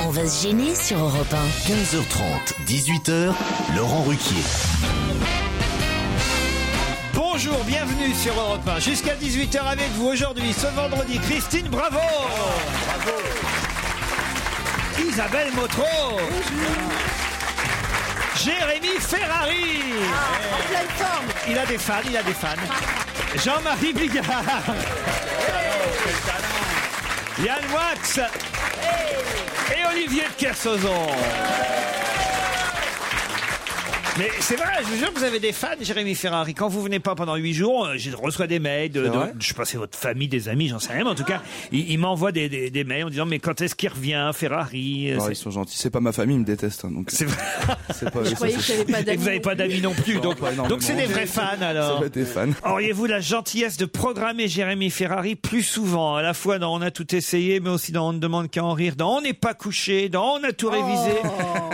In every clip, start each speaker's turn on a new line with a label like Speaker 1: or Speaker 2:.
Speaker 1: On va se gêner sur Europe 1.
Speaker 2: 15h30, 18h, Laurent Ruquier.
Speaker 3: Bonjour, bienvenue sur Europe 1. Jusqu'à 18h avec vous aujourd'hui, ce vendredi, Christine Bravo. bravo. Isabelle Motro. Jérémy Ferrari. Il a des fans, il a des fans. Jean-Marie Bigard. Yann Wax. Et Olivier de Kersauzon. Mais c'est vrai, je vous jure que vous avez des fans, Jérémy Ferrari. Quand vous venez pas pendant huit jours, euh, je reçois des mails de, de- je sais pas, c'est votre famille, des amis, j'en sais rien, mais en tout cas, ils il m'envoient des, des- des mails en disant, mais quand est-ce qu'il revient, Ferrari euh,
Speaker 4: Alors,
Speaker 3: c'est-
Speaker 4: ils sont gentils. C'est pas ma famille, ils me détestent. hein, donc
Speaker 3: C'est vrai.
Speaker 4: c'est pas.
Speaker 5: Je croyais que j'avais pas
Speaker 3: Et vous
Speaker 5: d'amis.
Speaker 3: n'avez pas d'amis non plus,
Speaker 4: Non,
Speaker 3: donc
Speaker 4: pas énormément.
Speaker 3: donc c'est des vrais fans alors.
Speaker 4: pas tes fans.
Speaker 3: Auriez-vous la gentillesse de programmer Jérémy Ferrari plus souvent À la fois dans On a tout essayé, mais aussi dans On ne demande qu'à en rire, dans On n'est pas couché, dans On a tout révisé,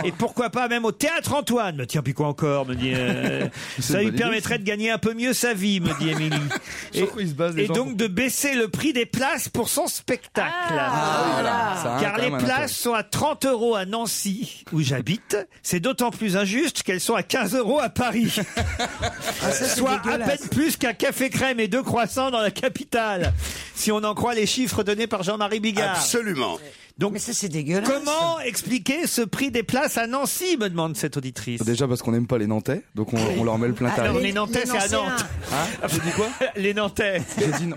Speaker 3: et pourquoi pas même au Théâtre Antoine Me tiens, puis quoi encore me dit, euh,
Speaker 4: une
Speaker 3: Ça lui
Speaker 4: bonne idée,
Speaker 3: permettrait de gagner un peu mieux sa vie, me dit Émilie. et
Speaker 4: quoi ils se basent, les
Speaker 3: et
Speaker 4: gens,
Speaker 3: donc
Speaker 4: pour-
Speaker 3: de baisser le prix des places pour son spectacle.
Speaker 4: Ah, Ça a
Speaker 3: Car
Speaker 4: quand
Speaker 3: les
Speaker 4: même un
Speaker 3: places sont à 30 euros à Nancy, où j'habite. C'est d'autant plus injuste qu'elles sont à 15 euros à Paris.
Speaker 4: Ah,
Speaker 3: Soit à peine plus qu'un café crème et deux croissants dans la capitale. Si on en croit les chiffres donnés par Jean-Marie Bigard.
Speaker 2: Absolument.
Speaker 3: Donc,
Speaker 1: ça, c'est dégueulasse.
Speaker 3: comment expliquer ce prix des places à Nancy, me demande cette auditrice.
Speaker 4: intérêt. Déjà parce qu'on aime pas les Nantais, donc on, on leur met le plein
Speaker 3: Alors,
Speaker 4: tarif.
Speaker 3: les Nantais, c'est à Nantes.
Speaker 4: Hein
Speaker 3: Hein
Speaker 4: Ah, J'ai dit quoi
Speaker 3: Les Nantais. Ah,
Speaker 4: J'ai dit non.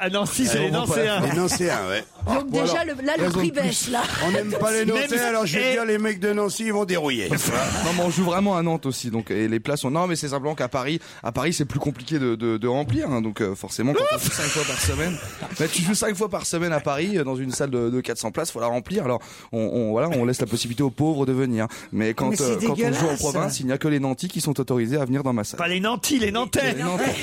Speaker 3: À Nancy, c'est
Speaker 4: Eh,
Speaker 3: les
Speaker 4: on va pas
Speaker 3: Nantais.
Speaker 4: la
Speaker 2: Les Nancéens, ouais.
Speaker 5: Donc déjà, le- là, le
Speaker 4: Ah, raison
Speaker 5: prix
Speaker 4: de plus.
Speaker 5: baisse, là.
Speaker 2: On n'aime pas les
Speaker 3: Même-
Speaker 2: Nantais, alors je
Speaker 3: Eh.
Speaker 2: vais dire les mecs de Nancy, ils vont dérouiller.
Speaker 5: hein.
Speaker 4: Non, mais on joue vraiment à Nantes aussi, donc et les places sont. Non, mais c'est simplement qu'à Paris, à Paris, c'est plus compliqué de, de, de remplir, hein, donc euh, forcément. Quand on joue cinq fois par semaine, bah, tu joues cinq fois par semaine à Paris euh, dans une salle de, de 400 places, faut la remplir. Alors, on, on- voilà, on laisse la possibilité aux pauvres de venir. Mais quand
Speaker 1: Mais c'est
Speaker 4: euh, quand on joue en
Speaker 1: dégueulasse.
Speaker 4: province, il n'y a que les Nantis qui sont autorisés à venir dans ma salle.
Speaker 3: Pas les Nantis, les Nantais.
Speaker 4: Les Nantais.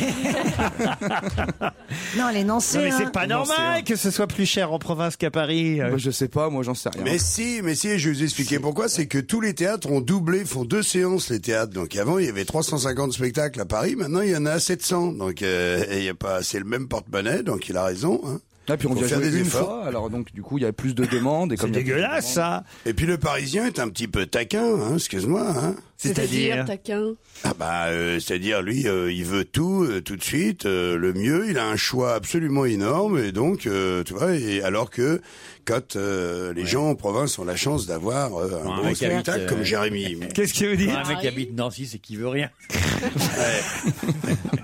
Speaker 1: Non, les Nancy.
Speaker 3: Non, mais c'est pas
Speaker 4: Les Nantais,
Speaker 3: normal
Speaker 4: hein.
Speaker 3: que ce soit plus cher en province qu'à Paris. euh.
Speaker 4: Bah, je sais pas, moi j'en sais rien.
Speaker 2: Mais si, mais si, et je vais vous expliquer pourquoi. C'est que tous les théâtres ont doublé, font deux séances les théâtres. Donc avant, il y avait 350 spectacles à Paris, maintenant il y en a 700. Donc euh, il y a pas, c'est le même porte-monnaie, donc il a raison. hein.
Speaker 4: Là, Ah, puis on
Speaker 2: Faut
Speaker 4: vient
Speaker 2: faire
Speaker 4: jouer
Speaker 2: des
Speaker 4: une
Speaker 2: efforts.
Speaker 4: fois, alors donc du coup il y a plus de demandes. et
Speaker 3: C'est
Speaker 4: comme il y a plus de
Speaker 3: dégueulasse,
Speaker 4: demandes-
Speaker 3: ça.
Speaker 2: Et puis le Parisien est un petit peu taquin, hein, excuse-moi. hein.
Speaker 3: C'est-à-dire
Speaker 5: taquin.
Speaker 2: Ah bah, euh, c'est-à-dire lui, euh, il veut tout euh, tout de suite, euh, le mieux. Il a un choix absolument énorme et donc, euh, tu vois, et alors que quand euh, les gens en province ont la chance d'avoir euh, un bon
Speaker 6: mec
Speaker 2: spectacle
Speaker 6: avec, euh,
Speaker 2: comme Jérémy. Mais-
Speaker 3: Qu'est-ce qu'il veut
Speaker 6: Ouais,
Speaker 3: dire
Speaker 6: Un mec qui habite Nancy, c'est qui veut rien.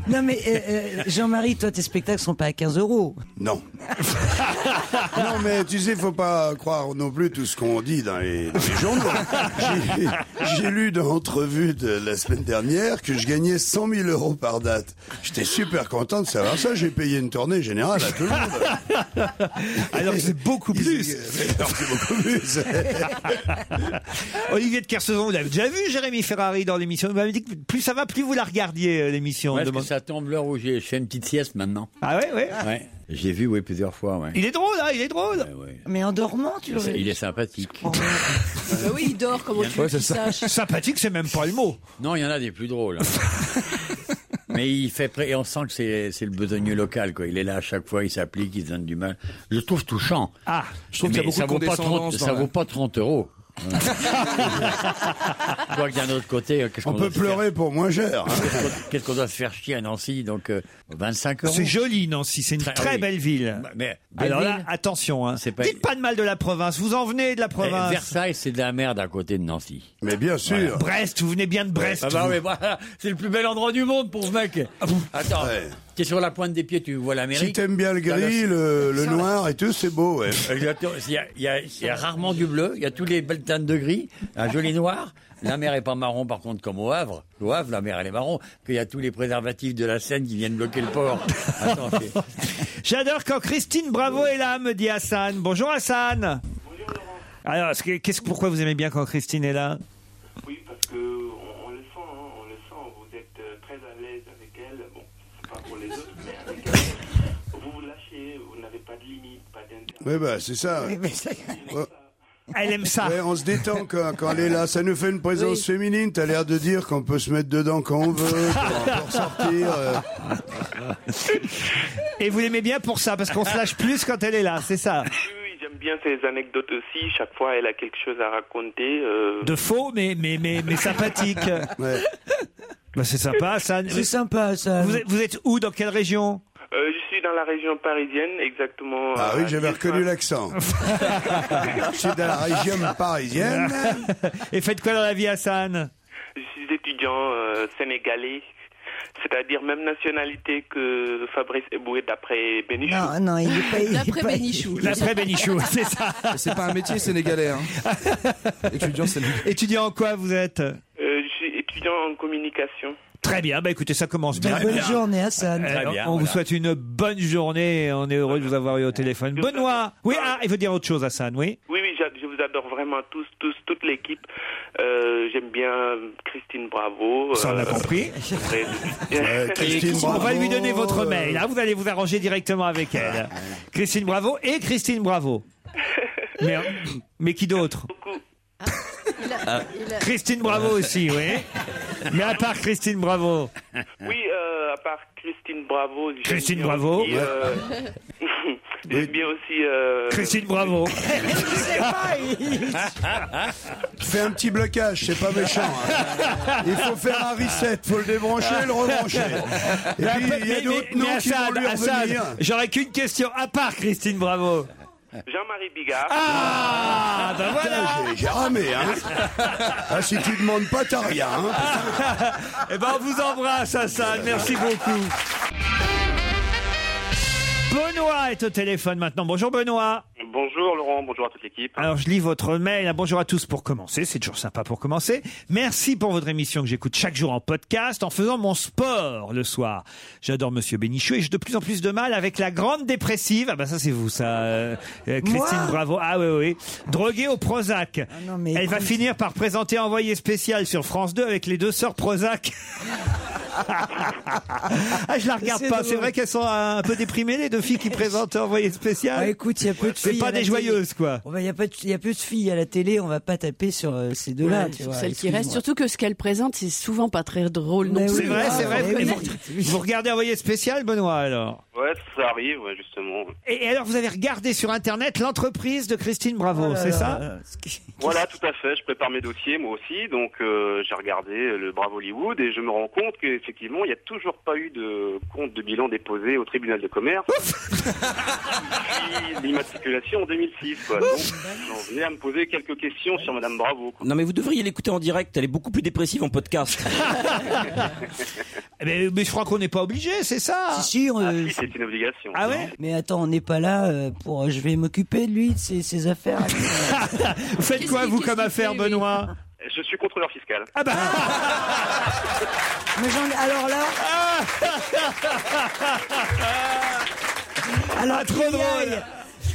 Speaker 7: Non mais euh, euh, Jean-Marie, toi tes spectacles sont pas à 15 euros.
Speaker 2: Non. non, mais tu sais, faut pas croire non plus tout ce qu'on dit dans les, dans les journaux. J'ai- J'ai lu dans l'entrevue de la semaine dernière que je gagnais 100 000 euros par date. J'étais super content de savoir ça. J'ai payé une tournée générale à tout le monde.
Speaker 3: Alors que c'est beaucoup plus.
Speaker 2: Alors, c'est beaucoup plus.
Speaker 3: Olivier de Kersauzon, vous l'avez déjà vu, Jérémy Ferrari, dans l'émission. Vous m'avez dit que plus ça va, plus vous la regardiez, euh, l'émission.
Speaker 6: Ouais,
Speaker 3: On
Speaker 6: parce que
Speaker 3: demande-
Speaker 6: ça tombe l'heure où j'ai- je fais une petite sieste maintenant.
Speaker 3: Ah ouais, ouais.
Speaker 6: Ouais. J'ai vu, oui, plusieurs fois, ouais.
Speaker 3: Il est drôle, hein, il est drôle.
Speaker 6: Ouais, ouais.
Speaker 7: Mais en dormant, tu le
Speaker 6: C'est- Il est Oh, sympathique.
Speaker 5: Bah oui, il dort, comment tu veux
Speaker 4: Ouais, c'est
Speaker 5: qu'il sache
Speaker 3: Sympathique, c'est même pas le mot.
Speaker 6: Non, il y en a des plus drôles. hein. Mais il fait pré- et on sent que c'est c'est le besogneux local, quoi. Il est là à chaque fois, il s'applique, il se donne du mal. Je le trouve touchant.
Speaker 3: Ah,
Speaker 4: Je trouve qu'il y a
Speaker 6: Mais
Speaker 4: beaucoup
Speaker 6: ça
Speaker 4: de
Speaker 6: vaut pas
Speaker 4: condescendance.
Speaker 6: 30,
Speaker 4: dans la-
Speaker 6: ça vaut pas 30 euros. Ouais. Je crois que d'un autre côté, euh, qu'est-ce qu'on
Speaker 2: On
Speaker 6: doit
Speaker 2: peut
Speaker 6: se faire-
Speaker 2: pleurer pour moins cher. hein.
Speaker 6: Qu'est-ce qu'on- Qu'est-ce qu'on doit se faire chier à Nancy Donc euh, 25 euros.
Speaker 3: c'est joli, Nancy. C'est une très,
Speaker 6: Très- Ah oui.
Speaker 3: belle ville.
Speaker 6: Bah, mais-
Speaker 3: Alors là,
Speaker 6: Belleville
Speaker 3: attention. Hein.
Speaker 6: C'est pas-
Speaker 3: Dites pas de mal de la province. Vous en venez de la
Speaker 6: Eh,
Speaker 3: province.
Speaker 6: Versailles, c'est de la merde à côté de Nancy.
Speaker 2: Mais bien sûr.
Speaker 3: Brest, vous venez bien de Brest.
Speaker 6: Ah bah oui, bah, c'est le plus bel endroit du monde pour ce mec. Attends,
Speaker 2: Ouais.
Speaker 6: T'es sur la pointe des pieds, tu vois
Speaker 2: Si
Speaker 6: l'Amérique.
Speaker 2: t'aimes bien le gris, le, le noir et tout, c'est beau, ouais.
Speaker 6: Exactement. Il y, a, il y a- il y a rarement du bleu, il y a tous les belles teintes de gris, un joli noir. La mer est pas marron par contre comme au Havre. Au Havre, la mer elle est marron. Qu'il y a tous les préservatifs de la Seine qui viennent bloquer le port. Attends, c'est-
Speaker 3: J'adore quand Christine Bravo est là, me dit Hassan. Bonjour Hassan. Alors, est-ce que- qu'est-ce, pourquoi vous aimez bien quand Christine est là
Speaker 8: Oui, parce que on, on le sent, hein, on le sent. Vous êtes euh, très à l'aise avec elle. Bon, c'est pas pour les autres, mais avec elle, vous vous lâchez. Vous n'avez pas de limite, pas d'intérêt.
Speaker 2: Ouais, bah, c'est ça. Oh.
Speaker 3: Elle aime ça.
Speaker 2: Ouais, on se détend quand, quand elle est là. Ça nous fait une présence féminine. T'as l'air de dire qu'on peut se mettre dedans quand on veut, qu'on peut ressortir. euh.
Speaker 3: Et vous l'aimez bien pour ça, parce qu'on se lâche plus quand elle est là, c'est ça.
Speaker 8: Oui, oui, j'aime bien ces anecdotes aussi. Chaque fois, elle a quelque chose à raconter. euh,
Speaker 3: De faux, mais, mais, mais, mais sympathique.
Speaker 2: Ouais.
Speaker 3: Bah, c'est sympa, Hassan.
Speaker 9: C'est sympa, ça.
Speaker 3: Vous êtes, vous êtes où Dans quelle région
Speaker 8: euh, je suis dans la région parisienne, exactement.
Speaker 2: Ah
Speaker 8: à
Speaker 2: oui, j'avais reconnu
Speaker 8: Villepinte.
Speaker 2: l'accent. Je suis de la région parisienne.
Speaker 3: Et faites quoi dans la vie, Hassan
Speaker 8: Je suis étudiant euh, sénégalais, c'est-à-dire même nationalité que Fabrice Eboué d'après Bénichou.
Speaker 9: Non, non, il est pas. il est
Speaker 10: D'après
Speaker 9: pas-
Speaker 10: Bénichou.
Speaker 3: L'après Bénichou, c'est ça.
Speaker 11: C'est pas un métier sénégalais. Hein. Étudiant sénégalais.
Speaker 3: Étudiant en quoi vous êtes
Speaker 8: Euh, je suis étudiant en communication.
Speaker 3: Très bien, bah écoutez, ça commence bien.
Speaker 9: Donc, bonne journée, Hassan.
Speaker 3: Euh,
Speaker 6: Très bien,
Speaker 3: on vous
Speaker 6: voilà.
Speaker 3: souhaite une bonne journée. On est heureux de vous avoir eu au téléphone. Benoît Oui, ah, il veut dire autre chose, Hassan, oui
Speaker 8: Oui, oui, j'a- je vous adore vraiment tous, tous, toute l'équipe. Euh, J'aime bien Christine Bravo.
Speaker 3: Ça, on
Speaker 8: euh,
Speaker 3: a compris.
Speaker 8: après-
Speaker 2: Euh, Christine
Speaker 3: On
Speaker 2: Bravo,
Speaker 3: va lui donner votre
Speaker 2: euh,
Speaker 3: mail. hein. vous allez vous arranger directement avec elle. Christine Bravo et Christine Bravo. Mais, mais qui d'autre
Speaker 10: Ah, Il
Speaker 2: Ah.
Speaker 10: a- il a-
Speaker 3: Christine Bravo aussi, oui. Mais à part Christine Bravo.
Speaker 8: oui, euh, à part Christine Bravo. j'aime
Speaker 3: Christine
Speaker 8: bien
Speaker 3: Bravo.
Speaker 8: aussi, euh, J'aime bien aussi. euh,
Speaker 3: Christine Bravo.
Speaker 2: Fais un petit blocage, c'est pas méchant. hein. Il faut faire un reset, faut le débrancher et le rebrancher. Et puis, il y a d'autres noms qui vont lui revenir.
Speaker 3: j'aurais qu'une question à part Christine Bravo.
Speaker 8: Jean-Marie Bigard.
Speaker 3: Ah, ben voilà.
Speaker 2: Putain, j'ai- J'ai ramé, hein. Ah, si tu demandes pas, t'as rien, hein.
Speaker 3: Eh ben, on vous embrasse, Hassan. Merci beaucoup. Benoît est au téléphone maintenant. Bonjour, Benoît.
Speaker 8: Bonjour Laurent, bonjour à toute l'équipe.
Speaker 3: Alors, je lis votre mail. Bonjour à tous pour commencer. C'est toujours sympa pour commencer. Merci pour votre émission que j'écoute chaque jour en podcast en faisant mon sport le soir. J'adore Monsieur Bénichou et j'ai de plus en plus de mal avec la grande dépressive. Ah bah ça, c'est vous, ça. euh, euh, Christine Bravo. Ah oui, oui. Droguée au Prozac.
Speaker 9: Ah non, mais
Speaker 3: Elle va
Speaker 9: écoute.
Speaker 3: finir par présenter Envoyé spécial sur France 2 avec les deux sœurs Prozac. ah, je la regarde
Speaker 9: C'est
Speaker 3: pas.
Speaker 9: drôle.
Speaker 3: C'est vrai qu'elles sont un peu déprimées, les deux filles qui présentent Envoyé spécial.
Speaker 9: Ah, écoute, il y a peu de
Speaker 3: C'est
Speaker 9: filles.
Speaker 3: pas
Speaker 9: à la
Speaker 3: des
Speaker 9: télé.
Speaker 3: joyeuses, quoi.
Speaker 9: Oh, bah, Il y a pas de- il y a peu de filles à la télé, on va pas taper sur euh, ces deux-là. tu
Speaker 10: sur
Speaker 9: vois,
Speaker 10: celle qui reste,
Speaker 9: excuse-moi.
Speaker 10: surtout que ce qu'elle présente, c'est souvent pas très drôle non
Speaker 9: Mais
Speaker 10: plus.
Speaker 3: C'est
Speaker 9: oui,
Speaker 3: vrai,
Speaker 9: ah,
Speaker 3: c'est vrai.
Speaker 9: mais
Speaker 3: vous-
Speaker 9: oui.
Speaker 3: vous- Vous regardez Envoyé spécial, Benoît, alors
Speaker 8: Ouais, ça arrive, ouais, justement.
Speaker 3: Et et alors, vous avez regardé sur Internet l'entreprise de Christine Bravo, c'est ça
Speaker 9: Euh, ce qui-
Speaker 8: Voilà, tout à fait. Je prépare mes dossiers, moi aussi. Donc, euh, j'ai regardé le Bravo Hollywood et je me rends compte qu'effectivement, il n'y a toujours pas eu de compte de bilan déposé au tribunal de commerce. Depuis L'immatriculation en 2006, quoi. Donc, j'en venais à me poser quelques questions sur Madame Bravo, quoi.
Speaker 12: Non mais vous devriez l'écouter en direct, elle est beaucoup plus dépressive en podcast.
Speaker 3: Eh ben, mais, je crois qu'on n'est pas obligé, c'est ça
Speaker 9: Si, si, on- euh,
Speaker 8: Ah, si, c'est une obligation.
Speaker 3: Ah ouais
Speaker 9: Mais attends, on n'est pas là euh, pour. euh, je vais m'occuper de lui, de ses, ses affaires.
Speaker 3: Vous faites
Speaker 10: Qu'est-ce
Speaker 3: quoi,
Speaker 10: qu'il-
Speaker 3: vous,
Speaker 10: qu'est-ce
Speaker 3: comme
Speaker 10: qu'il
Speaker 3: affaire,
Speaker 10: fait, lui
Speaker 3: Benoît
Speaker 8: Je suis contrôleur fiscal.
Speaker 3: Ah bah
Speaker 9: Mais j'en ai- alors là. alors
Speaker 3: Ah,
Speaker 9: qu'il
Speaker 3: trop
Speaker 9: y
Speaker 3: drôle.
Speaker 9: aille,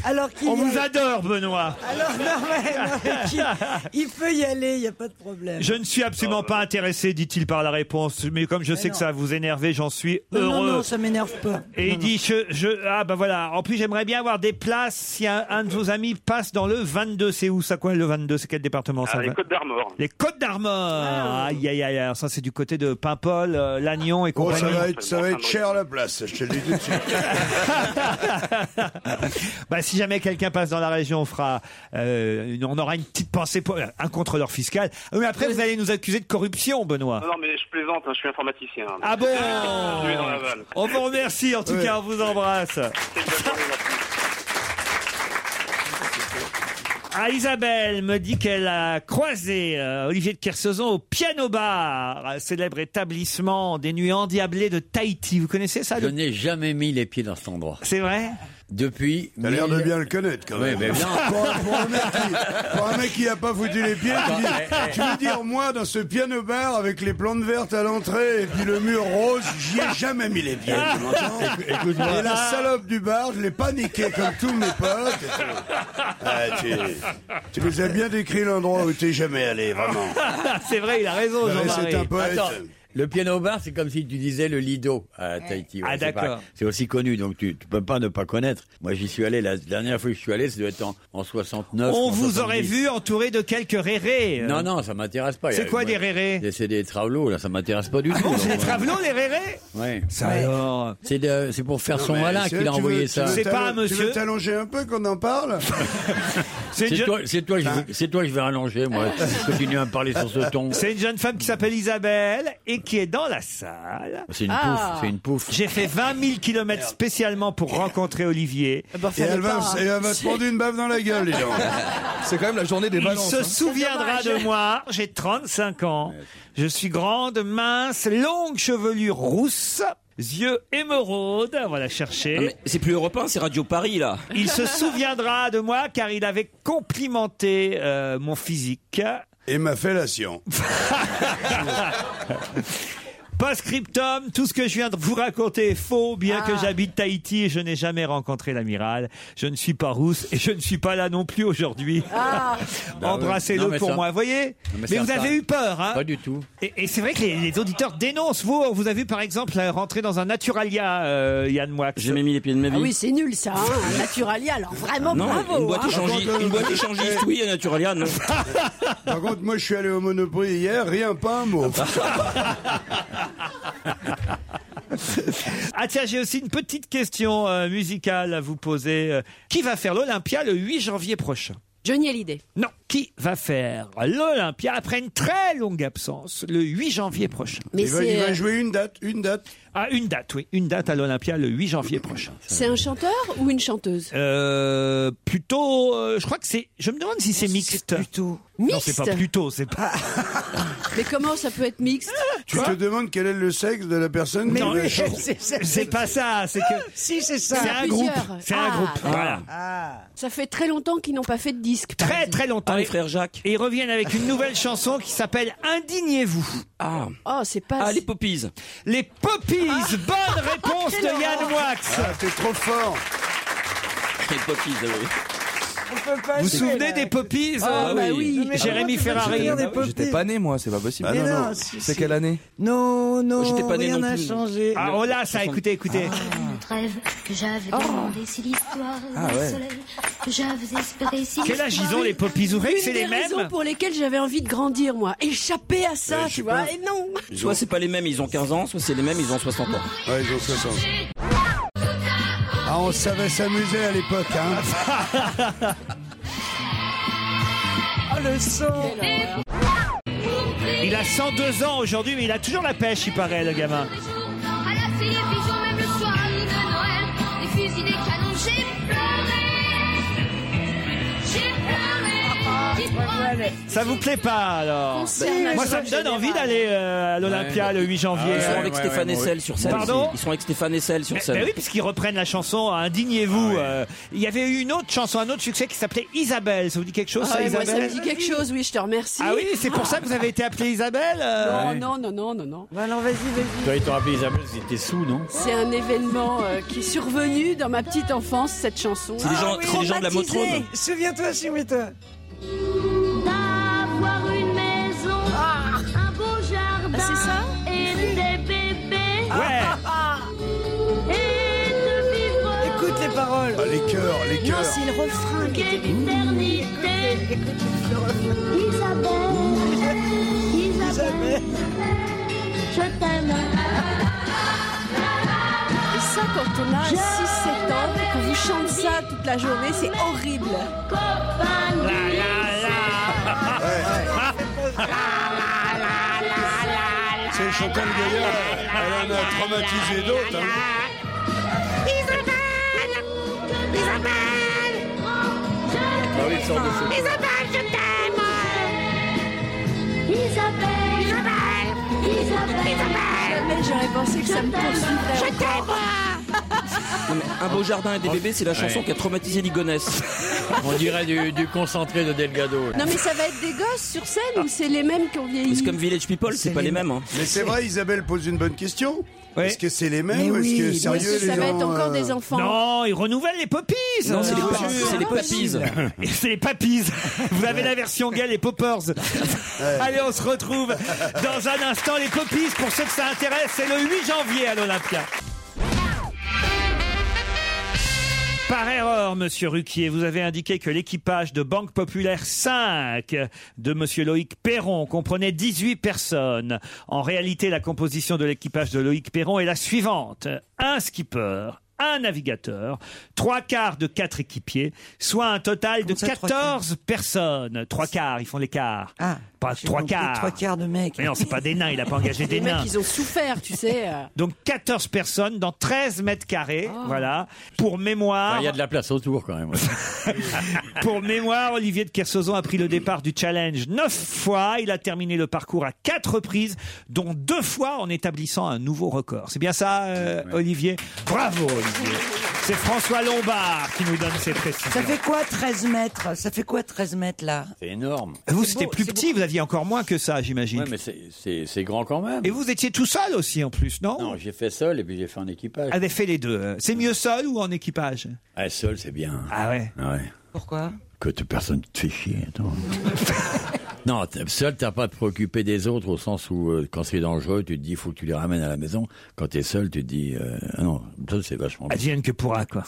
Speaker 9: Alors qu'il
Speaker 3: On
Speaker 9: y
Speaker 3: vous
Speaker 9: aille-
Speaker 3: adore, Benoît
Speaker 9: Alors non mais, non, mais qu'il- il peut y aller, il n'y a pas de problème.
Speaker 3: Je ne suis
Speaker 8: Ah,
Speaker 3: absolument pas intéressé, dit-il par la réponse, mais comme je sais que
Speaker 9: non.
Speaker 3: ça va vous énerver, j'en suis
Speaker 9: Non, non,
Speaker 3: heureux.
Speaker 9: non, ça m'énerve pas.
Speaker 3: Et
Speaker 9: Non,
Speaker 3: il dit, je, je- ah bah voilà, en plus j'aimerais bien avoir des places si un, un de vos amis passe dans le 22, c'est où ça quoi le 22, c'est quel département ça
Speaker 8: Ah, les
Speaker 3: va
Speaker 8: Côtes d'Armor.
Speaker 3: Les Côtes d'Armor Aïe, aïe, aïe, alors ça c'est du côté de Paimpol, euh, Lannion et
Speaker 2: Oh,
Speaker 3: compagnie.
Speaker 2: ça va être, ça va être cher la place, je te le dis tout de suite.
Speaker 3: Bah, si jamais quelqu'un passe dans la région, on fera, euh, une- on aura une petite pensée pour euh, un contrôleur fiscal. Ah, Mais après, vous allez nous accuser de corruption, Benoît.
Speaker 8: Non, non, mais je plaisante, hein, je suis informaticien. hein.
Speaker 3: Ah bon
Speaker 8: Je suis dans la vanne.
Speaker 3: On vous remercie en tout
Speaker 2: Ouais.
Speaker 3: cas, on vous embrasse.
Speaker 8: C'est exactement la-
Speaker 3: Ah, Isabelle me dit qu'elle a croisé euh, Olivier de Kersauzon au Piano Bar, un célèbre établissement des nuits endiablées de Tahiti. Vous connaissez ça
Speaker 6: Je
Speaker 3: le-
Speaker 6: n'ai jamais mis les pieds dans cet endroit.
Speaker 3: C'est vrai
Speaker 6: Depuis.
Speaker 2: T'as l'air de bien le connaître quand même.
Speaker 6: Oui, mais Eh bien.
Speaker 2: pour, pour un mec qui, pour un mec qui a pas foutu les pieds, tu, dis-
Speaker 6: Eh,
Speaker 2: tu veux dire moi dans ce piano bar avec les plantes vertes à l'entrée et puis le mur rose, j'y ai jamais mis les pieds. tu m'entends
Speaker 6: Eh,
Speaker 8: écoute-moi.
Speaker 2: Et la salope du bar, je l'ai paniqué comme tous mes potes. Ah, tu, tu nous as bien décrit l'endroit où t'es jamais allé, vraiment.
Speaker 3: Ah, c'est vrai, il a raison,
Speaker 2: Ouais,
Speaker 6: Jean-Marie.
Speaker 2: c'est un poète.
Speaker 6: Attends, le piano bar, c'est comme si tu disais le Lido à Tahiti.
Speaker 3: Ah,
Speaker 6: c'est
Speaker 3: d'accord.
Speaker 6: pareil. C'est aussi connu, donc tu, tu peux pas ne pas connaître. Moi, j'y suis allé, la dernière fois que je suis allé, ça doit être en, en 69.
Speaker 3: On
Speaker 6: en
Speaker 3: vous aurait
Speaker 6: 70.
Speaker 3: vu entouré de quelques rérés. euh.
Speaker 6: Non, non, ça m'intéresse pas.
Speaker 3: C'est
Speaker 6: Euh,
Speaker 3: quoi
Speaker 6: moi,
Speaker 3: des rérés
Speaker 6: c'est- C'est des travelots, là, ça m'intéresse pas du tout.
Speaker 3: C'est
Speaker 6: donc,
Speaker 3: les travelots, les rérés
Speaker 6: Ouais.
Speaker 3: Ça alors. euh.
Speaker 6: C'est de- c'est pour faire son
Speaker 2: Mais
Speaker 6: malin
Speaker 2: c'est-
Speaker 6: qu'il
Speaker 2: tu
Speaker 6: a envoyé
Speaker 2: veux- tu
Speaker 6: ça.
Speaker 2: veux t'allo- Tu veux
Speaker 6: monsieur.
Speaker 2: t'allonger un peu qu'on en parle
Speaker 3: C'est
Speaker 6: C'est
Speaker 3: une
Speaker 6: toi,
Speaker 3: jeune-
Speaker 6: c'est toi, que
Speaker 2: Ah.
Speaker 6: je- c'est toi que je vais rallonger, moi. Continue à me parler sur ce ton.
Speaker 3: C'est une jeune femme qui s'appelle Isabelle et qui est dans la salle.
Speaker 6: C'est une
Speaker 3: Ah.
Speaker 6: pouffe, c'est une pouffe.
Speaker 3: J'ai fait 20 000 kilomètres spécialement pour rencontrer Olivier.
Speaker 6: Eh ben,
Speaker 2: Et elle va, et elle va te prendre une baffe dans la gueule, les gens.
Speaker 4: C'est quand même la journée des
Speaker 3: Il
Speaker 4: balances.
Speaker 3: se
Speaker 4: hein.
Speaker 3: souviendra de moi. J'ai 35 ans. Je suis grande, mince, longue chevelure rousse, yeux émeraudes. Voilà, chercher.
Speaker 12: Non, mais c'est plus européen, c'est Radio Paris là.
Speaker 3: Il se souviendra de moi car il avait complimenté euh, mon physique.
Speaker 2: Et ma fellation.
Speaker 3: Post-scriptum, tout ce que je viens de vous raconter est faux, bien
Speaker 6: Ah.
Speaker 3: que j'habite Tahiti et je n'ai jamais rencontré l'amiral. Je ne suis pas rousse et je ne suis pas là non plus aujourd'hui.
Speaker 13: Ah,
Speaker 6: Bah oui.
Speaker 3: Embrassez-le
Speaker 6: Non, mais
Speaker 3: pour
Speaker 6: ça-
Speaker 3: moi, voyez
Speaker 6: mais
Speaker 3: Mais,
Speaker 6: ça
Speaker 3: vous
Speaker 6: repart-
Speaker 3: avez eu peur, hein
Speaker 6: Pas du tout.
Speaker 3: Et, et c'est vrai que les, les auditeurs dénoncent. Vous, on vous a vu par exemple euh, rentrer dans un Naturalia, euh, Yann Moix.
Speaker 12: J'ai jamais mis les pieds de ma vie.
Speaker 10: Ah oui, c'est nul ça, hein, un Naturalia, alors vraiment
Speaker 12: non,
Speaker 10: bravo
Speaker 12: une boîte
Speaker 10: hein.
Speaker 12: échangiste, une boîte échangiste, oui, à Naturalia, non.
Speaker 2: Par contre, moi, je suis allé au Monoprix hier, rien, pas un mot.
Speaker 3: Ah tiens, j'ai aussi une petite question euh, musicale à vous poser. Euh, Qui va faire l'Olympia le 8 janvier prochain
Speaker 10: Johnny Hallyday.
Speaker 3: Non, qui va faire l'Olympia après une très longue absence le 8 janvier prochain
Speaker 10: Mais
Speaker 2: il, va, il
Speaker 10: c'est,
Speaker 2: va
Speaker 10: euh,
Speaker 2: jouer une date, une date.
Speaker 3: Ah, une date, oui, une date à l'Olympia le 8 janvier prochain.
Speaker 10: c'est un chanteur ou une chanteuse
Speaker 3: Euh, plutôt, euh, je crois que c'est. Je me demande si c'est mixte.
Speaker 9: Plutôt.
Speaker 3: Non, c'est
Speaker 10: Mixte
Speaker 3: pas plutôt, c'est pas.
Speaker 10: Mais comment ça peut être mixte
Speaker 2: Tu te demandes quel est le sexe de la personne qui
Speaker 3: Non,
Speaker 2: va
Speaker 3: mais
Speaker 2: chanter.
Speaker 3: c'est pas ça. C'est
Speaker 10: Ah,
Speaker 3: que
Speaker 9: Si, c'est
Speaker 3: c'est
Speaker 9: ça.
Speaker 3: un groupe.
Speaker 10: plusieurs.
Speaker 3: C'est un
Speaker 10: Ah,
Speaker 3: groupe.
Speaker 10: d'accord.
Speaker 3: Voilà.
Speaker 10: Ça fait très longtemps qu'ils n'ont pas fait de disque. par
Speaker 3: Très
Speaker 10: exemple.
Speaker 3: très longtemps.
Speaker 12: Ah, les frères Jacques.
Speaker 3: Et ils reviennent avec une nouvelle chanson qui s'appelle Indignez-vous.
Speaker 12: Ah,
Speaker 10: Oh, c'est pas... Ah.
Speaker 12: ah les poppies.
Speaker 3: Les Poppies. Bonne réponse de
Speaker 10: Quelle
Speaker 3: Yann Wax.
Speaker 2: Ah, t'es trop fort.
Speaker 12: Les euh, poppies, oui.
Speaker 3: Vous vous souvenez des Poppies
Speaker 9: Ah,
Speaker 3: euh,
Speaker 9: bah oui.
Speaker 3: oui. Jérémy Ferrari.
Speaker 12: Ah
Speaker 9: souvenir des poppies.
Speaker 4: J'étais pas né, moi, c'est pas possible.
Speaker 2: Ah, non, non.
Speaker 4: C'est quelle année
Speaker 9: Non, non,
Speaker 12: J'étais pas né
Speaker 9: rien
Speaker 12: non
Speaker 9: n'a
Speaker 12: plus.
Speaker 9: changé.
Speaker 3: Ah, oh là, ça, écoutez, écoutez.
Speaker 12: Ah.
Speaker 13: rêve que j'avais
Speaker 9: Oh.
Speaker 13: demandé si l'histoire d'un
Speaker 4: ouais.
Speaker 13: soleil que j'avais espéré si
Speaker 3: Quel âge ils ont, les Poppies Vous
Speaker 10: Une
Speaker 3: voyez que c'est
Speaker 10: des
Speaker 3: les mêmes
Speaker 10: raisons pour lesquelles j'avais envie de grandir, moi. Échapper à ça,
Speaker 2: Ouais, je sais
Speaker 10: tu vois.
Speaker 2: pas.
Speaker 10: Et non.
Speaker 12: Soit c'est pas les mêmes, ils ont 15 ans, soit c'est les mêmes, ils ont 60 ans.
Speaker 2: Ouais, ils ont 60. Ah, on savait s'amuser à l'époque, hein.
Speaker 9: Ah, le son.
Speaker 3: Il a 102 ans aujourd'hui, mais il a toujours la pêche, il paraît, le gamin.
Speaker 13: à la fille, pigeon, même le soir de Noël, des fusils, des canons, j'ai pleuré, j'ai pleuré,
Speaker 9: Ah,
Speaker 13: Dites-moi,
Speaker 3: Ça vous plaît pas, alors Moi, ça me donne envie d'aller euh, à l'Olympia le 8 janvier.
Speaker 12: Ils sont avec
Speaker 6: ouais,
Speaker 12: Stéphane
Speaker 6: ouais, moi
Speaker 12: Essel sur scène.
Speaker 3: Pardon
Speaker 12: aussi. Ils sont avec Stéphane Essel sur
Speaker 3: Mais,
Speaker 12: scène.
Speaker 3: mais oui, puisqu'ils reprennent la chanson euh, Indignez-vous. euh, Il y avait eu une autre chanson, un autre succès qui s'appelait Isabelle. Ça vous dit quelque chose,
Speaker 10: Ah
Speaker 3: ça,
Speaker 10: ouais, moi,
Speaker 3: Isabelle
Speaker 10: ça me dit quelque chose, oui, je te remercie.
Speaker 3: Ah oui, c'est pour ça que vous avez été appelée Isabelle euh
Speaker 10: Non, non, non, non, non, non.
Speaker 9: Bah, alors, vas-y, vas-y.
Speaker 6: Toi, ils t'ont appelé Isabelle, ils étaient sous, non
Speaker 10: C'est un événement euh, qui est survenu dans ma petite enfance, cette chanson. Ah
Speaker 12: C'est des gens, c'est des gens de la
Speaker 9: Traumatisé.
Speaker 12: Motrone.
Speaker 9: Souviens-toi, Chimita.
Speaker 13: D'avoir une maison, un beau jardin,
Speaker 10: Ah, c'est ça
Speaker 13: et des bébés,
Speaker 3: Ouais,
Speaker 13: et de vivre
Speaker 9: Écoute les paroles.
Speaker 2: Ah, les cœurs, les
Speaker 10: Non,
Speaker 2: cœurs.
Speaker 10: c'est le refrain. qui
Speaker 13: Quelle
Speaker 10: était-
Speaker 13: éternité Isabelle, Isabelle, je t'aime.
Speaker 10: Et ça, quand on a 6-7 ans, qu'on vous chante ça toute la journée, c'est horrible.
Speaker 13: Compagnie. Ah
Speaker 2: C'est le chantant de Gaillard. Elle en a traumatisé d'autres, hein.
Speaker 13: Isabelle, Isabelle, je
Speaker 14: Isabelle, je t'aime Isabelle, Isabelle, Isabelle, Isabelle
Speaker 5: Jamais j'aurais pensé que ça me poursuivrait
Speaker 14: Je
Speaker 5: encore.
Speaker 12: Non, mais Un beau jardin et des bébés, c'est la chanson
Speaker 6: Ah. Ouais.
Speaker 12: qui a traumatisé Ligonesse.
Speaker 6: On dirait du, du concentré de Delgado. là.
Speaker 5: Non mais ça va être des gosses sur scène ou c'est les mêmes qui ont vieilli
Speaker 12: Village People,
Speaker 5: c'est pas les mêmes, hein.
Speaker 2: Mais c'est vrai, Isabelle pose une bonne question. Est-ce que c'est les mêmes
Speaker 5: Mais
Speaker 2: ou est-ce Eh que
Speaker 5: oui,
Speaker 2: sérieux
Speaker 5: parce que
Speaker 2: les
Speaker 5: ça va être
Speaker 2: gens,
Speaker 5: encore
Speaker 2: euh,
Speaker 5: des enfants.
Speaker 3: Non, ils renouvellent les poppies. Ah,
Speaker 12: Non, c'est les
Speaker 3: pas-
Speaker 12: papis- c'est les papises.
Speaker 3: C'est les pappies. Vous avez la version gay, les poppers. Allez, on se retrouve dans un instant, les poppies. Pour ceux que ça intéresse, c'est le 8 janvier à l'Olympia. Par erreur, monsieur Ruquier, vous avez indiqué que l'équipage de Banque Populaire 5 de monsieur Loïc Perron comprenait 18 personnes. En réalité, la composition de l'équipage de Loïc Perron est la suivante. Un skipper, un navigateur, trois quarts de quatre équipiers, soit un total de 14 personnes. Trois quarts, ils font l'écart. Ah, pas trois
Speaker 7: compris,
Speaker 3: quarts.
Speaker 7: trois quarts
Speaker 3: de mecs. Mais non, c'est pas des nains, il a pas engagé des
Speaker 5: Les
Speaker 3: nains.
Speaker 5: mecs, ils ont souffert, tu sais. euh.
Speaker 3: Donc 14 personnes dans 13 mètres carrés, voilà. Pour mémoire,
Speaker 6: Enfin, Il y a de la place autour quand même.
Speaker 3: pour mémoire, Olivier de Kersauzon a pris le départ du challenge 9 fois. Il a terminé le parcours à 4 reprises, dont 2 fois en établissant un nouveau record. C'est bien ça, euh, Olivier Bravo, Olivier. C'est François Lombard qui nous donne ces précisions.
Speaker 7: Ça fait quoi 13 mètres Ça fait quoi 13 mètres là
Speaker 6: C'est énorme.
Speaker 3: Ah, Vous, c'était plus petit, vous aviez encore moins que ça, j'imagine.
Speaker 6: Ouais, mais c'est- c'est c'est grand quand même.
Speaker 3: Et vous étiez tout seul aussi, en plus, non
Speaker 6: Non, j'ai fait seul et puis j'ai fait en équipage.
Speaker 3: Avez fait les deux. C'est mieux seul ou en équipage
Speaker 6: Ah, seul, c'est bien.
Speaker 3: Ah ouais
Speaker 6: Ouais.
Speaker 7: Pourquoi
Speaker 6: Que te- personne ne te fait chier, attends. non, t'es- seul, t'as pas à te préoccuper des autres au sens où, euh, quand c'est dangereux, tu te dis, faut que tu les ramènes à la maison. Quand t'es seul, tu te dis, euh, ah non, seul, c'est vachement bien.
Speaker 3: Advienne que pourra, quoi.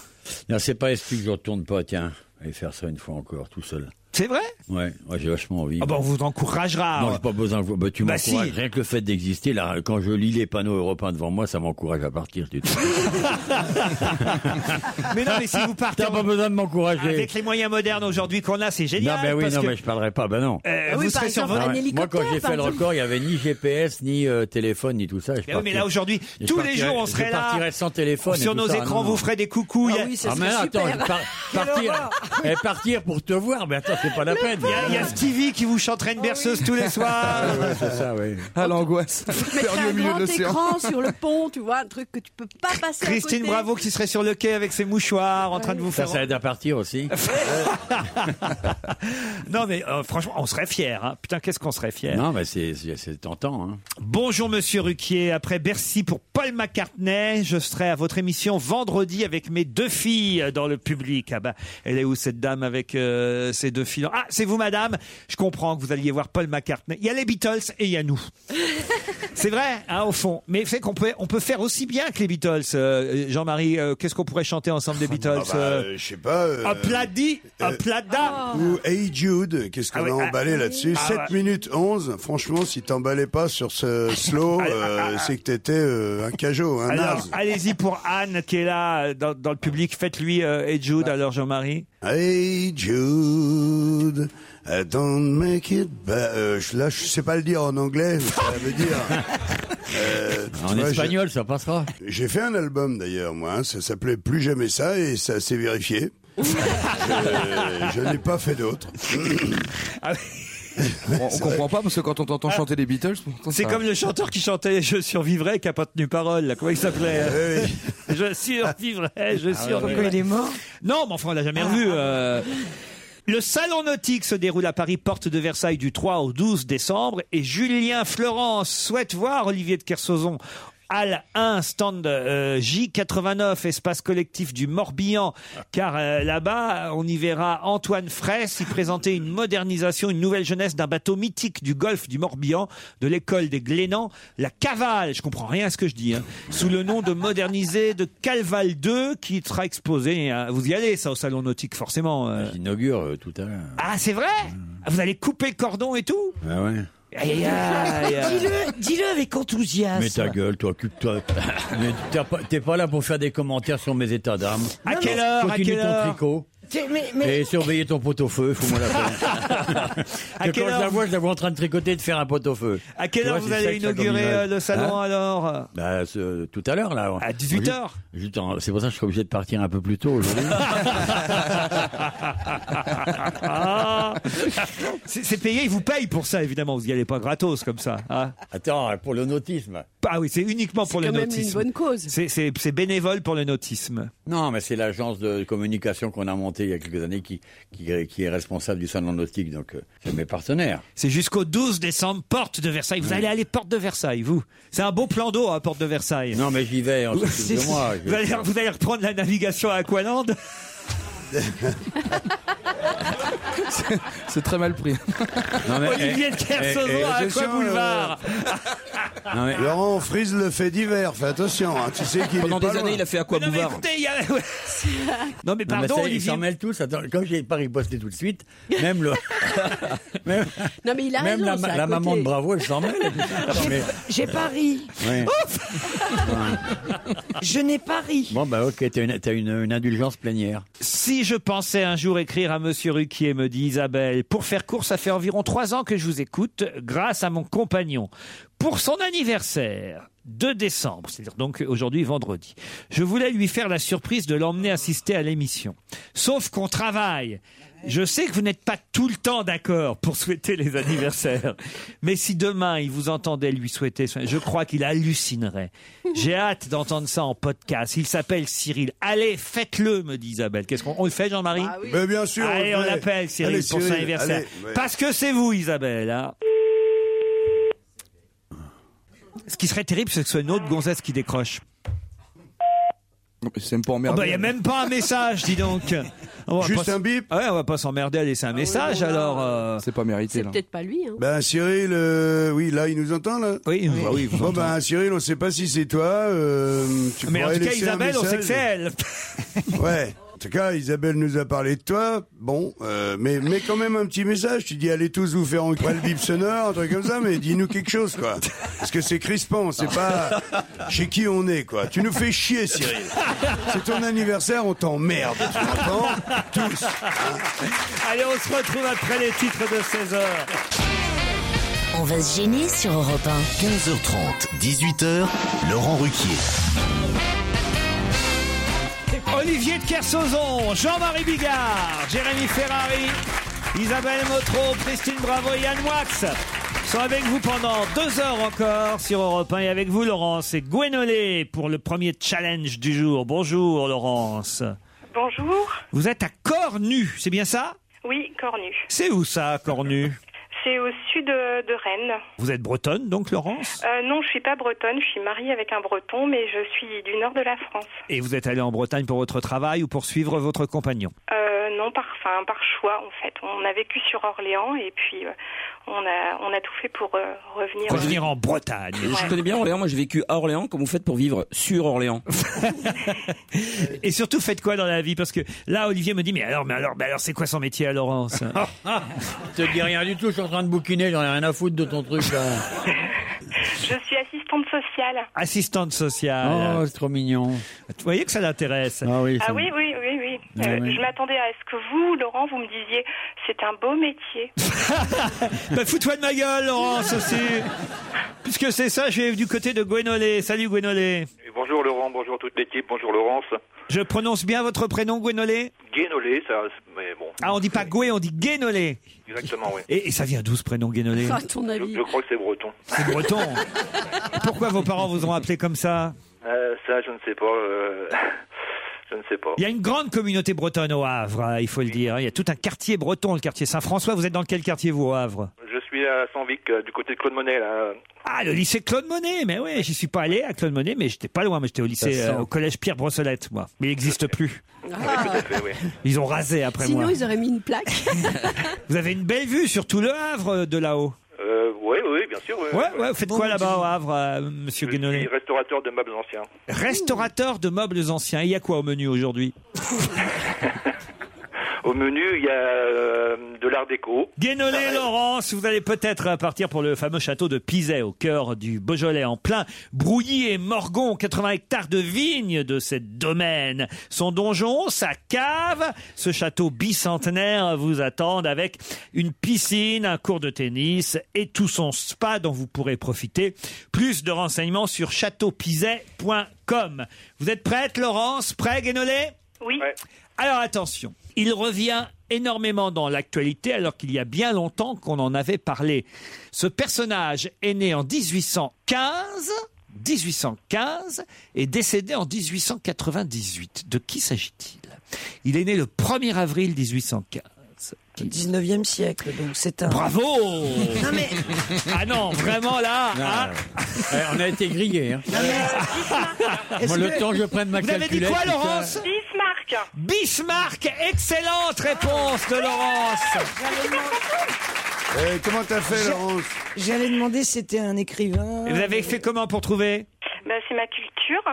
Speaker 6: Non, c'est pas exclu que je retourne pas, tiens, et faire ça une fois encore, tout seul.
Speaker 3: C'est vrai
Speaker 6: Ouais, ouais, j'ai vachement envie.
Speaker 3: Ah bah, on vous encouragera.
Speaker 6: Non, j'ai pas besoin que vous- bah, tu
Speaker 3: Bah,
Speaker 6: m'encourages.
Speaker 3: si.
Speaker 6: Rien que le fait d'exister, là, quand je lis les panneaux européens devant moi, ça m'encourage à partir. Tu te-
Speaker 3: Mais non, mais si vous partez.
Speaker 6: T'as pas besoin de m'encourager.
Speaker 3: Avec les moyens modernes aujourd'hui qu'on a, c'est
Speaker 6: Non,
Speaker 3: génial.
Speaker 6: mais Ah oui,
Speaker 3: parce
Speaker 6: non,
Speaker 3: que,
Speaker 6: mais je parlerai pas, ben non.
Speaker 3: euh, vous serez sur votre.
Speaker 6: Ah ouais. Moi, quand j'ai
Speaker 3: par
Speaker 6: fait le
Speaker 3: exemple.
Speaker 6: record, il n'y avait ni GPS, ni euh, téléphone, ni tout ça. Je
Speaker 3: Mais Ah oui, mais
Speaker 6: partirais-
Speaker 3: là aujourd'hui,
Speaker 6: je
Speaker 3: tous les
Speaker 6: partirais-
Speaker 3: jours, on serait
Speaker 6: je
Speaker 3: là.
Speaker 6: partirais sans téléphone. et
Speaker 3: Sur
Speaker 6: tout
Speaker 3: nos
Speaker 6: ça,
Speaker 3: écrans,
Speaker 6: non.
Speaker 3: vous ferez des coucous. Il y a-
Speaker 6: Ah, mais attends, je par- partir, eh, partir pour te voir, mais attends, c'est pas la peine.
Speaker 3: Il y a- il y a Stevie qui vous chanterait une berceuse tous les soirs.
Speaker 6: Ah, ouais, c'est ça, oui.
Speaker 4: Ah, l'angoisse.
Speaker 5: Mettre
Speaker 4: Perdu
Speaker 5: un
Speaker 4: au milieu
Speaker 5: grand
Speaker 4: de
Speaker 5: écran
Speaker 4: l'océan.
Speaker 5: sur le pont, tu vois, un truc que tu peux pas passer à
Speaker 3: Christine
Speaker 5: côté.
Speaker 3: Bravo qui serait sur le quai avec ses mouchoirs en train de vous
Speaker 6: Ça,
Speaker 3: faire.
Speaker 6: ça aide à partir aussi.
Speaker 3: Non mais euh, franchement, on serait fiers. hein. Putain, qu'est-ce qu'on serait fiers.
Speaker 6: Non, mais c'est- c'est c'est tentant. Hein.
Speaker 3: Bonjour Monsieur Ruquier, après Bercy pour Paul McCartney, je serai à votre émission vendredi avec mes deux filles dans le public. Ah bah, elle est où cette dame avec euh, ses deux filles Ah, c'est vous madame Je comprends que vous alliez voir Paul McCartney. Il y a les Beatles et il y a nous. c'est vrai, hein, au fond. Mais c'est qu'on peut, on peut faire aussi bien que les Beatles. euh, Jean-Marie, euh, qu'est-ce qu'on pourrait chanter ensemble des Beatles
Speaker 2: Ah bah,
Speaker 3: euh,
Speaker 2: euh, je sais pas. euh,
Speaker 3: Un pladi, un plada
Speaker 2: Ou Hey Jude, qu'est-ce qu'on
Speaker 3: Ah
Speaker 2: a
Speaker 3: oui,
Speaker 2: emballé
Speaker 3: ah-
Speaker 2: là-dessus
Speaker 3: ah
Speaker 2: 7
Speaker 3: ouais.
Speaker 2: minutes 11, franchement, si t'emballais pas sur ce slow, euh, c'est que t'étais euh, un cajot, un
Speaker 3: Alors,
Speaker 2: naze.
Speaker 3: allez-y pour Anne qui est là euh, dans, dans le public. Faites-lui euh, et Jude,
Speaker 2: Bah.
Speaker 3: alors Jean-Marie.
Speaker 2: Hey Jude, I don't make it bad. Euh, je- là, je sais pas le dire en anglais, mais ça veut dire. Euh, tu
Speaker 6: En
Speaker 2: vois, j'ai-
Speaker 6: espagnol, ça passera.
Speaker 2: J'ai fait un album d'ailleurs, moi. hein. Ça s'appelait Plus jamais ça et ça s'est vérifié. Euh, je n'ai pas fait d'autre.
Speaker 4: On, on comprend pas parce que quand on t'entend chanter les Beatles, pourtant,
Speaker 3: Ah. C'est
Speaker 4: ça-
Speaker 3: comme le chanteur qui chantait Je survivrai et qui a pas tenu parole. Là. Comment il s'appelait euh
Speaker 2: Oui. Ah
Speaker 3: Je survivrai, je survivrai.
Speaker 7: Pourquoi il est mort
Speaker 3: Non, mais enfin, on l'a jamais revu. euh. Le salon nautique se déroule à Paris, porte de Versailles, du 3 au 12 décembre. Et Julien Florence souhaite voir Olivier de Kersauzon. Al 1, stand euh, J89, espace collectif du Morbihan,
Speaker 2: Ah.
Speaker 3: car euh, là-bas, on y verra Antoine Fraisse y présenter une modernisation, une nouvelle jeunesse d'un bateau mythique du golfe du Morbihan, de l'école des Glénans, la Cavale, je comprends rien à ce que je dis, hein, sous le nom de modernisé de Calval 2, qui sera exposé, hein. vous y allez ça au Salon Nautique forcément. euh.
Speaker 6: J'inaugure euh, tout Mmh. à l'heure.
Speaker 3: Ah, c'est vrai Vous allez couper le cordon et tout
Speaker 6: Ah ouais.
Speaker 3: Aïe, aïe, aïe, aïe.
Speaker 7: Dis-le dis avec enthousiasme.
Speaker 6: Mais ta gueule, toi, occupe-toi. Mais t'as pas- t'es pas, là pour faire des commentaires sur mes états d'âme.
Speaker 3: À quelle heure À
Speaker 6: Continue
Speaker 3: quelle
Speaker 6: ton
Speaker 3: heure
Speaker 6: tricot.
Speaker 7: mais,
Speaker 6: Et surveiller ton pot-au-feu, fous-moi la paix.
Speaker 3: À
Speaker 6: Que
Speaker 3: quelle
Speaker 6: quand je
Speaker 3: heure
Speaker 6: la vois, je la vois en train de tricoter, de faire un pot-au-feu.
Speaker 3: À quelle
Speaker 6: Tu vois,
Speaker 3: heure vous
Speaker 6: c'est ça
Speaker 3: allez
Speaker 6: que ça
Speaker 3: inaugurer
Speaker 6: communale.
Speaker 3: euh, le salon
Speaker 6: Hein
Speaker 3: alors
Speaker 6: Bah, ce- tout à l'heure, là.
Speaker 3: euh, À 18 heures.
Speaker 6: Juste en- C'est pour ça que je serai obligé de partir un peu plus tôt aujourd'hui.
Speaker 3: Ah. C'est c'est payé, ils vous payent pour ça, évidemment. Vous n'y allez pas gratos comme ça. hein.
Speaker 6: Attends, pour le nautisme.
Speaker 3: Ah oui, c'est uniquement pour le
Speaker 5: quand même une
Speaker 3: nautisme.
Speaker 5: bonne cause.
Speaker 3: C'est- C'est c'est bénévole pour le nautisme.
Speaker 6: Non, mais c'est l'agence de communication qu'on a montée il y a quelques années qui, qui, qui est responsable du salon nautique, donc euh, c'est mes partenaires.
Speaker 3: C'est jusqu'au 12 décembre, porte de Versailles. Vous allez aller porte de Versailles, vous. C'est un beau plan d'eau à porte de Versailles.
Speaker 6: Non, mais j'y vais, on s'occupe de moi.
Speaker 3: Vous allez, vous allez reprendre la navigation à Aqualand
Speaker 4: C'est très mal pris.
Speaker 6: Non, mais,
Speaker 3: Olivier de
Speaker 6: eh,
Speaker 3: Kersauzon
Speaker 6: eh, eh,
Speaker 3: à Aqua
Speaker 2: attention,
Speaker 3: Boulevard
Speaker 6: Non, mais-
Speaker 2: Laurent, on frise le fait divers, fais attention, hein, tu sais qu'il
Speaker 12: Pendant
Speaker 2: est pas
Speaker 12: des années,
Speaker 2: loin.
Speaker 12: il a fait à quoi
Speaker 3: Non, mais
Speaker 12: bouvard
Speaker 3: écoutez, il y a- Non, mais
Speaker 6: Non, mais
Speaker 3: pardon,
Speaker 6: ça, ils
Speaker 3: Olivier.
Speaker 6: s'en mêlent tous. Attends, comme j'ai pas riposté tout de suite, même le, même,
Speaker 5: Non, mais il a
Speaker 6: même
Speaker 5: raison.
Speaker 6: la,
Speaker 5: c'est à
Speaker 6: la maman
Speaker 5: côté.
Speaker 6: de Bravo, elle s'en mêle. Non, mais-
Speaker 7: J'ai pas ri.
Speaker 6: ouais.
Speaker 7: Je n'ai pas ri.
Speaker 6: Bon, bah ok, t'as une, t'as une, une indulgence plénière.
Speaker 3: Si je pensais un jour écrire à Monsieur Ruquier, me dit Isabelle, pour faire court, ça fait environ trois ans que je vous écoute, grâce à mon compagnon. Pour son anniversaire, 2 décembre, c'est-à-dire donc aujourd'hui vendredi, je voulais lui faire la surprise de l'emmener assister à l'émission. Sauf qu'on travaille. Je sais que vous n'êtes pas tout le temps d'accord pour souhaiter les anniversaires, mais si demain il vous entendait lui souhaiter, je crois qu'il hallucinerait. J'ai hâte d'entendre ça en podcast. Il s'appelle Cyril. Allez, faites-le, me dit Isabelle. Qu'est-ce qu'on on le fait, Jean-Marie
Speaker 2: Bah Mais bien sûr.
Speaker 3: Allez, on
Speaker 2: fait.
Speaker 3: l'appelle Cyril
Speaker 2: Allez,
Speaker 3: pour son
Speaker 2: Cyril,
Speaker 3: anniversaire.
Speaker 2: allez, ouais.
Speaker 3: Parce que c'est vous, Isabelle. hein. Ce qui serait terrible, c'est que ce soit une autre gonzesse qui décroche.
Speaker 4: C'est même pas
Speaker 3: Ah Il
Speaker 4: emmerdé.
Speaker 3: n'y bah, a même pas un message, dis donc. On va
Speaker 2: Juste
Speaker 3: pas s- Ah
Speaker 2: un bip
Speaker 3: Ouais, on va pas s'emmerder à laisser un message, alors. euh.
Speaker 4: C'est pas mérité,
Speaker 5: C'est
Speaker 4: là.
Speaker 5: peut-être pas lui. Hein.
Speaker 2: Ben Cyril, euh, oui, là, il nous entend, là
Speaker 3: Oui, bah oui, vous
Speaker 2: Bon,
Speaker 3: entendez.
Speaker 2: ben Cyril, on sait pas si c'est toi. euh, tu
Speaker 3: Mais en
Speaker 2: pourrais
Speaker 3: tout cas,
Speaker 2: laisser un
Speaker 3: Isabelle, on sait que c'est
Speaker 2: message.
Speaker 3: elle.
Speaker 2: Ouais. En tout cas, Isabelle nous a parlé de toi. Bon, euh, mais, mais quand même un petit message. Tu dis allez tous vous faire en pas le bip sonore, un truc comme ça, mais dis-nous quelque chose, quoi. Parce que c'est crispant, c'est pas chez qui on est, quoi. Tu nous fais chier, Cyril. C'est ton anniversaire, on t'emmerde. Tu m'entends Tous.
Speaker 3: Allez, on se retrouve après les titres de 16h.
Speaker 1: On va se gêner sur Europe
Speaker 15: 15h30, 18h, Laurent Ruquier.
Speaker 3: Olivier de Kersauzon, Jean-Marie Bigard, Jérémy Ferrari, Isabelle Motro, Christine Bravo et Yann Wax sont avec vous pendant deux heures encore sur Europe 1 et avec vous Laurence et Gwenolé pour le premier challenge du jour. Bonjour Laurence.
Speaker 16: Bonjour.
Speaker 3: Vous êtes à Cornu, c'est bien ça
Speaker 16: Oui, Cornu.
Speaker 3: C'est où ça, Cornu
Speaker 16: C'est au sud euh, de Rennes.
Speaker 3: Vous êtes bretonne donc Laurence
Speaker 16: Euh, non, je suis pas bretonne. Je suis mariée avec un breton, mais je suis du nord de la France.
Speaker 3: Et vous êtes allée en Bretagne pour votre travail ou pour suivre votre compagnon
Speaker 16: Euh, non, par, enfin, par choix en fait. On a vécu sur Orléans et puis euh, on a on a tout fait pour euh, revenir.
Speaker 3: Revenir en Bretagne.
Speaker 12: Je connais bien Orléans, moi j'ai vécu à Orléans, comme vous faites pour vivre sur Orléans.
Speaker 3: Et surtout, faites quoi dans la vie Parce que là, Olivier me dit, mais alors, mais alors, mais alors c'est quoi son métier à Laurence
Speaker 6: Je te dis rien du tout, je suis en train de bouquiner, j'en ai rien à foutre de ton truc là.
Speaker 16: Je suis assistante sociale.
Speaker 3: Assistante sociale.
Speaker 6: Oh, c'est trop mignon.
Speaker 3: Vous voyez que ça l'intéresse.
Speaker 6: Ah oui,
Speaker 16: Ah
Speaker 6: ça-
Speaker 16: oui, oui, oui, oui.
Speaker 6: Ah
Speaker 16: Euh,
Speaker 6: ouais.
Speaker 16: Je m'attendais à ce que vous, Laurent, vous me disiez, c'est un beau métier.
Speaker 3: Bah, fous-toi de ma gueule, Laurence aussi. Puisque c'est ça, je vais du côté de Gwenolé. Salut Gwenolé.
Speaker 13: Et Bonjour Laurent, bonjour toute l'équipe, bonjour Laurence.
Speaker 3: Je prononce bien votre prénom, Gwenolé
Speaker 13: Guénolé, ça, mais bon,
Speaker 3: Ah, on dit pas Gwe, on dit Guénolé.
Speaker 13: exactement, oui.
Speaker 3: Et, et ça vient d'où ce prénom, Guénolé
Speaker 8: Oh,
Speaker 13: À Je, je crois que c'est breton.
Speaker 3: C'est breton. Et Pourquoi vos parents vous ont appelé comme ça
Speaker 13: Euh, ça, je ne sais pas. euh, je ne sais pas.
Speaker 3: Il y a une grande communauté bretonne au Havre, hein, il faut le dire. Il y a tout un quartier breton, le quartier Saint-François. Vous êtes dans quel quartier, vous, au Havre
Speaker 13: Je suis à Sanvic, euh, du côté de Claude Monet, là.
Speaker 3: Ah, le lycée Claude Monet, mais oui, j'y suis pas allé à Claude Monet, mais j'étais pas loin, moi j'étais au lycée,
Speaker 13: Ça sent.
Speaker 3: euh, au collège Pierre Brossolette, moi. Mais il n'existe plus.
Speaker 13: Oui, tout à fait, oui.
Speaker 3: Ils ont rasé après
Speaker 5: Sinon,
Speaker 3: moi.
Speaker 5: ils auraient mis une plaque.
Speaker 3: Vous avez une belle vue sur tout le Havre euh, de là-haut.
Speaker 13: Euh, oui, oui, bien sûr. oui.
Speaker 3: Ouais, ouais, vous faites quoi là-bas au Havre, euh, monsieur
Speaker 13: Je suis
Speaker 3: Guénolé
Speaker 13: restaurateur de meubles anciens.
Speaker 3: Restaurateur de meubles anciens. Il y a quoi au menu aujourd'hui
Speaker 13: Au menu, il y a euh, de l'art déco.
Speaker 3: Guénolé, Laurence, vous allez peut-être partir pour le fameux château de Pizet, au cœur du Beaujolais, en plein Brouilly et Morgon, 80 hectares de vignes de cette domaine. Son donjon, sa cave, ce château bicentenaire vous attendent avec une piscine, un cours de tennis et tout son spa dont vous pourrez profiter. Plus de renseignements sur châteaupizet.com. Vous êtes prête, Laurence Prêt, Guénolé
Speaker 16: Oui.
Speaker 3: alors attention, il revient énormément dans l'actualité alors qu'il y a bien longtemps qu'on en avait parlé. Ce personnage est né en 1815, 1815 et décédé en 1898. De qui s'agit-il Il est né le 1er avril 1815.
Speaker 9: 19e siècle, donc c'est un.
Speaker 3: Bravo Ah non, vraiment là
Speaker 6: Non,
Speaker 3: hein
Speaker 6: Eh, on a été grillés. Hein. Moi, le temps que je prenne ma
Speaker 3: euh, Vous avez dit
Speaker 6: calculette,
Speaker 3: quoi,
Speaker 6: putain.
Speaker 3: Laurence
Speaker 16: Bismarck.
Speaker 3: Bismarck, excellente réponse de Laurence.
Speaker 2: Eh, comment t'as fait,
Speaker 9: Je-
Speaker 2: Laurence
Speaker 9: J'allais demander si c'était un écrivain.
Speaker 3: Et vous avez fait comment pour trouver
Speaker 16: Ben, c'est ma culture.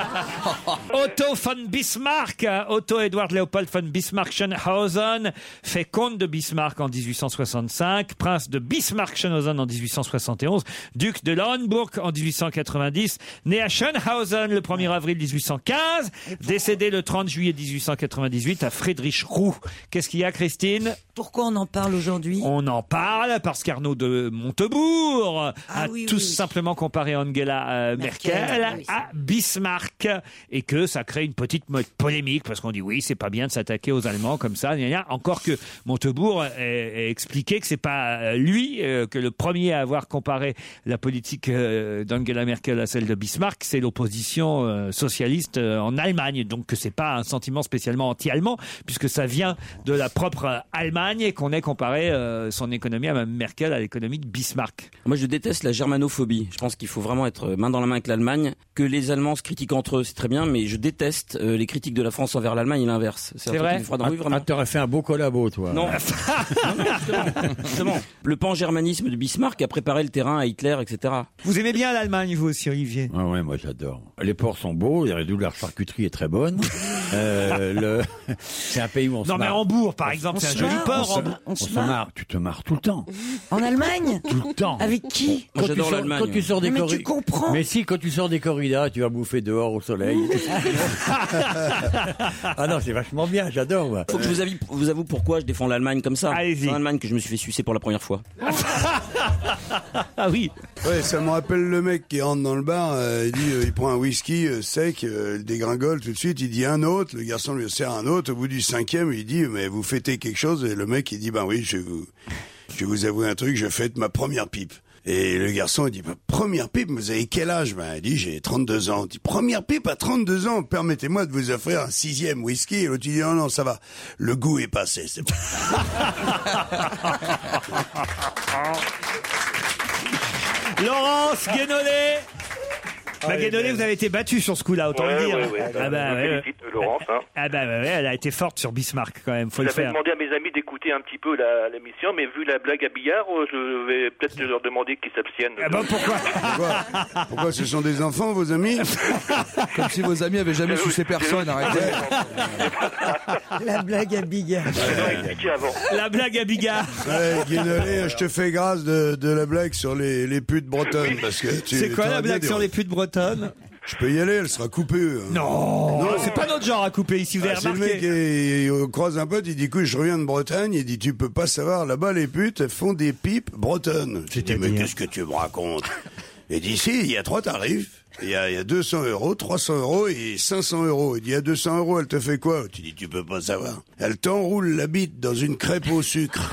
Speaker 3: Otto von Bismarck, euh, Otto Edward Leopold von Bismarck Schönhausen, fait comte de Bismarck en 1865, prince de Bismarck Schönhausen en 1871, duc de Lauenburg en 1890, né à Schönhausen le 1er avril 1815, décédé le 30 juillet 1898 à Friedrichsruh. Qu'est-ce qu'il y a, Christine
Speaker 9: Pourquoi on en parle aujourd'hui
Speaker 3: On en parle parce qu'Arnaud de Montebourg a
Speaker 9: Ah oui,
Speaker 3: tout
Speaker 9: oui.
Speaker 3: simplement comparé Angela euh, Merkel,
Speaker 9: Merkel, oui,
Speaker 3: à Bismarck et que ça crée une petite mo- polémique parce qu'on dit oui, c'est pas bien de s'attaquer aux Allemands comme ça. gna gna. Encore que Montebourg a, a expliqué que c'est pas euh, lui euh, que le premier à avoir comparé la politique euh, d'Angela Merkel à celle de Bismarck, c'est l'opposition euh, socialiste euh, en Allemagne. Donc que c'est pas un sentiment spécialement anti-allemand puisque ça vient de la propre euh, Allemagne et qu'on ait comparé euh, son économie à Mme Merkel à l'économie de Bismarck.
Speaker 12: Moi, je déteste la germanophobie. Je pense qu'il faut vraiment être main dans la main avec l'Allemagne. Que les Allemands se critiquent entre eux, c'est très bien, mais je déteste euh, les critiques de la France envers l'Allemagne et l'inverse. un
Speaker 6: C'est
Speaker 12: truc
Speaker 6: vrai
Speaker 12: qui me froid dans le- oui, vraiment.
Speaker 6: Ah, t'aurais fait un beau collabo, toi.
Speaker 12: Non. Justement, le pan-germanisme de Bismarck a préparé le terrain à Hitler, etc.
Speaker 3: Vous aimez bien l'Allemagne, vous aussi, Olivier
Speaker 17: Ah ouais, moi j'adore. Les porcs sont beaux, les rédoux de la charcuterie est très bonne. Euh, le- C'est un pays où on se
Speaker 3: Non, mais
Speaker 17: marre.
Speaker 3: Hambourg, par exemple,
Speaker 17: On
Speaker 3: c'est un
Speaker 17: se
Speaker 3: joli
Speaker 17: marre,
Speaker 3: port,
Speaker 17: On se,
Speaker 3: Hambourg.
Speaker 17: on se marre. Tu te marres tout le temps.
Speaker 9: En Allemagne
Speaker 17: Tout le temps.
Speaker 9: Avec qui
Speaker 17: Moi, j'adore
Speaker 9: Quand tu sors-
Speaker 17: l'Allemagne.
Speaker 9: quand tu sors des
Speaker 17: Mais tu
Speaker 9: corri- comprends
Speaker 17: Mais si, quand tu sors des corridas, tu vas bouffer dehors au soleil. ah non, c'est vachement bien, j'adore. moi.
Speaker 12: Faut que je vous avoue, vous avoue pourquoi je défends l'Allemagne comme ça. C'est en Allemagne que je me suis fait sucer pour la première fois.
Speaker 3: Ah oui.
Speaker 2: Ouais, ça me rappelle le mec qui rentre dans le bar, euh, il dit, euh, il prend un whisky euh, sec, euh, il dégringole tout de suite, il dit un autre, le garçon lui sert un autre, au bout du cinquième, il dit, mais vous fêtez quelque chose, et le mec il dit, ben oui, je vais vous, je vais vous avouer un truc, je fête ma première pipe. Et le garçon, il dit, Ma première pipe, mais vous avez quel âge? Ben, il dit, j'ai 32 ans. Il dit, première pipe à 32 ans, permettez-moi de vous offrir un sixième whisky. Et l'autre, il dit, oh non, non, ça va. Le goût est passé, c'est bon.
Speaker 3: Laurence Guénolé
Speaker 13: Ah,
Speaker 3: bah,
Speaker 13: oui,
Speaker 3: Guénolé,
Speaker 13: mais-
Speaker 3: vous avez été battu sur ce coup-là, autant
Speaker 13: Ouais,
Speaker 3: le dire.
Speaker 13: ouais, ouais.
Speaker 3: Ah bah,
Speaker 13: Je
Speaker 3: ouais, ouais.
Speaker 13: félicite, euh, Laurence. hein.
Speaker 3: Ah bah, ouais, ouais, elle a été forte sur Bismarck quand même, faut le
Speaker 13: J'avais
Speaker 3: faire.
Speaker 13: demandé à mes amis d'écouter un petit peu la- l'émission, mais vu la blague à billard, euh, je vais peut-être leur demander qu'ils s'abstiennent.
Speaker 3: Ah bah pourquoi
Speaker 2: Pourquoi, pourquoi ce sont des enfants, vos amis?
Speaker 4: Comme si vos amis avaient jamais sucé personne, arrêtez.
Speaker 9: La blague à Bigard.
Speaker 3: La blague à Bigard.
Speaker 2: Ouais,
Speaker 3: euh,
Speaker 2: Guénolé, je te fais grâce de, de la blague sur les, les putes bretonnes. Parce que tu-
Speaker 3: C'est quoi
Speaker 2: t'auras
Speaker 3: la
Speaker 2: bien
Speaker 3: blague
Speaker 2: dit,
Speaker 3: sur
Speaker 2: on-
Speaker 3: les putes bretonnes
Speaker 2: Je peux y aller, elle sera coupée. hein.
Speaker 3: Oh. Non,
Speaker 2: Non.
Speaker 3: c'est pas notre genre à couper ici, vous avez
Speaker 2: Ah, c'est le
Speaker 3: remarqué.
Speaker 2: mec, qui euh, croise un pote, il dit, écoute, je reviens de Bretagne, il dit, tu peux pas savoir, là-bas, les putes, elles font des pipes bretonnes. Je dis, mais qu'est-ce que tu me racontes Il dit, si, il y a trois tarifs. Il y, a, il y a 200 euros, 300 euros et 500 euros. Il dit, à 200 euros, elle te fait quoi Tu dis, tu peux pas savoir. Elle t'enroule la bite dans une crêpe au sucre.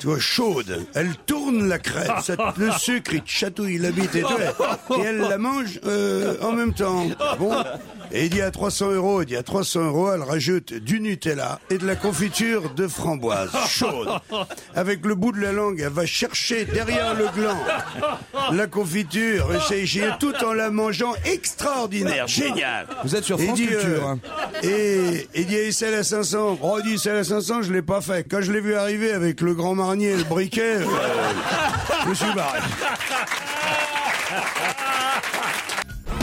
Speaker 2: tu vois, chaude. Elle tourne la crêpe. ça te- le sucre, il te chatouille la bite et tout. Et elle la mange euh, en même temps. Bon. Et il dit à 300 euros, il dit à 300 euros, elle rajoute du Nutella et de la confiture de framboise chaude. Avec le bout de la langue, elle va chercher derrière le gland la confiture, chez chez- tout en la mangeant extraordinaire. Génial.
Speaker 4: Vous êtes sur
Speaker 2: Et
Speaker 4: France
Speaker 2: dit,
Speaker 4: Culture, hein.
Speaker 2: et il dit, celle à 500. Oh, il dit, celle à 500, je l'ai pas fait. Quand je l'ai vu arriver avec le grand marnier et le briquet, euh, je me suis barré.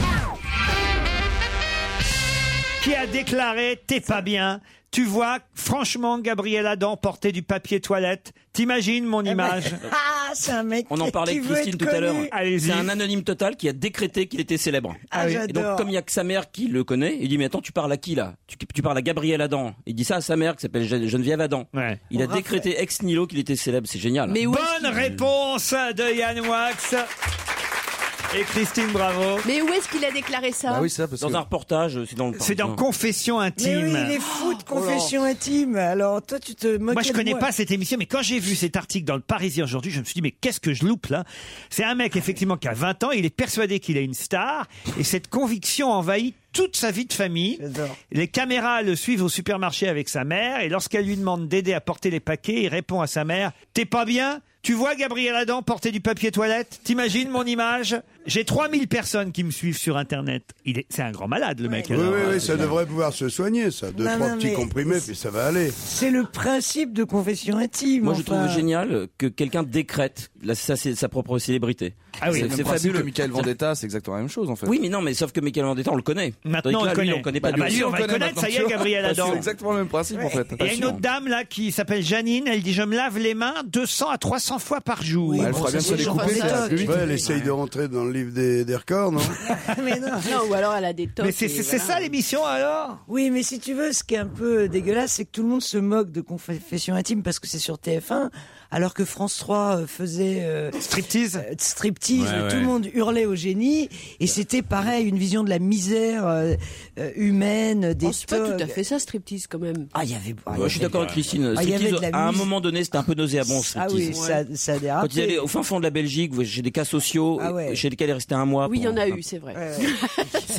Speaker 3: qui a déclaré T'es pas bien. Tu vois, franchement, Gabriel Adam porter du papier toilette. T'imagines mon image
Speaker 9: Ah, c'est un mec.
Speaker 12: On en parlait
Speaker 9: qui
Speaker 12: avec
Speaker 9: veut
Speaker 12: Christine
Speaker 9: être
Speaker 12: tout à l'heure.
Speaker 9: connu.
Speaker 12: C'est un anonyme total qui a décrété qu'il était célèbre.
Speaker 9: Ah oui.
Speaker 12: Et donc
Speaker 9: j'adore.
Speaker 12: comme il y a que sa mère qui le connaît, il dit mais attends tu parles à qui là tu, tu parles à Gabriel Adam. Il dit ça à sa mère qui s'appelle Gen- Geneviève Adam. Il a
Speaker 3: On rappelle.
Speaker 12: décrété ex nihilo qu'il était célèbre, c'est génial.
Speaker 3: Bonne réponse de Yann Wax et Christine Bravo.
Speaker 5: Mais où est-ce qu'il a déclaré ça
Speaker 10: Ah
Speaker 3: Bah
Speaker 12: dans un reportage, c'est dans le
Speaker 3: C'est dans Confession
Speaker 9: Mais
Speaker 3: intime.
Speaker 9: Eh oui, il est
Speaker 12: Oh
Speaker 9: fou de confession intime. Alors, toi, tu te moques
Speaker 3: Moi, je connais pas cette émission, mais quand j'ai vu cet article dans le Parisien aujourd'hui, je me suis dit, mais qu'est-ce que je loupe là C'est un mec, effectivement, qui a 20 ans, il est persuadé qu'il est une star, et cette conviction envahit toute sa vie de famille. Les caméras le suivent au supermarché avec sa mère, et lorsqu'elle lui demande d'aider à porter les paquets, il répond à sa mère, t'es pas bien tu vois Gabriel Adam porter du papier toilette T'imagines mon image J'ai 3000 personnes qui me suivent sur Internet. Il est- C'est un grand malade, le mec.
Speaker 2: Oui,
Speaker 3: alors. euh,
Speaker 2: oui, oui, ça devrait pouvoir se soigner, ça. Deux,
Speaker 9: Non,
Speaker 2: trois
Speaker 9: non,
Speaker 2: petits
Speaker 9: mais-
Speaker 2: comprimés, puis ça va aller.
Speaker 9: C'est le principe de confession intime.
Speaker 12: Moi, je
Speaker 9: enfin.
Speaker 12: trouve génial que quelqu'un décrète la- sa, sa propre célébrité.
Speaker 4: Ah oui,
Speaker 12: C'est-
Speaker 4: le même
Speaker 12: c'est
Speaker 4: principe
Speaker 12: fabuleux.
Speaker 4: que Michael Vendetta, c'est exactement la même chose en fait.
Speaker 12: Oui, mais non, mais sauf que Michael Vendetta, on le connaît.
Speaker 4: Maintenant,
Speaker 12: Tandis que
Speaker 4: on le
Speaker 12: là, lui,
Speaker 4: connaît.
Speaker 12: on connaît
Speaker 4: Ah
Speaker 12: pas. du
Speaker 4: bah,
Speaker 12: tout.
Speaker 4: lui, on le connaît
Speaker 3: Connaître, ça y est, Gabriel Adam.
Speaker 4: C'est exactement le même principe en fait.
Speaker 3: Et il y a une autre dame là qui s'appelle Janine, elle dit je me lave les mains 200 à 300 fois par jour.
Speaker 2: elle fera bien se les couper, ça. Ouais, elle essaye de rentrer dans le livre des, des records, non
Speaker 9: mais non.
Speaker 5: ou alors elle a des tocs. et voilà.
Speaker 3: l'émission alors
Speaker 9: Oui, mais si tu veux, ce qui est un peu dégueulasse, c'est que tout le monde se moque de Confession Intime parce que c'est sur TF1, alors que France 3 euh, faisait euh,
Speaker 3: striptease.
Speaker 9: striptease,
Speaker 10: Ouais,
Speaker 9: où
Speaker 10: ouais.
Speaker 9: tout le monde hurlait au génie, et c'était pareil, une vision de la misère euh, euh, humaine, des
Speaker 10: Oh, c'est pas
Speaker 9: togs.
Speaker 10: tout à fait ça, striptease, quand même.
Speaker 9: Ah, il y avait.
Speaker 12: Ouais, je suis d'accord avec Christine.
Speaker 9: Ah, il y
Speaker 12: Striptease,
Speaker 9: avait de la
Speaker 12: à un
Speaker 9: mise-
Speaker 12: moment donné, c'était un peu nauséabond.
Speaker 9: Ah
Speaker 12: striptease.
Speaker 9: oui, ça, ça a dérapé.
Speaker 12: Quand ils allaient au fin fond de la Belgique, chez des cas sociaux,
Speaker 9: Ah ouais.
Speaker 12: chez lesquels ils restaient un mois.
Speaker 10: Oui, il y
Speaker 12: pour-
Speaker 10: en a eu, c'est vrai.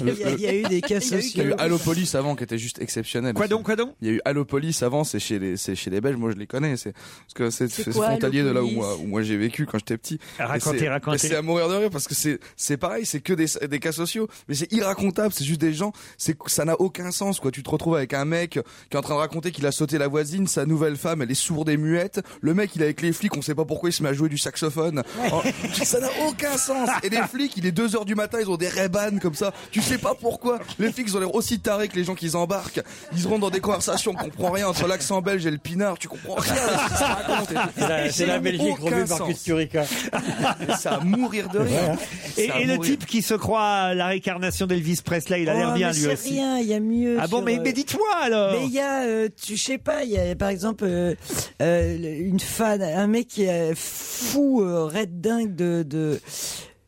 Speaker 12: Le- Il y a- il y a eu des cas
Speaker 10: Il y a
Speaker 4: Il
Speaker 10: eu
Speaker 4: y a eu
Speaker 10: quelques-
Speaker 4: Allopolis avant qui était juste exceptionnel.
Speaker 3: Quoi donc, quoi donc
Speaker 4: Il y a eu Allopolis avant, c'est chez les, c'est chez les Belges, moi je les connais, c'est, parce que c'est,
Speaker 3: C'est
Speaker 4: c'est
Speaker 3: quoi,
Speaker 4: frontalier de là où euh,
Speaker 3: Allopolis
Speaker 4: moi, où moi j'ai vécu quand j'étais petit. Et
Speaker 3: Racontez,
Speaker 4: c'est-
Speaker 3: racontez.
Speaker 4: et C'est à mourir de rire parce que c'est, c'est pareil, c'est que des, des cas sociaux, mais c'est irracontable, c'est juste des gens, c'est, ça n'a aucun sens, quoi. Tu te retrouves avec un mec qui est en train de raconter qu'il a sauté la voisine, sa nouvelle femme, elle est sourde et muette, le mec il est avec les flics, on sait pas pourquoi il se met à jouer du saxophone. Oh, ça n'a aucun sens. Et les flics, il est 2h du matin, ils ont des Ray-Ban comme ça. Tu sais pas pourquoi. Les flics, ils ont l'air aussi tarés que les gens qu'ils embarquent. Ils rentrent dans des conversations, on comprend rien. Entre l'accent belge et le pinard, tu comprends rien. à ce que ça raconte.
Speaker 6: C'est la- c'est la Belgique
Speaker 4: Aucun
Speaker 6: remue par
Speaker 4: sens.
Speaker 6: Kusturica.
Speaker 4: Ça à mourir de rire.
Speaker 3: Et,
Speaker 4: Ça à
Speaker 3: et le
Speaker 4: mourir.
Speaker 3: type qui se croit la réincarnation d'Elvis Presley, il a l'air
Speaker 9: Oh,
Speaker 3: bien
Speaker 9: mais
Speaker 3: lui
Speaker 9: c'est
Speaker 3: aussi.
Speaker 9: rien, il y a mieux.
Speaker 3: Ah bon,
Speaker 9: sur,
Speaker 3: mais-
Speaker 9: euh,
Speaker 3: mais dites-moi, alors.
Speaker 9: Mais il y a, euh, tu je sais pas, il y a par exemple euh, euh, le- une fan, un mec qui est fou, euh, red dingue de. de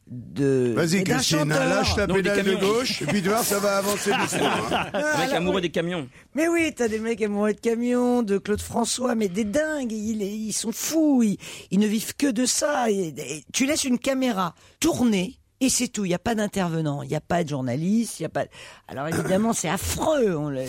Speaker 9: de
Speaker 2: Vas-y,
Speaker 9: mais d'un
Speaker 2: Christine,
Speaker 9: chanteur.
Speaker 2: lâche la
Speaker 12: Non, des
Speaker 2: pédale de
Speaker 12: camions.
Speaker 2: gauche, et puis tu vois, ça va avancer doucement.
Speaker 9: Ah,
Speaker 2: hein.
Speaker 12: Un mec amoureux des camions.
Speaker 9: Mais oui, t'as des mecs amoureux de camions, de Claude François, mais des dingues, ils, ils sont fous, ils, ils ne vivent que de ça. Et- et tu laisses une caméra tourner et c'est tout, il n'y a pas d'intervenant, il n'y a pas de journaliste, il y a pas... Alors évidemment, c'est affreux, on le-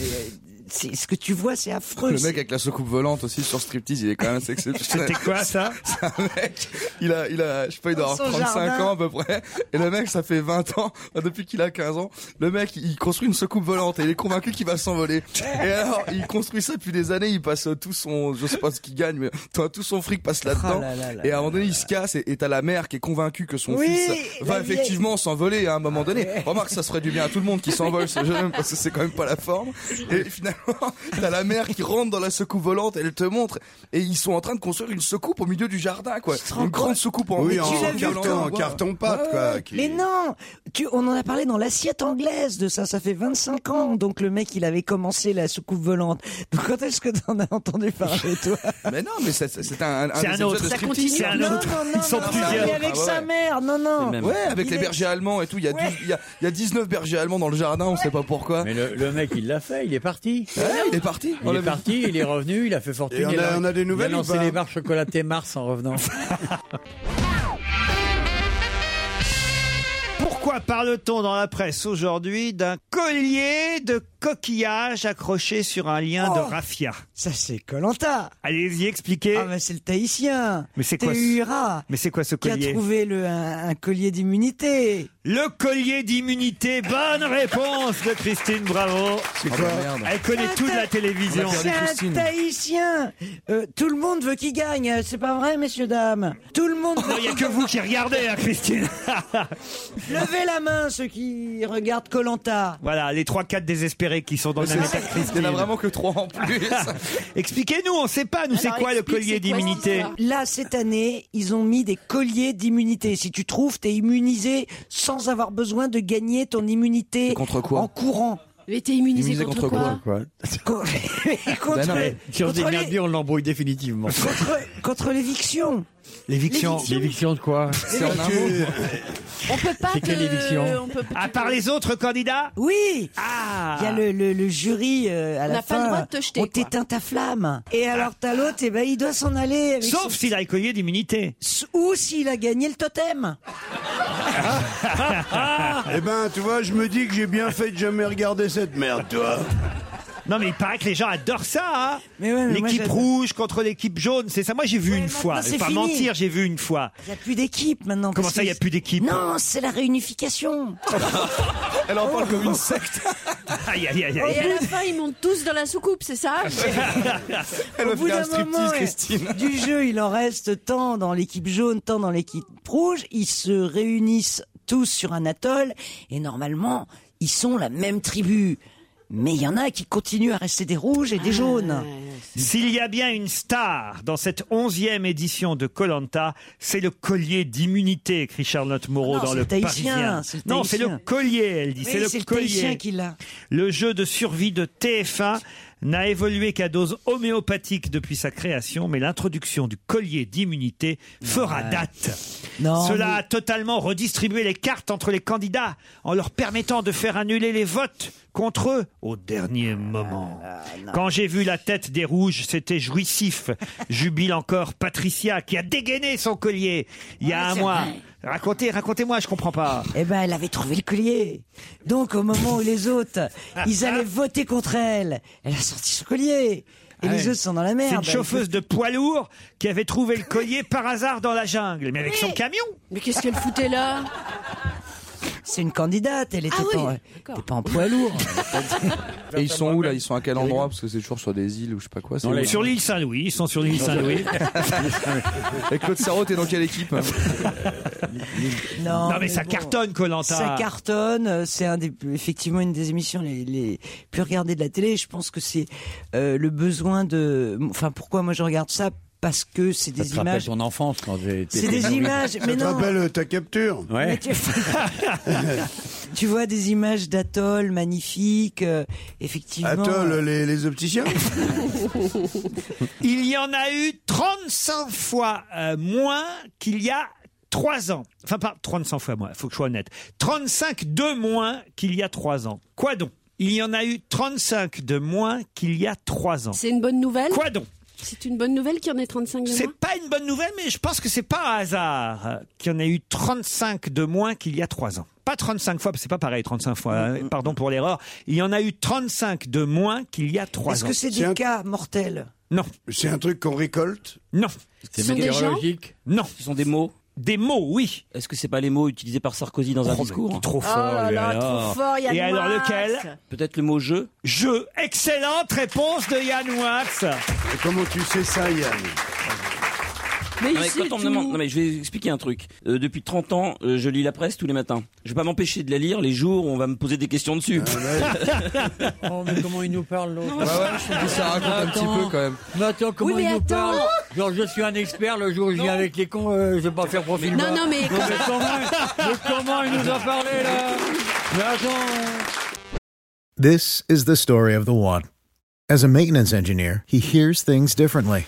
Speaker 9: c'est- ce que tu vois, c'est affreux.
Speaker 4: Le
Speaker 9: c'est-
Speaker 4: mec avec la soucoupe volante aussi sur striptease, il est quand même assez exceptionnel.
Speaker 3: C'était quoi, ça
Speaker 4: C'est un mec, il a, il a, je sais pas, il doit
Speaker 9: Dans
Speaker 4: avoir
Speaker 9: son
Speaker 4: 35
Speaker 9: jardin.
Speaker 4: ans à peu près. Et le mec, ça fait 20 ans, depuis qu'il a 15 ans, le mec, il construit une soucoupe volante et il est convaincu qu'il va s'envoler. Et alors, il construit ça depuis des années, il passe tout son, je sais pas ce qu'il gagne, mais toi, tout son fric passe là-dedans.
Speaker 9: Oh là là là
Speaker 4: et à un moment donné, il se casse et et t'as la mère qui est convaincue que son
Speaker 9: Oui,
Speaker 4: fils va
Speaker 9: la vieille.
Speaker 4: effectivement s'envoler à un
Speaker 2: Ah
Speaker 4: moment donné. Remarque, ça serait du bien à tout le monde qui s'envole ce jeune homme parce que c'est quand même pas la forme. Et finalement, t'as la mère qui rentre dans la soucoupe volante, elle te montre. Et ils sont en train de construire une soucoupe au milieu du jardin, quoi. Une grande soucoupe en
Speaker 2: Oui,
Speaker 4: en
Speaker 2: en carton, en
Speaker 4: bois.
Speaker 2: carton-pâte, quoi. qui-
Speaker 9: Mais non tu, On en a parlé dans l'assiette anglaise de ça, ça fait 25 ans. Donc le mec, il avait commencé la soucoupe volante. Donc quand est-ce que t'en as entendu parler, toi
Speaker 4: Mais non, Ah, mais c'est- c'est un, un,
Speaker 3: C'est
Speaker 4: des
Speaker 3: un
Speaker 4: épisodes
Speaker 3: autre.
Speaker 4: de
Speaker 3: Ça
Speaker 4: Striptease.
Speaker 3: continue. C'est un
Speaker 9: Non, non,
Speaker 3: autre.
Speaker 9: non,
Speaker 3: Ils sont
Speaker 9: non, non,
Speaker 3: plusieurs. bah,
Speaker 9: mais avec
Speaker 4: Ah ouais,
Speaker 9: sa
Speaker 4: ouais.
Speaker 9: mère, non, non.
Speaker 4: Ouais, avec
Speaker 9: Il
Speaker 4: les
Speaker 9: est-
Speaker 4: bergers allemands et tout, il y, a 12 il y, a, il y a 19 bergers allemands dans le jardin, on sait pas pourquoi.
Speaker 6: Mais le, le mec, il l'a fait, il est parti.
Speaker 4: Ouais, il est parti.
Speaker 6: Il est parti, il est revenu, il a fait fortune.
Speaker 2: Et on a-
Speaker 6: il
Speaker 2: on a des nouvelles
Speaker 6: Il a
Speaker 2: ou
Speaker 6: lancé
Speaker 2: pas
Speaker 6: les barres chocolatées Mars en revenant.
Speaker 3: Pourquoi parle-t-on dans la presse aujourd'hui d'un collier de coquillages accroché sur un lien de
Speaker 9: Oh
Speaker 3: raffia
Speaker 9: Ça, c'est Colanta.
Speaker 3: Allez-y, expliquez.
Speaker 9: Ah, mais c'est le Tahitien.
Speaker 3: Mais c'est quoi ce-
Speaker 9: Tehuira,
Speaker 3: Mais c'est quoi ce
Speaker 9: Qui a
Speaker 3: collier
Speaker 9: trouvé le, un, un collier d'immunité.
Speaker 3: Le collier d'immunité, bonne réponse de Christine Bravo. Oh,
Speaker 4: C'est quoi Ah bah merde.
Speaker 3: Elle connaît tout de la télévision.
Speaker 9: C'est un Tahitien. Euh, tout le monde veut qu'il gagne. euh, C'est pas vrai, messieurs, dames. Tout le monde veut
Speaker 3: Non, il n'y a que vous qui regardez, hein, Christine.
Speaker 9: Levez la main, ceux qui regardent Colanta.
Speaker 3: voilà, les 3-4 désespérés préférés qui sont dans
Speaker 4: Mais
Speaker 3: le
Speaker 4: c'est
Speaker 3: même
Speaker 4: ça,
Speaker 3: état que Christine.
Speaker 4: il y en a vraiment que trois en plus.
Speaker 3: Expliquez-nous, on sait pas, nous, c'est
Speaker 9: Alors,
Speaker 3: quoi le
Speaker 9: explique,
Speaker 3: collier
Speaker 9: c'est quoi
Speaker 3: d'immunité
Speaker 9: cette histoire Là, cette année, ils ont mis des colliers d'immunité. Si tu trouves, t'es immunisé sans avoir besoin de gagner ton immunité
Speaker 4: contre quoi
Speaker 9: en courant.
Speaker 10: Mais t'es immunisé,
Speaker 9: Immunisé
Speaker 10: contre,
Speaker 9: contre
Speaker 10: quoi,
Speaker 9: contre,
Speaker 6: Ben
Speaker 17: Sur des
Speaker 9: contre les-
Speaker 17: merdiers, on l'embrouille définitivement.
Speaker 9: contre- contre l'éviction.
Speaker 17: L'éviction. L'éviction de quoi
Speaker 9: C'est en un mot.
Speaker 10: On peut pas
Speaker 17: C'est quelle
Speaker 10: te-
Speaker 17: éviction
Speaker 10: on peut pas
Speaker 3: À part les autres candidats
Speaker 9: Oui
Speaker 3: Ah
Speaker 9: Il y a le, le- le jury euh, à
Speaker 10: On
Speaker 9: la
Speaker 10: n'a pas
Speaker 9: fin.
Speaker 10: le droit de te jeter,
Speaker 9: On
Speaker 10: quoi.
Speaker 9: t'éteint ta flamme. Et alors t'as l'autre, et ben il doit s'en aller. Avec
Speaker 3: Sauf
Speaker 9: son-
Speaker 3: s'il a le collier d'immunité.
Speaker 9: ou s'il a gagné le totem.
Speaker 2: Eh ben, tu vois, je me dis que j'ai bien fait de jamais regarder cette merde, toi.
Speaker 3: Non, mais il paraît que les gens adorent ça, hein
Speaker 9: mais moi,
Speaker 3: L'équipe
Speaker 9: j'adore.
Speaker 3: rouge contre l'équipe jaune, c'est ça. Moi, j'ai vu une fois.
Speaker 9: maintenant,
Speaker 3: Faut
Speaker 9: c'est
Speaker 3: pas
Speaker 9: fini.
Speaker 3: mentir, j'ai vu une fois.
Speaker 9: Il n'y a plus d'équipe maintenant.
Speaker 3: Comment
Speaker 9: parce
Speaker 3: ça,
Speaker 9: que-
Speaker 3: il y a plus d'équipe
Speaker 9: Non, c'est la réunification.
Speaker 4: Elle en parle comme une secte.
Speaker 3: Aïe, aïe, aïe,
Speaker 10: Et
Speaker 3: aïe.
Speaker 10: à la fin, ils montent tous dans la soucoupe, c'est ça
Speaker 4: Elle
Speaker 9: Au
Speaker 4: va
Speaker 9: bout
Speaker 4: faire un
Speaker 9: d'un moment
Speaker 4: striptease,
Speaker 9: euh,
Speaker 4: Christine.
Speaker 9: du jeu, il en reste tant dans l'équipe jaune, tant dans l'équipe rouge. Ils se réunissent tous sur un atoll et normalement, ils sont la même tribu. Mais il y en a qui continuent à rester des rouges et des jaunes.
Speaker 3: S'il y a bien une star dans cette onzième édition de Colanta, c'est le collier d'immunité, écrit Charlotte Moreau
Speaker 9: Non,
Speaker 3: dans
Speaker 9: c'est
Speaker 3: le
Speaker 9: le Tahitien,
Speaker 3: Parisien.
Speaker 9: c'est le
Speaker 3: non, c'est le
Speaker 9: Tahitien.
Speaker 3: collier, elle dit.
Speaker 9: Oui,
Speaker 3: c'est le,
Speaker 9: c'est le Tahitien
Speaker 3: collier.
Speaker 9: qui l'a.
Speaker 3: Le jeu de survie de TF1 n'a évolué qu'à dose homéopathique depuis sa création, mais l'introduction du collier d'immunité fera
Speaker 9: Ouais.
Speaker 3: date.
Speaker 9: Non,
Speaker 3: Cela
Speaker 9: mais-
Speaker 3: a totalement redistribué les cartes entre les candidats en leur permettant de faire annuler les votes contre eux au dernier moment.
Speaker 6: Ah,
Speaker 3: Quand j'ai vu la tête des rouges, c'était jouissif. Jubile encore Patricia qui a dégainé son collier il y a
Speaker 9: Ouais,
Speaker 3: un
Speaker 9: c'est
Speaker 3: mois.
Speaker 9: vrai.
Speaker 3: Racontez, racontez-moi, je comprends pas.
Speaker 9: Eh ben, elle avait trouvé le collier. Donc, au moment où les autres,
Speaker 3: Ah.
Speaker 9: ils allaient voter contre elle, elle a sorti son collier.
Speaker 3: Ah
Speaker 9: Et les
Speaker 3: ouais.
Speaker 9: autres sont dans la merde.
Speaker 3: C'est une chauffeuse de poids lourd qui avait trouvé le collier par hasard dans la jungle, mais avec son camion.
Speaker 10: Mais qu'est-ce qu'elle foutait là
Speaker 9: C'est une candidate, elle était
Speaker 10: Ah oui,
Speaker 9: pas,
Speaker 10: d'accord.
Speaker 9: t'es pas en poids lourd.
Speaker 4: Et ils sont où là Ils sont à quel endroit Parce que c'est toujours sur des îles ou je sais pas quoi. c'est
Speaker 3: Ils
Speaker 4: où
Speaker 3: sont sur l'île Saint-Louis, ils sont sur l'île Saint-Louis.
Speaker 4: Et Claude Sarraud, t'es dans quelle équipe
Speaker 9: Non,
Speaker 3: Non, mais ça cartonne, Koh Lanta.
Speaker 9: Ça cartonne, euh, c'est un des, plus- effectivement une des émissions les, les plus regardées de la télé. Je pense que c'est euh, le besoin de. Enfin, pourquoi moi je regarde ça Parce que c'est
Speaker 17: Ça
Speaker 9: des
Speaker 17: te rappelle
Speaker 9: images.
Speaker 17: ton enfance quand j'étais.
Speaker 9: C'est des images, mais
Speaker 2: te
Speaker 9: non.
Speaker 2: rappelle euh, ta capture
Speaker 17: Ouais.
Speaker 9: Tu... Tu vois des images d'atoll magnifiques, euh, effectivement. euh.
Speaker 2: Atoll, Ah, les, les opticiens
Speaker 3: Il y en a eu 35 fois euh, moins qu'il y a 3 ans. Enfin, pas 35 fois moins, il faut que je sois honnête. 35 de moins qu'il y a 3 ans. Quoi donc Il y en a eu 35 de moins qu'il y a 3 ans.
Speaker 10: C'est une bonne nouvelle
Speaker 3: Quoi donc
Speaker 10: C'est une bonne nouvelle qu'il y en ait 35 de
Speaker 3: C'est
Speaker 10: moins
Speaker 3: pas une bonne nouvelle, mais je pense que c'est pas un hasard euh, qu'il y en ait eu 35 de moins qu'il y a 3 ans. Pas 35 fois, parce que c'est pas pareil, 35 fois, hein, pardon pour l'erreur. Il y en a eu 35 de moins qu'il y a 3 ans.
Speaker 9: Est-ce que c'est des
Speaker 2: C'est un-
Speaker 9: cas mortels
Speaker 3: Non,
Speaker 2: C'est un truc qu'on récolte
Speaker 3: non,
Speaker 12: C'est
Speaker 10: Ce sont des gens
Speaker 3: non.
Speaker 12: Ce sont des mots
Speaker 3: Des mots, oui.
Speaker 12: Est-ce que c'est pas les mots utilisés par Sarkozy dans un discours
Speaker 3: Trop
Speaker 10: Oh là là, trop fort, Yann
Speaker 3: Et alors
Speaker 10: Moix.
Speaker 3: lequel
Speaker 12: Peut-être le mot jeu
Speaker 3: Je. Euh, Excellente réponse de Yann Wax.
Speaker 2: Et Comment tu sais ça, Yann
Speaker 10: Mais
Speaker 12: Non, mais
Speaker 10: ici,
Speaker 12: quand on me
Speaker 10: tout-
Speaker 12: demande- non, mais je vais expliquer un truc. Euh, depuis 30 ans, euh, je lis la presse tous les matins. Je vais pas m'empêcher de la lire les jours où on va me poser des questions dessus.
Speaker 3: Ah,
Speaker 17: Oh, mais comment il nous parle l'autre
Speaker 4: Ouais, ouais, je trouve que ça raconte un petit peu quand même.
Speaker 17: Mais attends, comment
Speaker 10: Oui, mais
Speaker 17: il nous
Speaker 10: attends.
Speaker 17: parle Genre, je suis un expert, le jour où je viens avec les cons, euh, je vais pas faire profil
Speaker 10: Non,
Speaker 17: bas.
Speaker 10: non, mais
Speaker 17: Non,
Speaker 10: quand-
Speaker 17: mais quand même, mais comment il nous a parlé, là Mais attends euh.
Speaker 18: This is the story of the one. As a maintenance engineer, he hears things differently.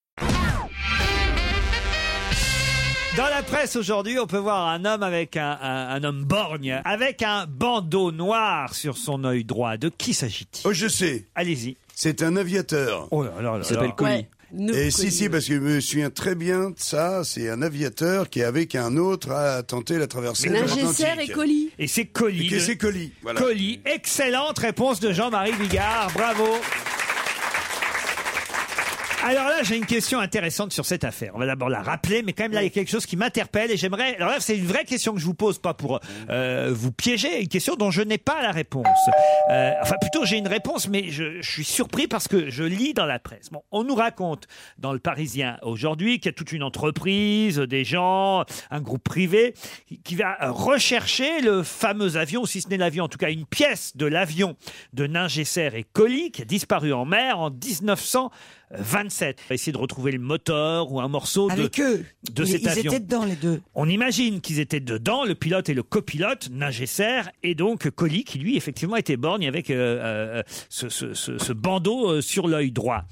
Speaker 3: Dans la presse aujourd'hui, on peut voir un homme avec un, un- un homme borgne, avec un bandeau noir sur son œil droit. De qui s'agit-il
Speaker 2: Oh, je sais.
Speaker 3: Allez-y.
Speaker 2: C'est un aviateur.
Speaker 3: Oh là là là
Speaker 2: Il
Speaker 3: s'appelle là. Colli. Ouais, nous,
Speaker 2: Et
Speaker 3: Colli.
Speaker 2: si, bah, si, parce que je me souviens très bien de ça. C'est un aviateur qui, avec un autre, a tenté la traversée de l'Atlantique.
Speaker 3: Et c'est Colli.
Speaker 2: Et c'est Colli, voilà.
Speaker 3: Colli. Excellente réponse de Jean-Marie Bigard. Bravo. Alors là, j'ai une question intéressante sur cette affaire. On va d'abord la rappeler, mais quand même là, il y a quelque chose qui m'interpelle et j'aimerais. Alors là, c'est une vraie question que je vous pose, pas pour euh, vous piéger, une question dont je n'ai pas la réponse. Euh, enfin, plutôt, j'ai une réponse, mais je, je suis surpris parce que je lis dans la presse. Bon, on nous raconte dans le Parisien aujourd'hui qu'il y a toute une entreprise, des gens, un groupe privé qui- qui va rechercher le fameux avion, si ce n'est l'avion, en tout cas une pièce de l'avion de Ningesser et Colli qui a disparu en mer en 1927. On va essayer de retrouver le moteur ou un morceau
Speaker 9: Avec
Speaker 3: de,
Speaker 9: eux.
Speaker 3: de
Speaker 9: Ils-
Speaker 3: cet
Speaker 9: ils
Speaker 3: avion.
Speaker 9: étaient dedans, les deux.
Speaker 3: On imagine qu'ils étaient dedans, le pilote et le copilote, Ningesser et donc Colli qui lui effectivement était borgne avec euh, euh, ce, ce- ce- ce bandeau euh, sur l'œil droit.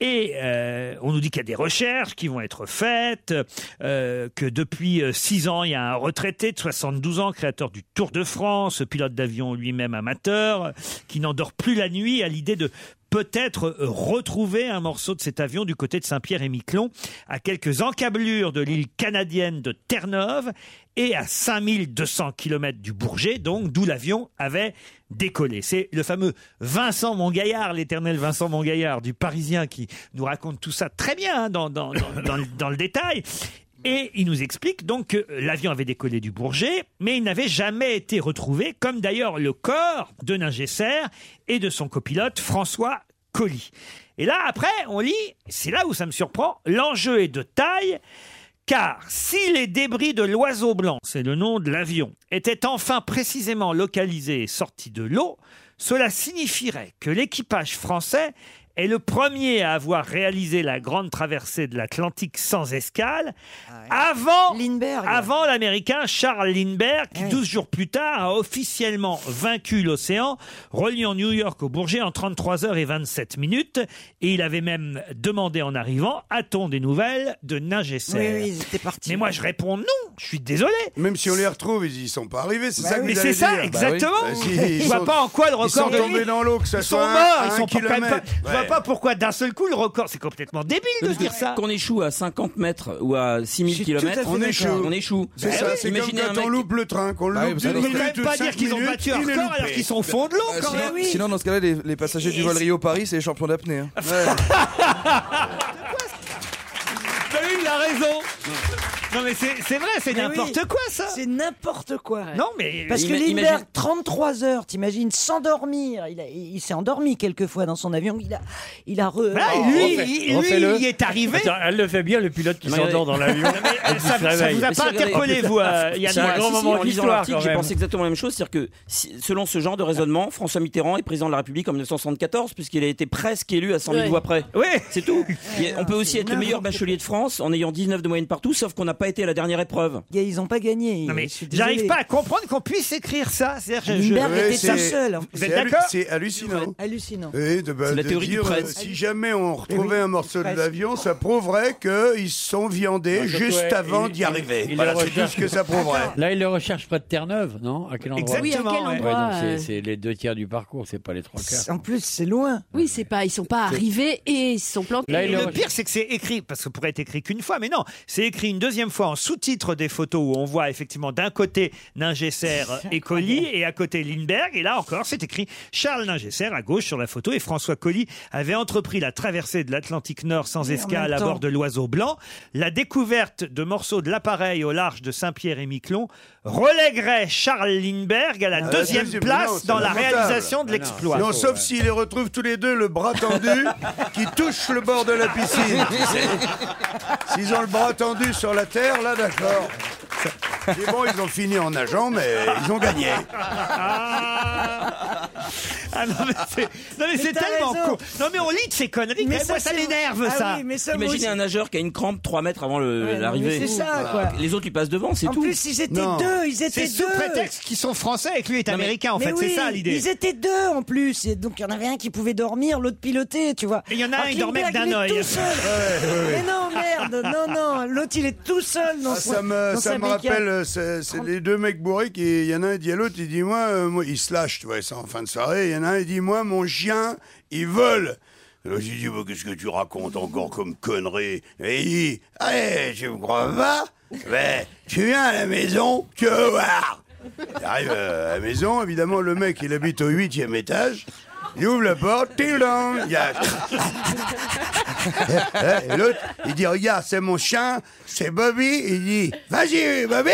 Speaker 3: Et euh, on nous dit qu'il y a des recherches qui vont être faites, euh, que depuis euh, six ans, il y a un retraité de 72 ans, créateur du Tour de France, pilote d'avion lui-même amateur, qui n'endort plus la nuit à l'idée de peut-être euh, retrouver un morceau de cet avion du côté de Saint-Pierre et Miquelon, à quelques encablures de l'île canadienne de Terre-Neuve et à 5200 km du Bourget, donc d'où l'avion avait décollé. C'est le fameux Vincent Mongaillard, l'éternel Vincent Mongaillard du Parisien qui nous raconte tout ça très bien hein, dans, dans- dans- dans le- dans le détail. Et il nous explique donc que l'avion avait décollé du Bourget, mais il n'avait jamais été retrouvé, comme d'ailleurs le corps de Ningesser et de son copilote François Colli. Et là, après, on lit, c'est là où ça me surprend, l'enjeu est de taille, car si les débris de l'oiseau blanc, c'est le nom de l'avion, étaient enfin précisément localisés et sortis de l'eau, cela signifierait que l'équipage français est le premier à avoir réalisé la grande traversée de l'Atlantique sans escale
Speaker 9: Ah
Speaker 3: avant avant l'américain Charles Lindbergh qui 12 jours plus tard a officiellement vaincu l'océan reliant New York au Bourget en 33 heures et 27 minutes et il avait même demandé en arrivant a-t-on des nouvelles de Ningesser
Speaker 9: Oui, oui, ils étaient partis.
Speaker 3: Mais moi je réponds non, je suis désolé.
Speaker 2: Même si on les retrouve, ils y sont pas arrivés, c'est
Speaker 3: Bah
Speaker 2: ça que
Speaker 3: oui.
Speaker 2: vous
Speaker 3: Mais
Speaker 2: allez
Speaker 3: c'est ça,
Speaker 2: dire.
Speaker 3: exactement.
Speaker 2: Bah si, ils
Speaker 3: je vois
Speaker 2: sont-
Speaker 3: pas en quoi le record
Speaker 2: Ils sont
Speaker 3: de
Speaker 2: tombés
Speaker 3: lui-
Speaker 2: dans l'eau, que ça
Speaker 3: Ils sont
Speaker 2: soit à
Speaker 3: morts,
Speaker 2: un
Speaker 3: ils sont pas- quand même pas-
Speaker 2: kilomètre.
Speaker 3: Je vois
Speaker 2: Ouais.
Speaker 3: pas pourquoi d'un seul coup le record, c'est complètement débile de se dire ça.
Speaker 12: Qu'on échoue à 50 mètres ou à 6000 km,
Speaker 3: fait On d'accord. échoue.
Speaker 12: On échoue.
Speaker 3: C'est
Speaker 2: Eh
Speaker 12: Bah
Speaker 3: ça,
Speaker 12: oui,
Speaker 3: c'est
Speaker 12: imaginez
Speaker 3: comme quand
Speaker 12: un mec
Speaker 3: on loupe
Speaker 2: le train, qu'on
Speaker 12: le
Speaker 4: Bah oui,
Speaker 12: loupe
Speaker 4: parce
Speaker 12: d'une
Speaker 4: que dans ce
Speaker 12: minute,
Speaker 4: cas-
Speaker 12: même pas
Speaker 3: dire qu'ils ont battu un
Speaker 4: il est
Speaker 3: record alors
Speaker 4: loupé.
Speaker 3: qu'ils sont au fond de l'eau,
Speaker 4: Bah,
Speaker 3: quand
Speaker 4: sinon,
Speaker 3: même. Ah,
Speaker 4: sinon, dans ce cas-là, les, les passagers du vol Rio-Paris, c'est les champions d'apnée. hein.
Speaker 3: eu la raison. Non mais c'est c'est vrai, c'est
Speaker 9: Mais
Speaker 3: n'importe
Speaker 9: oui.
Speaker 3: quoi ça.
Speaker 9: C'est n'importe quoi.
Speaker 3: Non, mais-
Speaker 9: Parce que
Speaker 3: Ima- imagine-
Speaker 9: Lindbergh, 33 heures, t'imagines, s'endormir. Il, a- il s'est endormi quelquefois dans son avion. Il a, il a re-
Speaker 6: Ah,
Speaker 3: Voilà,
Speaker 9: Oh,
Speaker 3: lui,
Speaker 9: refais-
Speaker 3: il- lui,
Speaker 9: refais-le.
Speaker 3: il est arrivé.
Speaker 17: Attends, elle le fait bien, le pilote qui
Speaker 3: Non, mais-
Speaker 17: s'endort dans l'avion.
Speaker 3: Non, mais,
Speaker 12: euh,
Speaker 17: et qui
Speaker 3: ça-
Speaker 17: se
Speaker 3: ça
Speaker 17: réveille.
Speaker 3: vous a pas
Speaker 12: Mais c'est-
Speaker 3: interpellé, vous, euh,
Speaker 12: Ah,
Speaker 3: Yann
Speaker 12: si,
Speaker 3: Moix
Speaker 12: si,
Speaker 3: Un grand
Speaker 12: si,
Speaker 3: moment
Speaker 12: en
Speaker 3: de
Speaker 12: lisant
Speaker 3: l'histoire,
Speaker 12: l'article,
Speaker 3: quand
Speaker 12: J'ai
Speaker 3: même.
Speaker 12: pensé exactement la même chose, c'est-à-dire que si- selon ce genre de raisonnement, François Mitterrand est président de la République en 1974 puisqu'il a été presque élu à 100 000
Speaker 3: Ouais.
Speaker 12: voix près.
Speaker 3: Ouais.
Speaker 12: C'est tout. Il y a- on peut aussi être le meilleur bachelier de France en ayant 19 de moyenne partout, sauf qu'on n'a pas été à la dernière épreuve.
Speaker 9: Ils n'ont pas gagné.
Speaker 12: mais
Speaker 3: J'arrive pas à comprendre qu'on puisse écrire ça. C'est-à-dire, je-
Speaker 9: Lindbergh
Speaker 3: je-
Speaker 9: était
Speaker 3: c'est-
Speaker 9: tout seul.
Speaker 3: Vous êtes d'accord
Speaker 2: C'est hallucinant.
Speaker 9: Hallucinant.
Speaker 2: Et de,
Speaker 3: ben,
Speaker 2: bah,
Speaker 12: C'est la
Speaker 2: de
Speaker 12: théorie du
Speaker 2: dire,
Speaker 12: prêtre.
Speaker 2: euh, si jamais on retrouvait un morceau de
Speaker 12: prêtre.
Speaker 2: l'avion, ça prouverait qu'ils se sont viandés
Speaker 17: Ah, surtout,
Speaker 2: juste
Speaker 17: ouais,
Speaker 2: avant
Speaker 17: il-
Speaker 2: d'y
Speaker 17: il-
Speaker 2: arriver.
Speaker 17: il
Speaker 2: voilà,
Speaker 17: le
Speaker 2: c'est tout ce
Speaker 17: recherche.
Speaker 2: que ça prouverait.
Speaker 17: Là, il le recherche près de Terre-Neuve, non À quel endroit
Speaker 10: Exactement, Oui, à quel ouais. endroit,
Speaker 17: Ouais, donc c'est-
Speaker 10: euh.
Speaker 17: C'est les deux tiers du parcours, c'est pas les trois quarts.
Speaker 9: En plus, c'est loin.
Speaker 10: Oui, c'est pas, ils sont pas
Speaker 17: C'est-
Speaker 10: arrivés et ils se sont plantés.
Speaker 3: Et le pire, c'est que c'est écrit, parce que ça pourrait être écrit qu'une fois, mais non, c'est écrit une deuxième fois en sous-titre des photos où on voit effectivement d'un côté Ningesser et Colli et à côté Lindbergh. Et là encore, c'est écrit Charles Ningesser à gauche sur la photo et François Colli avait entrepris la traversée de l'Atlantique Nord sans
Speaker 17: Mais en
Speaker 3: escale
Speaker 17: même
Speaker 3: à
Speaker 17: temps-
Speaker 3: bord de l'Oiseau Blanc. La découverte de morceaux de l'appareil au large de Saint-Pierre et Miquelon relèguerait Charles Lindbergh à la
Speaker 2: Ah,
Speaker 3: deuxième
Speaker 2: deuxième,
Speaker 3: place
Speaker 2: non, c'est
Speaker 3: dans la
Speaker 2: lamentable. Ah
Speaker 3: réalisation de l'exploit.
Speaker 2: Non, sauf s'ils les retrouvent tous les deux le bras tendu qui touche le bord de la piscine. tu sais. S'ils ont le bras tendu sur la terre, là, d'accord. Mais bon, ils ont fini en nageant, mais ils ont gagné.
Speaker 3: Ah non, mais c'est, non, mais
Speaker 9: Mais
Speaker 3: c'est
Speaker 9: t'as
Speaker 3: tellement
Speaker 9: raison.
Speaker 3: con. Non, mais on lit de ces conneries.
Speaker 9: Mais
Speaker 3: Mais
Speaker 9: ça,
Speaker 3: moi, ça
Speaker 9: c'est-
Speaker 3: m'énerve,
Speaker 9: Ah
Speaker 3: ça.
Speaker 9: oui, mais ça, moi
Speaker 12: Imaginez
Speaker 9: aussi.
Speaker 12: un nageur qui a une crampe 3 mètres avant le-
Speaker 9: Ouais,
Speaker 12: l'arrivée.
Speaker 9: mais c'est ça,
Speaker 12: Voilà.
Speaker 9: quoi.
Speaker 12: Les autres, ils passent devant, c'est
Speaker 9: En
Speaker 12: tout.
Speaker 9: plus, ils étaient deux, ils
Speaker 3: C'est
Speaker 9: étaient
Speaker 3: sous
Speaker 9: deux.
Speaker 3: prétexte qu'ils sont français et que lui est américain, en
Speaker 9: Mais
Speaker 3: fait.
Speaker 9: oui,
Speaker 3: c'est ça l'idée.
Speaker 9: Ils étaient deux en plus, et donc il y en avait un qui pouvait dormir, l'autre piloter, tu vois.
Speaker 3: Et il y en a
Speaker 9: Alors
Speaker 3: un, il
Speaker 9: Klingberg,
Speaker 3: dormait que d'un
Speaker 9: ah, il est
Speaker 3: œil.
Speaker 9: tout seul.
Speaker 3: Ouais, ouais, ouais.
Speaker 9: Mais non, merde. merde. Non, non, l'autre, il est tout seul dans
Speaker 2: Ah,
Speaker 9: son
Speaker 2: ça me,
Speaker 9: dans
Speaker 2: ça
Speaker 9: sa
Speaker 2: me
Speaker 9: bécane.
Speaker 2: rappelle, euh, c'est c'est les deux mecs bourrés qui, il y en a un dit à l'autre, il dit moi, euh, moi, il se lâche, tu vois, c'est en fin de soirée, il y en a un il dit moi, mon chien, il vole. Et L'autre il dit Bah, qu'est-ce que tu racontes encore comme connerie Et il dit allez, tu me crois pas Ben, tu viens à la maison, tu vas voir. Il arrive euh, à la maison, évidemment, le mec, il habite au huitième étage. Il ouvre la porte, ting dong, il y a- Et l'autre, il dit Regarde, c'est mon chien, c'est Bobby. Il dit Vas-y, Bobby,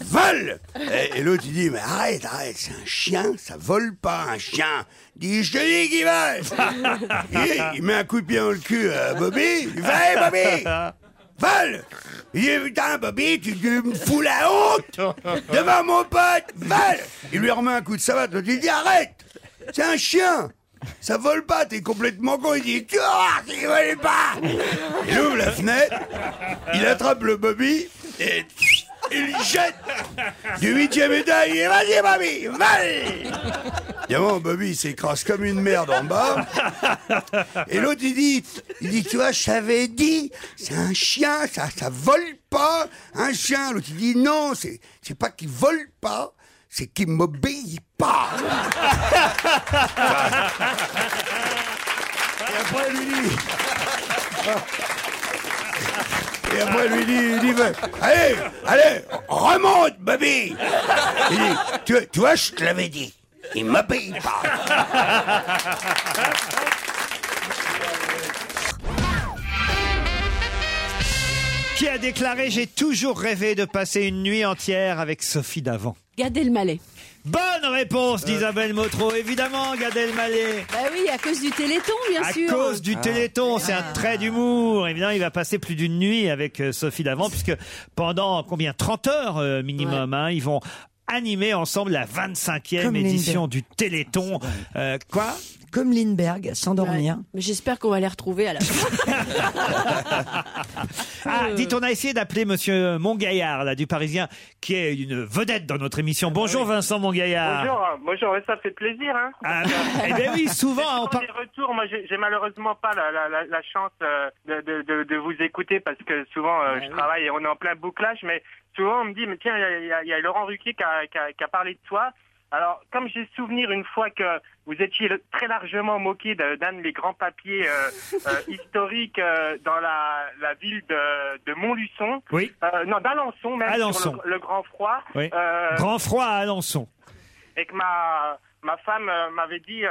Speaker 2: vole Et, et l'autre, il dit Mais arrête, arrête, c'est un chien, ça vole pas, un chien. Il dit Je te dis qu'il vole il, il met un coup de pied dans le cul euh, à Bobby. Il fait Bobby Vole Il dit Putain, Bobby, tu, tu me fous la honte devant mon pote Vole Il lui remet un coup de savate. L'autre, il dit Arrête C'est un chien ça vole pas, t'es complètement con. Il dit Tu vas voir s'il vole pas Il ouvre la fenêtre, il attrape le Bobby et il le jette du huitième étage. Il dit Vas-y, Bobby, vole Évidemment, Bobby bah il s'écrase comme une merde en bas. Et l'autre, il dit, il dit, tu vois, je t'avais dit, c'est un chien, ça, ça vole pas, un chien. L'autre, il dit, non, c'est, c'est pas qu'il vole pas, c'est qu'il m'obéit pas. Et après, il lui dit. Et après, il lui dit, il dit, va- allez, allez, remonte, Bobby. Il dit, tu, tu vois, je te l'avais dit, il m'obéit pas.
Speaker 3: Qui a déclaré J'ai toujours rêvé de passer une nuit entière avec Sophie Davant.
Speaker 10: Gad Elmaleh.
Speaker 3: Bonne réponse d'Isabelle Motro, évidemment, Gad Elmaleh.
Speaker 10: Bah oui, à cause du Téléthon, bien
Speaker 3: À
Speaker 10: sûr.
Speaker 3: cause du
Speaker 10: Ah.
Speaker 3: Téléthon, c'est un trait d'humour. Évidemment, il va passer plus d'une nuit avec euh, Sophie Davant, puisque pendant combien 30 heures euh, minimum, hein, ils vont animer ensemble la 25e
Speaker 9: Comme
Speaker 3: édition
Speaker 9: Linda.
Speaker 3: du Téléthon. Euh, quoi
Speaker 9: Comme Lindbergh, s'endormir.
Speaker 10: Mais j'espère qu'on va les retrouver à la fin.
Speaker 3: Ah,
Speaker 9: Euh.
Speaker 3: dites, on a essayé d'appeler Monsieur Montgaillard, là, du Parisien, qui est une vedette dans notre émission.
Speaker 9: Ah
Speaker 3: Bonjour Vincent Montgaillard.
Speaker 8: Bonjour, hein. bonjour, ça fait plaisir. Hein
Speaker 3: eh ben oui, souvent,
Speaker 8: Mais
Speaker 3: on
Speaker 8: sur les retours, moi, j'ai j'ai malheureusement pas la, la- la- la chance euh, de, de- de- de vous écouter parce que souvent,
Speaker 3: Ah
Speaker 8: euh, je travaille et on est en plein bouclage, mais souvent, on me dit, mais tiens, il y a- il y, a- il y a Laurent Ruquier qui a, qui a- qui a parlé de toi. Alors, comme j'ai souvenir une fois que vous étiez le- très largement moqué de- d'un de mes grands papiers euh, euh, historiques euh, dans la, la ville de, de Montluçon,
Speaker 3: Oui.
Speaker 8: Euh, non, d'Alençon même,
Speaker 3: Alençon.
Speaker 8: sur le, le Grand Froid,
Speaker 3: Oui.
Speaker 8: Euh,
Speaker 3: Grand froid à Alençon.
Speaker 8: et que ma, ma femme euh, m'avait dit euh,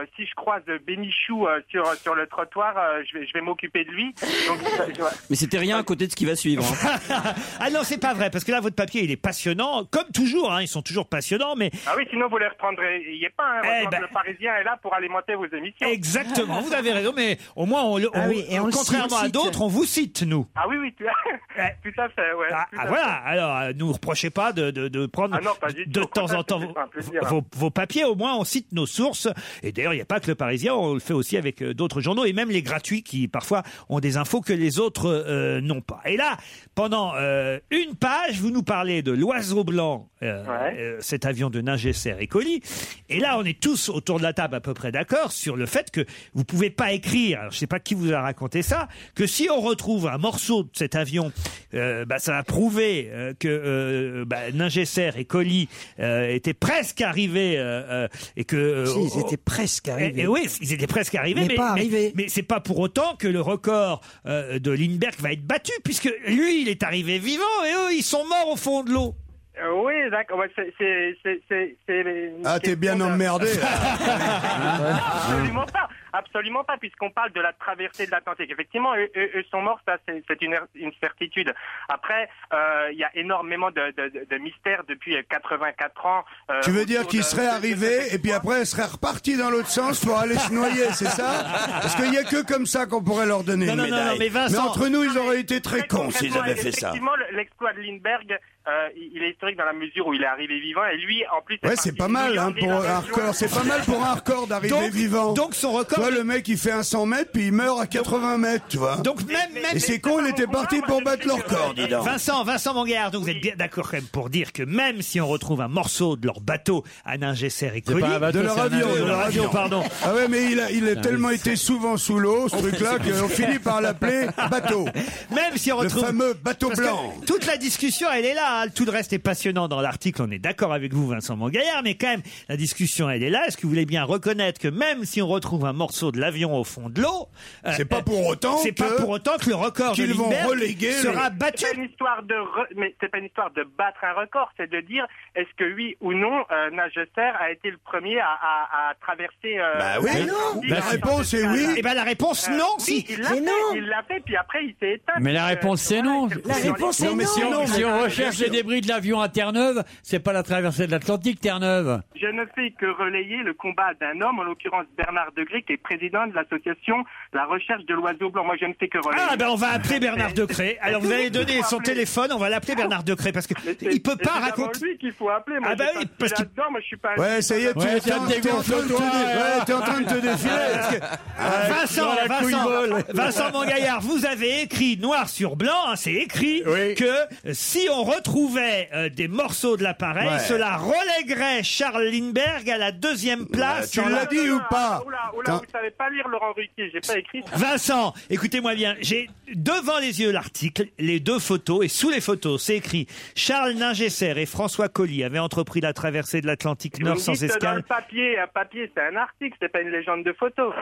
Speaker 8: euh, si je croise Bénichou euh, sur, sur le trottoir, euh, je vais, je vais m'occuper de lui. Donc, je- je-
Speaker 12: Mais c'était rien à côté de ce qui va suivre. hein.
Speaker 3: ah non, c'est pas vrai, parce que là, votre papier, il est passionnant, comme toujours, hein, ils sont toujours passionnants, mais
Speaker 8: Ah oui, sinon vous les reprendrez. Il n'y est pas, hein, heureusement que le Parisien est là pour alimenter vos émissions.
Speaker 3: Eh ben. exactement, vous avez raison, mais au moins, on, le-
Speaker 8: Ah
Speaker 3: on-
Speaker 8: oui, et on le
Speaker 3: contrairement
Speaker 8: cite.
Speaker 3: à d'autres, on vous cite, nous.
Speaker 8: Ah oui, oui, tout, tout à fait, ouais. tout
Speaker 3: Ah
Speaker 8: à
Speaker 3: voilà,
Speaker 8: fait.
Speaker 3: alors, euh, nous reprochez pas de, de, de prendre
Speaker 8: Ah non, pas du tout,
Speaker 3: de
Speaker 8: au
Speaker 3: temps
Speaker 8: contraire,
Speaker 3: en temps vos,
Speaker 8: c'était un plaisir, hein.
Speaker 3: vos- vos papiers, au moins, on cite nos sources, et d'ailleurs, il n'y a pas que le Parisien, on le fait aussi avec euh, d'autres journaux, et même les gratuits qui, parfois, ont des infos que les autres euh, n'ont pas. Et là, pendant euh, une page, vous nous parlez de l'oiseau blanc, euh, euh, cet avion de Ningesser et Colli. Et là, on est tous autour de la table à peu près d'accord sur le fait que vous pouvez pas écrire, alors, je sais pas qui vous a raconté ça, que si on retrouve un morceau de cet avion, euh, bah, ça va prouver euh, que euh, bah, Ningesser et Colli euh, étaient presque arrivés euh, euh, et que... euh,
Speaker 9: Si, ils
Speaker 3: on-
Speaker 9: étaient presque arrivés.
Speaker 3: Et, et oui, ils étaient presque arrivés,
Speaker 9: Mais
Speaker 3: mais,
Speaker 9: pas arrivés.
Speaker 3: mais c'est pas pour autant que le record euh, de Lindbergh va être battu, puisque lui, il est arrivé vivant et eux, ils sont morts au fond de l'eau.
Speaker 8: Euh, oui, d'accord. ouais, c'est- c'est- c'est- c'est- c'est une
Speaker 2: Ah, t'es bien
Speaker 8: question de-
Speaker 2: emmerdé,
Speaker 8: absolument pas, absolument pas, puisqu'on parle de la traversée de l'Atlantique. Effectivement, eux, eux- eux sont morts, ça c'est c'est une, une certitude. Après, euh, il y a énormément de, de- de- de mystères depuis 84 ans. euh,
Speaker 2: Tu veux
Speaker 8: autour
Speaker 2: dire
Speaker 8: de-
Speaker 2: qu'il serait arrivé et puis après il serait reparti dans l'autre sens pour aller se noyer, c'est ça Parce qu'il n'y a que comme ça qu'on pourrait leur donner
Speaker 3: Non,
Speaker 2: une
Speaker 3: non, non,
Speaker 2: médaille.
Speaker 3: non, mais Vincent-
Speaker 2: entre nous, ils auraient été très cons s'ils avaient fait ça.
Speaker 8: Effectivement, le- l'exploit de Lindbergh euh, il il est historique dans la mesure où il est arrivé vivant et lui, en plus.
Speaker 2: Ouais, c'est pas mal hein, pour un record. C'est pas mal pour un record d'arriver
Speaker 8: Donc-
Speaker 2: vivant.
Speaker 3: Donc son record.
Speaker 2: Toi, le mec, il fait un 100 mètres puis il meurt à 80 mètres, tu vois.
Speaker 3: Donc même- même-
Speaker 2: Et c'est con, on était parti pour battre le record, dis donc.
Speaker 3: Vincent, Vincent Manguard, donc vous êtes bien d'accord quand même pour dire que même si on retrouve un morceau de leur bateau à Ningesser et Colli,
Speaker 2: pas un bateau, De leur c'est un avion, avion.
Speaker 3: de leur avion, pardon.
Speaker 2: Ah ouais, mais il a, il a
Speaker 3: Ah,
Speaker 2: tellement
Speaker 3: oui.
Speaker 2: été souvent sous l'eau, ce truc-là, qu'on finit par l'appeler bateau.
Speaker 3: Même si on
Speaker 2: Le
Speaker 3: retrouve
Speaker 2: fameux bateau
Speaker 3: Parce que
Speaker 2: blanc.
Speaker 3: Toute la discussion, elle est là. hein. Tout le reste est passionnant dans l'article. On est d'accord avec vous, Vincent Mangaillard, mais quand même, la discussion, elle est là. Est-ce que vous voulez bien reconnaître que même si on retrouve un morceau de l'avion au fond de l'eau, euh,
Speaker 2: C'est pas pour
Speaker 3: euh,
Speaker 2: autant
Speaker 3: c'est pas
Speaker 2: que-
Speaker 3: pour autant que le record de
Speaker 2: qu'ils vont
Speaker 3: Lindbergh
Speaker 2: reléguer le-
Speaker 3: sera
Speaker 8: battu. C'est pas une histoire de re- mais c'est pas une histoire de battre un record, c'est de dire est-ce que oui ou non euh, Nagesser a été le premier à, à- à traverser. euh,
Speaker 2: Bah oui. Mais non. La réponse est oui.
Speaker 3: Eh ben, la réponse, non, si.
Speaker 8: oui, Il l'a
Speaker 3: Mais
Speaker 8: fait,
Speaker 3: non.
Speaker 8: il l'a fait, puis après il s'est éteint.
Speaker 19: Mais la
Speaker 8: Euh,
Speaker 19: réponse c'est non.
Speaker 8: La réponse, c'est
Speaker 19: non. mais si
Speaker 8: non.
Speaker 19: on, si on recherche les débris de l'avion à Terre-Neuve, c'est pas la traversée de l'Atlantique Terre-Neuve.
Speaker 8: Je ne fais que relayer le combat d'un homme, en l'occurrence Bernard Degré, qui est président de l'association La Recherche de l'Oiseau Blanc. Moi, je ne fais que relayer.
Speaker 3: Ah ben on va appeler Bernard Decré. Alors vous allez donner son téléphone, on va l'appeler Bernard Decré parce que il peut pas raconter.
Speaker 8: lui qu'il faut appeler. Moi,
Speaker 3: Ah bah
Speaker 8: j'ai pas
Speaker 3: oui,
Speaker 8: de
Speaker 3: parce
Speaker 8: fil là-dedans, moi, je suis pas.
Speaker 2: Ouais, ça y est, tu
Speaker 8: Ouais,
Speaker 2: es, t'es en,
Speaker 8: tiens,
Speaker 2: t'es en train de te,
Speaker 8: dégonfle-toi,
Speaker 2: dé-
Speaker 8: euh.
Speaker 2: ouais, t'es en train de te défiler. parce que- Ah,
Speaker 3: Vincent,
Speaker 2: dans la couille
Speaker 3: Vincent,
Speaker 2: molle.
Speaker 3: Vincent Mangaillard, vous avez écrit noir sur blanc, hein, c'est écrit que euh, si on retrouvait euh, des morceaux de l'appareil,
Speaker 2: Ouais.
Speaker 3: cela relèguerait Charles Lindbergh à la deuxième place.
Speaker 2: tu
Speaker 3: dans
Speaker 2: l'as
Speaker 3: la-
Speaker 2: dit ou pas
Speaker 8: Ah, Oula, oula, vous savez pas lire Laurent Ruquier, j'ai pas écrit. ça.
Speaker 3: Vincent, écoutez-moi bien, j'ai devant les yeux l'article, les deux photos, et sous les photos, c'est écrit Charles Ningesser et François Colli avaient entrepris la traversée de l'Atlantique
Speaker 8: Vous me
Speaker 3: Nord sans
Speaker 8: dites Dans le
Speaker 3: escale.
Speaker 8: papier, un papier, c'est un article, c'est pas une légende de photo.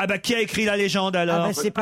Speaker 3: Ah bah qui a écrit la légende
Speaker 9: Ah
Speaker 3: alors
Speaker 9: bah,
Speaker 8: Ah, Après, c'est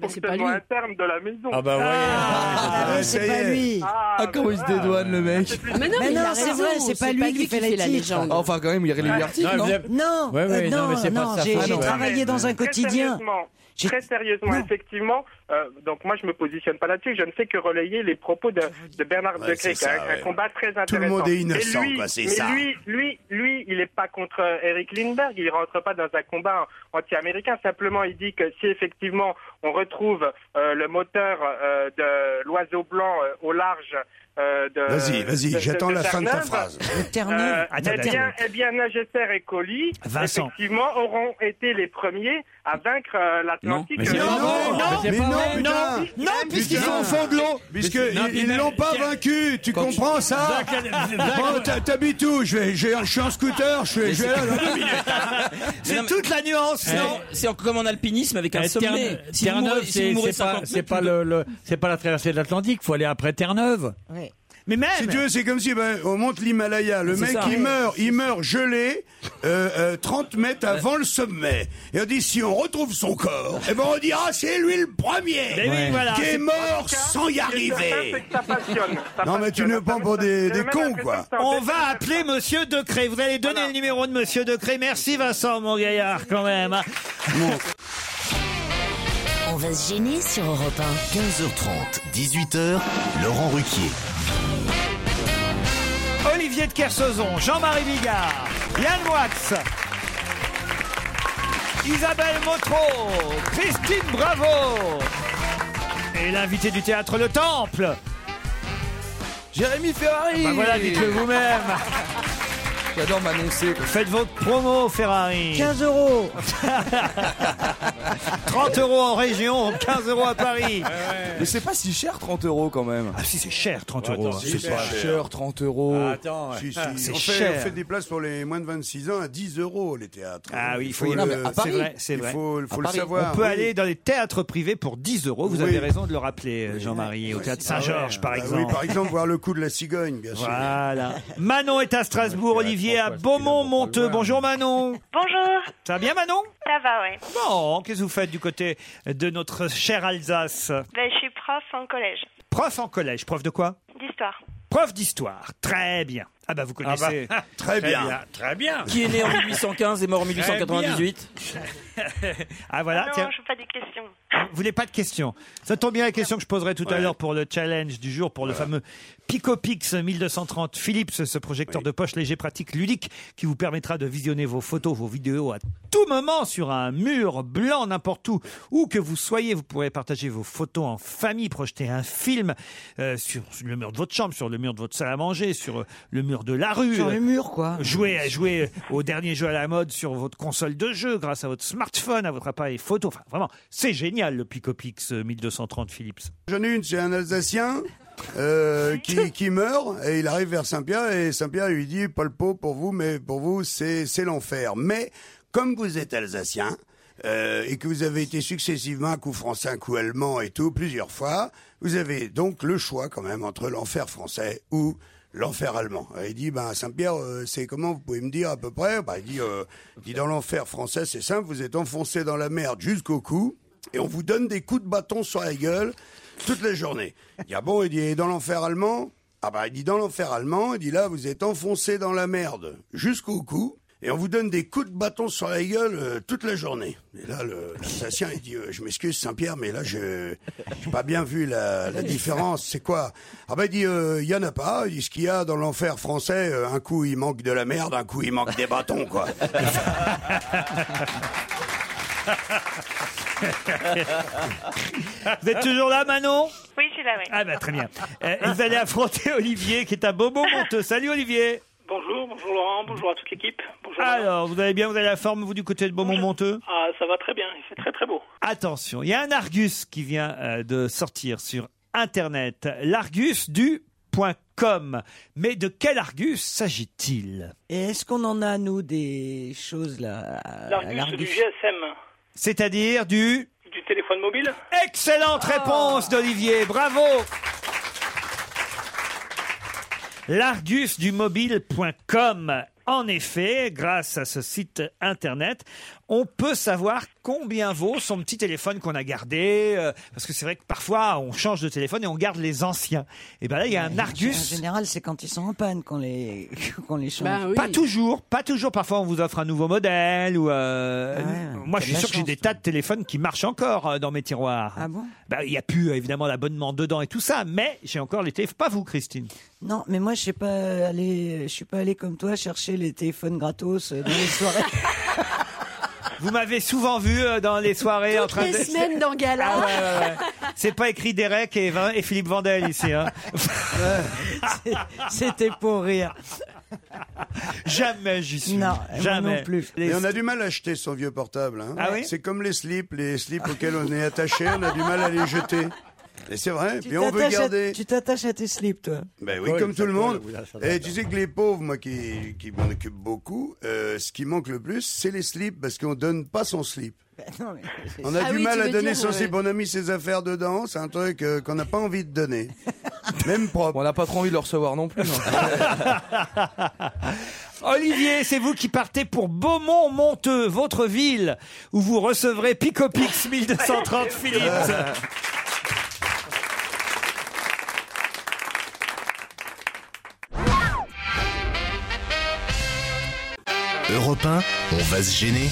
Speaker 8: fonctionnement interne de la maison.
Speaker 3: Ah bah ouais.
Speaker 8: Ah,
Speaker 2: ouais, ça y est.
Speaker 8: Ah,
Speaker 3: bah
Speaker 4: Ah, comment il se dédouane, le mec Ah,
Speaker 9: Mais non, Mais il non, a Ah, c'est raison, vrai, c'est c'est pas lui pas lui qui qui fait fait les la titres. légende.
Speaker 4: Enfin, quand même, il relit les articles, non
Speaker 9: Non,
Speaker 4: Ouais, ouais,
Speaker 9: euh,
Speaker 4: non,
Speaker 9: non,
Speaker 4: mais c'est pas
Speaker 9: non,
Speaker 4: sa
Speaker 9: j'ai
Speaker 4: faute,
Speaker 3: Ah,
Speaker 9: j'ai
Speaker 4: ouais.
Speaker 9: travaillé dans un
Speaker 8: Très
Speaker 9: quotidien.
Speaker 8: sérieusement, Très sérieusement, effectivement. euh, donc moi, je me positionne pas là-dessus. Je ne fais que relayer les propos de, de Bernard
Speaker 2: Ouais,
Speaker 8: Decré,
Speaker 2: c'est
Speaker 8: qui a
Speaker 2: ça,
Speaker 8: un-
Speaker 2: ouais.
Speaker 8: un combat très intéressant.
Speaker 2: Tout le monde est innocent,
Speaker 8: Mais lui-
Speaker 2: quoi, c'est
Speaker 8: mais
Speaker 2: ça.
Speaker 8: Lui, lui, lui, il n'est pas contre Eric Lindbergh. Il rentre pas dans un combat anti-américain. Simplement, il dit que si effectivement on retrouve euh, le moteur euh, de l'oiseau blanc euh, au large. euh, de-
Speaker 2: Vas-y, vas-y,
Speaker 8: de- de-
Speaker 2: j'attends la fin de ta
Speaker 8: Terre-Neuve,
Speaker 2: phrase.
Speaker 8: euh,
Speaker 2: Terre-Neuve.
Speaker 8: eh
Speaker 2: Attends,
Speaker 8: bien,
Speaker 2: attends.
Speaker 8: eh bien, Nagesser et Colli,
Speaker 2: Vincent.
Speaker 8: effectivement, auront été les premiers à vaincre euh, l'Atlantique.
Speaker 2: Mais non,
Speaker 8: non,
Speaker 2: mais non, putain.
Speaker 8: non, non, puisqu'ils
Speaker 2: Putain.
Speaker 8: sont au fond de l'eau.
Speaker 2: Puisque
Speaker 8: Mais c'est- non,
Speaker 2: ils-
Speaker 8: mais
Speaker 2: ils
Speaker 8: non,
Speaker 2: l'ont pas vaincu, tu comprends ça
Speaker 3: Zach, Zach-
Speaker 2: Bon, t'as- T'habites où Je vais, j'ai- je suis en scooter, je vais, je vais là dans deux minutes.
Speaker 3: C'est toute la nuance,
Speaker 12: non Eh, C'est comme en alpinisme avec un
Speaker 19: Eh,
Speaker 12: sommet.
Speaker 19: Terre-
Speaker 12: Si vous mourrez-
Speaker 19: Terre-Neuve,
Speaker 12: si
Speaker 19: c'est
Speaker 12: vous mourrez
Speaker 19: c'est pas,
Speaker 12: 50
Speaker 19: c'est pas le, le- c'est pas la traversée de l'Atlantique. Faut aller après Terre-Neuve.
Speaker 3: Mais même.
Speaker 2: Si tu veux, c'est comme si ben, on monte l'Himalaya. Le
Speaker 19: C'est
Speaker 2: mec,
Speaker 19: ça.
Speaker 2: il meurt, il meurt gelé euh, euh, 30 mètres avant le sommet. Et on dit, si on retrouve son corps, et ben on dira, c'est lui le premier
Speaker 8: Mais oui, Ouais. voilà.
Speaker 2: qui est
Speaker 8: C'est-
Speaker 2: mort
Speaker 8: en tout cas,
Speaker 2: sans
Speaker 8: ce
Speaker 2: y
Speaker 8: qui est certain,
Speaker 2: arriver.
Speaker 8: c'est que ça passionne. Ça
Speaker 2: Non, mais tu ne prends pour des, des cons, quoi.
Speaker 3: On va appeler Monsieur Decré. Vous allez donner le numéro de Monsieur Decré. Merci Vincent, mon gaillard, quand même. hein.
Speaker 1: On va se gêner sur Europe 1.
Speaker 15: 15h30, 18h, Laurent Ruquier.
Speaker 3: Olivier de Kersauzon, Jean-Marie Bigard, Yann Moix, Isabelle Motro, Christine Bravo et l'invité du théâtre Le Temple.
Speaker 4: Jérémy Ferrari
Speaker 3: Ben voilà, dites-le vous-même.
Speaker 4: J'adore m'annoncer.
Speaker 3: Faites votre promo, Ferrari.
Speaker 9: 15 euros.
Speaker 3: 30 euros en région, 15 euros à Paris.
Speaker 4: Mais c'est pas si cher 30 euros quand même.
Speaker 3: Ah si c'est cher 30
Speaker 4: euros. c'est pas cher Ah, 30 euros.
Speaker 2: Oh,
Speaker 3: Ah,
Speaker 2: Si, si,
Speaker 4: c'est
Speaker 2: on, fait,
Speaker 4: cher.
Speaker 2: on fait des places pour les moins de 26 ans à 10 euros les théâtres.
Speaker 3: Ah oui, il faut, y
Speaker 2: le-
Speaker 3: aller. C'est vrai, c'est
Speaker 2: il
Speaker 3: vrai.
Speaker 2: faut, il faut le savoir. Ah
Speaker 3: On peut
Speaker 2: oui.
Speaker 3: aller dans les théâtres privés pour 10 euros. Vous
Speaker 2: Oui.
Speaker 3: avez raison de le rappeler, euh, Jean-Marie, au théâtre Saint-Georges, par
Speaker 2: Ah
Speaker 3: exemple.
Speaker 2: Oui, par exemple, voir le coup de la cigogne, bien sûr.
Speaker 3: Voilà. Manon est à Strasbourg, Olivier à Beaumont-Monteux. Bonjour Manon.
Speaker 16: Bonjour.
Speaker 3: Ça va bien Manon
Speaker 16: Ça va, ouais.
Speaker 3: Bon, qu'est-ce que vous faites du côté de notre chère Alsace
Speaker 16: Ben, je suis prof en collège
Speaker 3: Prof en collège, prof de quoi
Speaker 16: d'histoire.
Speaker 3: Prof d'histoire. Très bien. Ah bah vous
Speaker 16: Ah bah,
Speaker 3: connaissez.
Speaker 16: très bien.
Speaker 3: Très bien.
Speaker 12: Qui est né en 1815 et mort en 1898
Speaker 3: Ah voilà,
Speaker 16: non,
Speaker 3: Ah, tiens.
Speaker 16: Ah je ne fais pas des questions.
Speaker 3: vous voulez pas de questions. Ça tombe bien la question que je poserai tout à l'heure pour le challenge du jour, pour le fameux PicoPix 1230 Philips, ce projecteur de poche léger, pratique, ludique, qui vous permettra de visionner vos photos, vos vidéos à tout moment sur un mur blanc, n'importe où, où que vous soyez. Vous pourrez partager vos photos en famille, projeter un film euh, sur le mur de votre chambre, sur le mur de votre salle à manger, sur euh, le mur de la rue.
Speaker 9: Sur le mur, quoi.
Speaker 3: Jouer, à- jouer euh, au dernier jeu à la mode sur votre console de jeu grâce à votre smartphone, à votre appareil photo. Enfin, vraiment, c'est génial le PicoPix euh, 1230 Philips.
Speaker 2: J'en ai une, c'est un Alsacien euh, qui, qui meurt et il arrive vers Saint-Pierre et Saint-Pierre lui dit pas le pot pour vous, mais pour vous c'est c'est l'enfer. Mais comme vous êtes Alsacien euh, et que vous avez été successivement un coup français, un coup allemand et tout plusieurs fois, vous avez donc le choix quand même entre l'enfer français ou l'enfer allemand. Et il dit ben à Saint-Pierre euh, c'est comment vous pouvez me dire à peu près Bah, il dit euh, il dit dans l'enfer français c'est simple vous êtes enfoncé dans la merde jusqu'au cou et on vous donne des coups de bâton sur la gueule toute la journée. Il dit, ah bon, il dit, et dans l'enfer allemand Ah bah, il dit, dans l'enfer allemand, il dit, là, vous êtes enfoncé dans la merde jusqu'au cou, et on vous donne des coups de bâton sur la gueule euh, toute la journée. Et là, le- l'Alsacien, il dit, euh, je m'excuse, Saint-Pierre, mais là, je j'ai pas bien vu la, la différence. C'est quoi Ah bah, il dit, euh, il y en a pas. Il dit, ce qu'il y a dans l'enfer français, euh, un coup, il manque de la merde, un coup, il manque des bâtons, quoi.
Speaker 3: Vous êtes toujours là, Manon
Speaker 16: Oui, je suis là, oui.
Speaker 3: Ah bah très bien. Euh, vous allez affronter Olivier, qui est un bobo monteux. Salut Olivier
Speaker 20: Bonjour, bonjour Laurent, bonjour à toute l'équipe. Bonjour.
Speaker 3: Alors, vous allez bien, vous avez la forme, vous, du côté de Beaumont-Monteux
Speaker 20: Ah, ça va très bien, il fait très très beau.
Speaker 3: Attention, il y a un Argus qui vient euh, de sortir sur Internet. L'Argus du .com. Mais de quel Argus s'agit-il
Speaker 9: Et est-ce qu'on en a, nous, des choses là à- à
Speaker 20: L'Argus du
Speaker 9: l'Argus
Speaker 20: GSM,
Speaker 3: C'est-à-dire du...
Speaker 20: du téléphone mobile.
Speaker 3: Excellente réponse d'Olivier, bravo L'Argus du mobile.com. En effet, grâce à ce site internet, on peut savoir combien vaut son petit téléphone qu'on a gardé. euh, parce que c'est vrai que parfois, on change de téléphone et on garde les anciens. Et bien là, il y a un
Speaker 9: En
Speaker 3: Argus.
Speaker 9: général, c'est quand ils sont en panne qu'on les, qu'on les
Speaker 10: Bah
Speaker 9: change.
Speaker 3: Pas toujours, pas toujours. Parfois, on vous offre un nouveau modèle ou.
Speaker 9: Ah
Speaker 3: euh, moi, je suis
Speaker 9: la
Speaker 3: sûr que j'ai
Speaker 9: chance,
Speaker 3: des tas de téléphones qui marchent encore euh, dans mes tiroirs. Ah bon Il n'y a plus euh, évidemment l'abonnement dedans et tout ça, mais j'ai encore les téléphones. Pas vous, Christine.
Speaker 9: Non, mais moi, je sais pas aller, je suis pas allé comme toi chercher les téléphones gratos euh, dans les soirées.
Speaker 3: Vous m'avez souvent vu euh, dans les soirées en train
Speaker 10: Des
Speaker 3: de.
Speaker 10: semaines dans Gala.
Speaker 3: Ah ouais, ouais, ouais. C'est pas écrit Derek et, Vin- et Philippe Vandel ici. hein.
Speaker 9: C'était pour rire.
Speaker 3: Jamais j'y suis.
Speaker 9: Eh, Non,
Speaker 3: Jamais.
Speaker 2: Et on a du mal à acheter son vieux portable. hein.
Speaker 3: Ah oui
Speaker 2: c'est comme les slips, les slips auxquels on est attaché, on a du mal à les jeter. Et c'est vrai,
Speaker 9: Tu
Speaker 2: puis on veut
Speaker 9: t'attaches à-
Speaker 2: garder.
Speaker 9: tu t'attaches à tes slips, toi.
Speaker 2: Ben oui,
Speaker 9: Ouais,
Speaker 2: comme
Speaker 9: ça
Speaker 2: tout le
Speaker 9: colle,
Speaker 2: monde.
Speaker 9: oui, là, ça va,
Speaker 2: Et
Speaker 9: ça
Speaker 2: tu sais que les pauvres, moi qui, qui m'en occupe beaucoup, euh, ce qui manque le plus, c'est les slips, parce qu'on donne pas son slip.
Speaker 9: Bah,
Speaker 2: On a
Speaker 9: Ah
Speaker 2: du
Speaker 9: oui,
Speaker 2: mal
Speaker 9: tu
Speaker 2: à
Speaker 9: veux
Speaker 2: donner
Speaker 9: dire,
Speaker 2: son
Speaker 9: ouais.
Speaker 2: slip, on a mis ses affaires dedans, c'est un truc euh, qu'on n'a pas envie de donner. Même propre.
Speaker 4: On n'a pas trop envie de le recevoir non plus.
Speaker 3: Olivier, c'est vous qui partez pour Beaumont-Monteux, votre ville, où vous recevrez Picopix 1230 Philips.
Speaker 15: Europe 1, on va se gêner.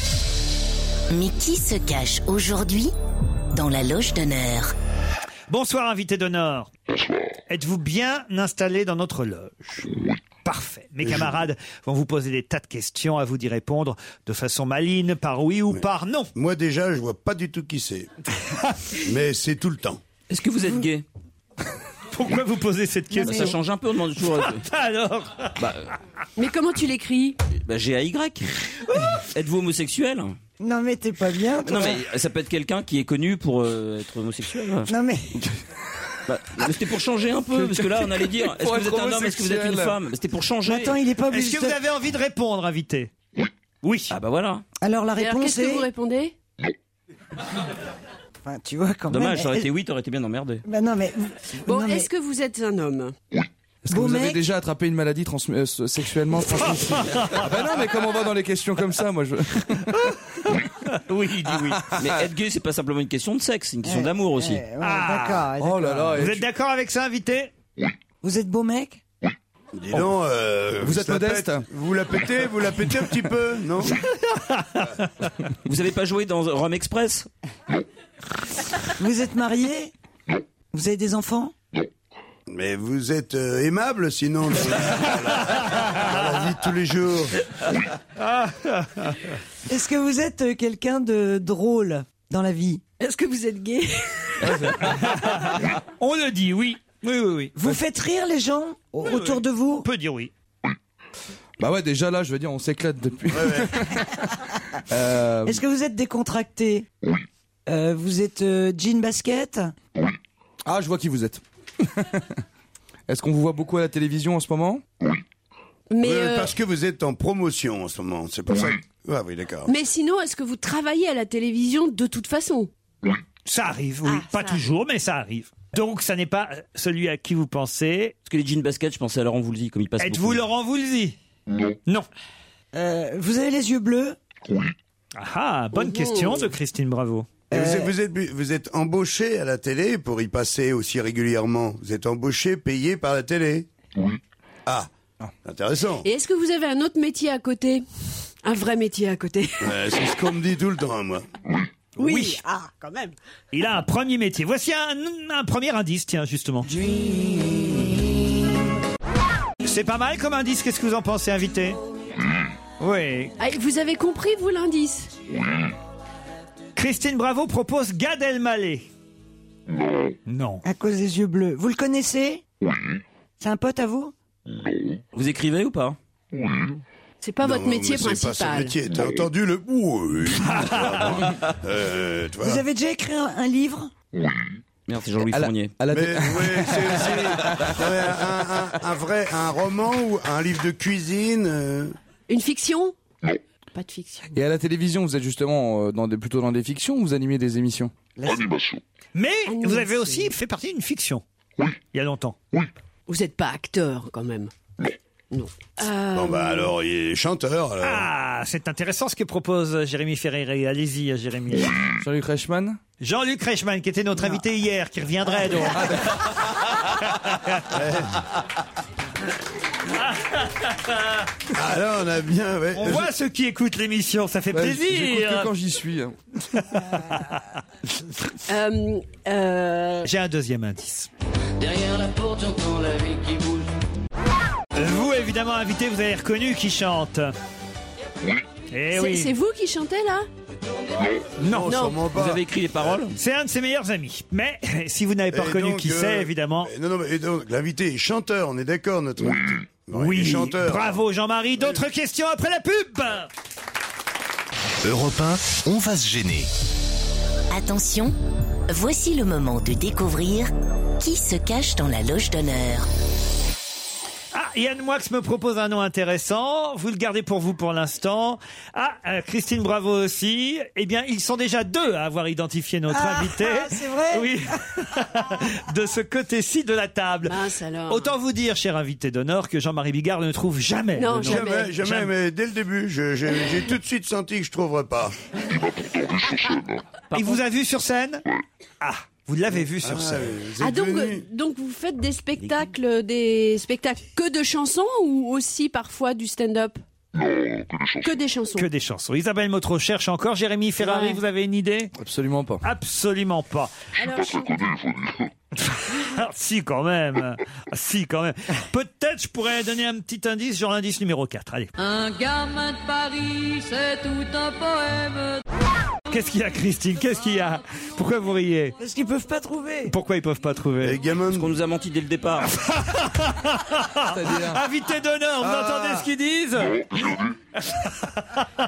Speaker 1: Mais qui se cache aujourd'hui dans la loge d'honneur
Speaker 3: Bonsoir, invité d'honneur. Êtes-vous bien installé dans notre loge Parfait. Mes camarades vont vous poser des tas de questions, à vous d'y répondre de façon maligne, par oui ou par non.
Speaker 2: Moi déjà, je vois pas du tout qui c'est. Mais c'est tout le temps.
Speaker 12: Est-ce que vous êtes gay
Speaker 3: Pourquoi vous posez cette
Speaker 12: question Ça change un peu, on demande toujours.
Speaker 3: Alors
Speaker 12: bah,
Speaker 10: Mais comment tu l'écris
Speaker 12: G-A-Y. Êtes-vous homosexuel
Speaker 9: Non, mais t'es pas bien, toi.
Speaker 12: Non, mais ça peut être quelqu'un qui est connu pour euh, être homosexuel.
Speaker 9: Non, mais.
Speaker 12: Bah, c'était pour changer un peu, parce que là on allait dire est-ce
Speaker 3: Pour
Speaker 12: que vous
Speaker 3: être
Speaker 12: êtes un homme, est-ce que vous êtes une
Speaker 3: homosexuel. Bah,
Speaker 12: femme C'était pour changer.
Speaker 3: Est-ce que vous avez envie de répondre, invité Oui.
Speaker 12: Ah bah voilà.
Speaker 9: Alors la
Speaker 10: Et alors,
Speaker 9: réponse
Speaker 10: Qu'est-ce que
Speaker 9: est.
Speaker 10: vous répondez
Speaker 9: Enfin, tu vois quand même.
Speaker 12: Dommage, ça aurait été
Speaker 9: Eh,
Speaker 12: oui, t'aurais été bien emmerdé.
Speaker 9: Bah non, mais.
Speaker 10: Bon,
Speaker 9: non, mais-
Speaker 10: est-ce que vous êtes un homme
Speaker 4: Est-ce que
Speaker 10: Beau
Speaker 4: vous avez
Speaker 10: mec.
Speaker 4: déjà attrapé une maladie transmi- euh, s- sexuellement transmissible Ah bah non, mais comme on va dans les questions comme ça, moi je.
Speaker 3: oui, il dit oui.
Speaker 12: Ah,
Speaker 3: Eh,
Speaker 12: Mais être gay, c'est pas simplement une question de sexe, c'est une question d'amour aussi.
Speaker 3: Ah,
Speaker 9: d'accord,
Speaker 12: Oh là là,
Speaker 3: Vous
Speaker 12: et
Speaker 3: êtes d'accord avec ça, invité
Speaker 9: Vous êtes beau mec
Speaker 2: Dis donc, euh,
Speaker 4: Oh. Vous êtes
Speaker 2: ça
Speaker 4: modeste
Speaker 2: pète. Vous la pétez, vous la pétez un petit peu, non
Speaker 12: Vous avez pas joué dans Rome Express
Speaker 9: Vous êtes marié Vous avez des enfants
Speaker 2: Mais vous êtes euh, aimable sinon dans la, dans la vie de tous les jours.
Speaker 9: Est-ce que vous êtes euh, quelqu'un de drôle dans la vie Est-ce que vous êtes gay
Speaker 3: On le dit, oui. Oui, oui, oui.
Speaker 9: Vous faites rire les gens au- autour de vous On
Speaker 3: peut dire oui.
Speaker 4: Bah ouais, déjà là, je veux dire, on s'éclate depuis. Euh,
Speaker 9: Est-ce que vous êtes décontracté Euh, vous êtes euh, jean basket
Speaker 4: Ah, je vois qui vous êtes. Est-ce qu'on vous voit beaucoup à la télévision en ce moment
Speaker 10: Mais,
Speaker 2: Euh,
Speaker 10: euh,
Speaker 2: Parce que vous êtes en promotion en ce moment, c'est pour ça. Ah oui, d'accord.
Speaker 10: Mais sinon, est-ce que vous travaillez à la télévision de toute façon
Speaker 3: Ça arrive, oui. pas toujours, mais ça arrive. Donc, ça n'est pas euh, celui à qui vous pensez.
Speaker 12: Parce que les jeans basket, je pensais à Laurent Voulzy, comme il passe.
Speaker 3: Êtes-vous
Speaker 12: beaucoup.
Speaker 3: Laurent Voulzy
Speaker 12: Non.
Speaker 3: Non.
Speaker 9: Euh, vous avez les yeux bleus
Speaker 3: Ah, ah, bonne
Speaker 2: Oh.
Speaker 3: question de Christine Bravo.
Speaker 2: Et
Speaker 10: Euh.
Speaker 2: vous, êtes, vous, êtes, vous êtes embauché à la télé pour y passer aussi régulièrement. Vous êtes embauché, payé par la télé. Ah, intéressant.
Speaker 10: Et est-ce que vous avez un autre métier à côté Un vrai métier à côté
Speaker 2: Euh, c'est ce qu'on me dit tout le temps, moi.
Speaker 10: Oui, ah, quand même.
Speaker 3: Il a un premier métier. Voici un, un premier indice, tiens, justement. C'est pas mal comme indice, qu'est-ce que vous en pensez, invité Oui.
Speaker 10: Ah, vous avez compris, vous, l'indice
Speaker 3: Christine Bravo propose Gad Elmaleh. Non.
Speaker 9: À cause des yeux bleus. Vous le connaissez C'est un pote à vous
Speaker 12: Vous écrivez ou pas
Speaker 10: C'est pas votre métier
Speaker 2: mais c'est
Speaker 10: principal.
Speaker 2: pas son métier. T'as entendu le oui. euh, tu vois.
Speaker 9: Vous avez déjà écrit un, un livre
Speaker 12: Merde, c'est Jean-Louis Fournier.
Speaker 2: Mais ouais, c'est- c'est- ouais, un, un- un vrai un roman ou un livre de cuisine. euh,
Speaker 10: Une fiction Pas de fiction.
Speaker 4: Et à la télévision, vous êtes justement euh, dans des, plutôt dans des fictions ou vous animez des émissions
Speaker 3: Animation. Mais
Speaker 10: Ah
Speaker 3: vous avez aussi fait partie d'une fiction. Il y a longtemps.
Speaker 10: Vous n'êtes pas acteur, quand même. Non.
Speaker 2: Bon bah
Speaker 10: Euh.
Speaker 2: alors il est chanteur. alors.
Speaker 3: Ah, c'est intéressant ce que propose Jérémy Ferreri. Allez-y, Jérémy.
Speaker 4: Jean-Luc Reichmann
Speaker 3: Jean-Luc Reichmann, qui était notre invité hier, qui reviendrait donc.
Speaker 4: ben.
Speaker 2: Ah là on a bien. ouais.
Speaker 3: On voit ceux qui écoutent l'émission, ça fait
Speaker 4: Bah, j- j'écoute
Speaker 3: plaisir.
Speaker 4: que quand j'y suis. hein.
Speaker 10: Euh, euh,
Speaker 3: J'ai un deuxième indice.
Speaker 14: Derrière la porte, j'entends la vie qui bouge.
Speaker 3: Vous, évidemment, invité, vous avez reconnu qui chante. Eh
Speaker 10: c'est
Speaker 3: oui.
Speaker 10: c'est vous qui chantez, là
Speaker 3: Non,
Speaker 2: Non. sûrement pas. Vous avez
Speaker 12: écrit les paroles
Speaker 3: C'est un de ses meilleurs amis. Mais si vous n'avez pas
Speaker 2: Et
Speaker 3: reconnu
Speaker 2: donc,
Speaker 3: qui
Speaker 2: euh,
Speaker 3: c'est, évidemment.
Speaker 2: Non non mais et donc l'invité est chanteur, on est d'accord notre. invité. Bon, il
Speaker 3: Oui,
Speaker 2: est chanteur.
Speaker 3: bravo Jean-Marie. D'autres questions après la pub
Speaker 15: Europe 1, on va se gêner.
Speaker 1: Attention, voici le moment de découvrir qui se cache dans la loge d'honneur.
Speaker 3: Ah, Yann Moix me propose un nom intéressant. Vous le gardez pour vous pour l'instant. Ah, euh, Christine Bravo aussi. Eh bien, ils sont déjà deux à avoir identifié notre
Speaker 9: Ah,
Speaker 3: invité.
Speaker 9: ah, c'est vrai
Speaker 3: Oui. de ce côté-ci de la table.
Speaker 10: Mince, alors.
Speaker 3: Autant vous dire, cher invité d'honneur, que Jean-Marie Bigard ne trouve jamais.
Speaker 10: Non,
Speaker 3: le nom.
Speaker 10: jamais.
Speaker 2: Jamais, jamais,
Speaker 3: Jamais.
Speaker 2: mais dès le début, je- j'ai j'ai tout de suite senti que je trouverais pas.
Speaker 3: Il vous a vu sur scène Ah, vous l'avez vu sur
Speaker 2: Ah,
Speaker 3: scène.
Speaker 2: vous
Speaker 10: Ah,
Speaker 2: êtes
Speaker 10: donc,
Speaker 2: venu.
Speaker 10: donc vous faites des spectacles, des spectacles que de chansons ou aussi parfois du stand-up Que des chansons.
Speaker 3: Que des chansons. Isabelle Motro cherche encore. Jérémy Ferrari,
Speaker 10: Ouais.
Speaker 3: vous avez une idée
Speaker 4: Absolument pas.
Speaker 3: Absolument pas.
Speaker 10: Alors, je-
Speaker 3: Ah, si, quand même. Ah, si, quand même. Peut-être je pourrais donner un petit indice, genre l'indice numéro 4. Allez.
Speaker 14: Un gamin de Paris, c'est tout un poème.
Speaker 3: Qu'est-ce qu'il y a, Christine Qu'est-ce qu'il y a Pourquoi vous riez
Speaker 9: Parce qu'ils peuvent pas trouver.
Speaker 3: Pourquoi ils peuvent pas trouver
Speaker 12: Parce qu'on nous a menti dès le départ.
Speaker 3: Ah, Invité d'honneur, vous
Speaker 12: Ah.
Speaker 3: entendez ce qu'ils disent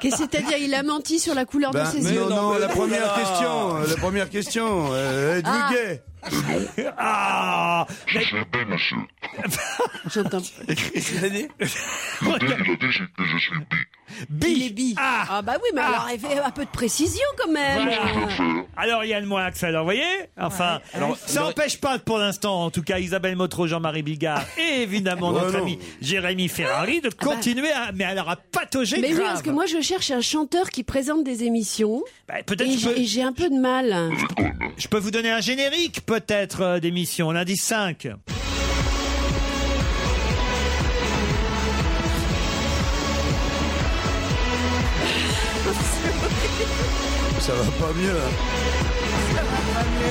Speaker 10: Qu'est-ce que c'est-à-dire Il a menti sur la couleur
Speaker 2: Ben,
Speaker 10: de ses
Speaker 2: mais
Speaker 10: yeux.
Speaker 2: non, non, la première
Speaker 4: oula.
Speaker 2: question, euh, la première question, euh, êtes-vous
Speaker 10: Ah.
Speaker 2: gay
Speaker 3: Ah mais-
Speaker 10: J'entends.
Speaker 3: Bi.
Speaker 10: Il est bi. Ah, bah oui, mais alors il fait un peu de précision quand même.
Speaker 3: Alors Yann Moix, alors vous voyez Enfin,
Speaker 12: Alors,
Speaker 3: ça
Speaker 12: il aurait-
Speaker 3: n'empêche pas pour l'instant, en tout cas Isabelle Motro, Jean-Marie Bigard et évidemment
Speaker 2: Ouais,
Speaker 3: notre
Speaker 2: non.
Speaker 3: ami Jérémy Ferrari de continuer à... Mais alors à patauger
Speaker 10: Mais oui,
Speaker 3: grave.
Speaker 10: parce que moi je cherche un chanteur qui présente des émissions.
Speaker 3: Bah, peut-être
Speaker 10: et
Speaker 3: je peux-
Speaker 10: j'ai- et j'ai un peu de mal.
Speaker 3: Je peux vous donner un générique peut-être euh, d'émission, lundi 5.
Speaker 2: ça va pas mieux. hein.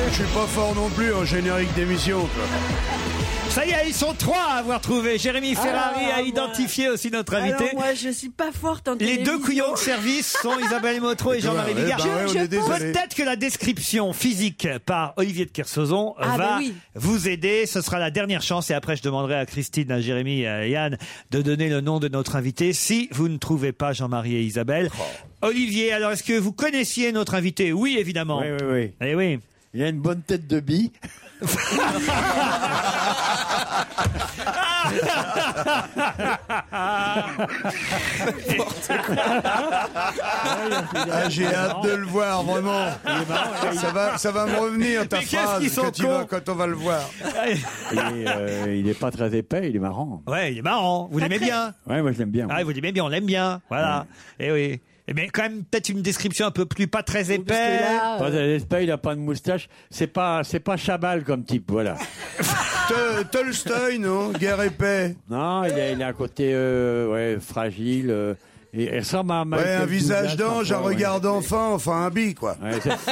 Speaker 2: Je suis pas fort non plus en générique d'émission.
Speaker 3: Ça y est, ils sont trois à avoir trouvé. Jérémy Ferrari
Speaker 21: Ah,
Speaker 3: a
Speaker 21: moi.
Speaker 3: identifié aussi notre invité.
Speaker 21: Alors, moi, je suis pas forte en
Speaker 3: Les deux
Speaker 21: télévision.
Speaker 3: couillons de service sont Isabelle Motro et
Speaker 21: Tu vois,
Speaker 3: Jean-Marie
Speaker 21: ouais,
Speaker 3: Bigard.
Speaker 21: bah ouais, on est désolé.
Speaker 3: Peut-être que la description physique par Olivier de Kersauzon
Speaker 21: Ah,
Speaker 3: va
Speaker 21: bah oui.
Speaker 3: vous aider. Ce sera la dernière chance et après je demanderai à Christine, à Jérémy et à Yann de donner le nom de notre invité si vous ne trouvez pas Jean-Marie et Isabelle. Olivier, alors est-ce que vous connaissiez notre invité Oui, évidemment.
Speaker 6: Oui, oui, oui.
Speaker 3: Eh oui.
Speaker 6: Il a une bonne tête de bille.
Speaker 2: Ah, j'ai hâte de le voir, vraiment. Ça va, ça va me revenir, ta
Speaker 3: Mais qu'est-ce
Speaker 2: phrase,
Speaker 3: qu'ils sont
Speaker 2: quand, il va-
Speaker 3: cons.
Speaker 2: quand on va le voir.
Speaker 6: Et, euh, il est pas très épais, il est marrant.
Speaker 3: Ouais, il est marrant. Vous l'aimez bien
Speaker 6: Ouais, moi je l'aime bien.
Speaker 3: Ah, vous l'aimez bien, on l'aime bien. Voilà. Eh oui. Eh bien, quand même, peut-être une description un peu plus pas très épais.
Speaker 6: Pas très épais, il a pas de moustache. C'est pas, c'est pas Chabal comme type, voilà.
Speaker 2: Tol- Tolstoy, non Guerre et paix.
Speaker 6: Non, il a, il a un côté euh, ouais, fragile. euh, et, et ça m'a
Speaker 3: Ah,
Speaker 2: Ouais, un visage d'ange, un regard d'enfant, enfin un bi, quoi.
Speaker 6: Euh,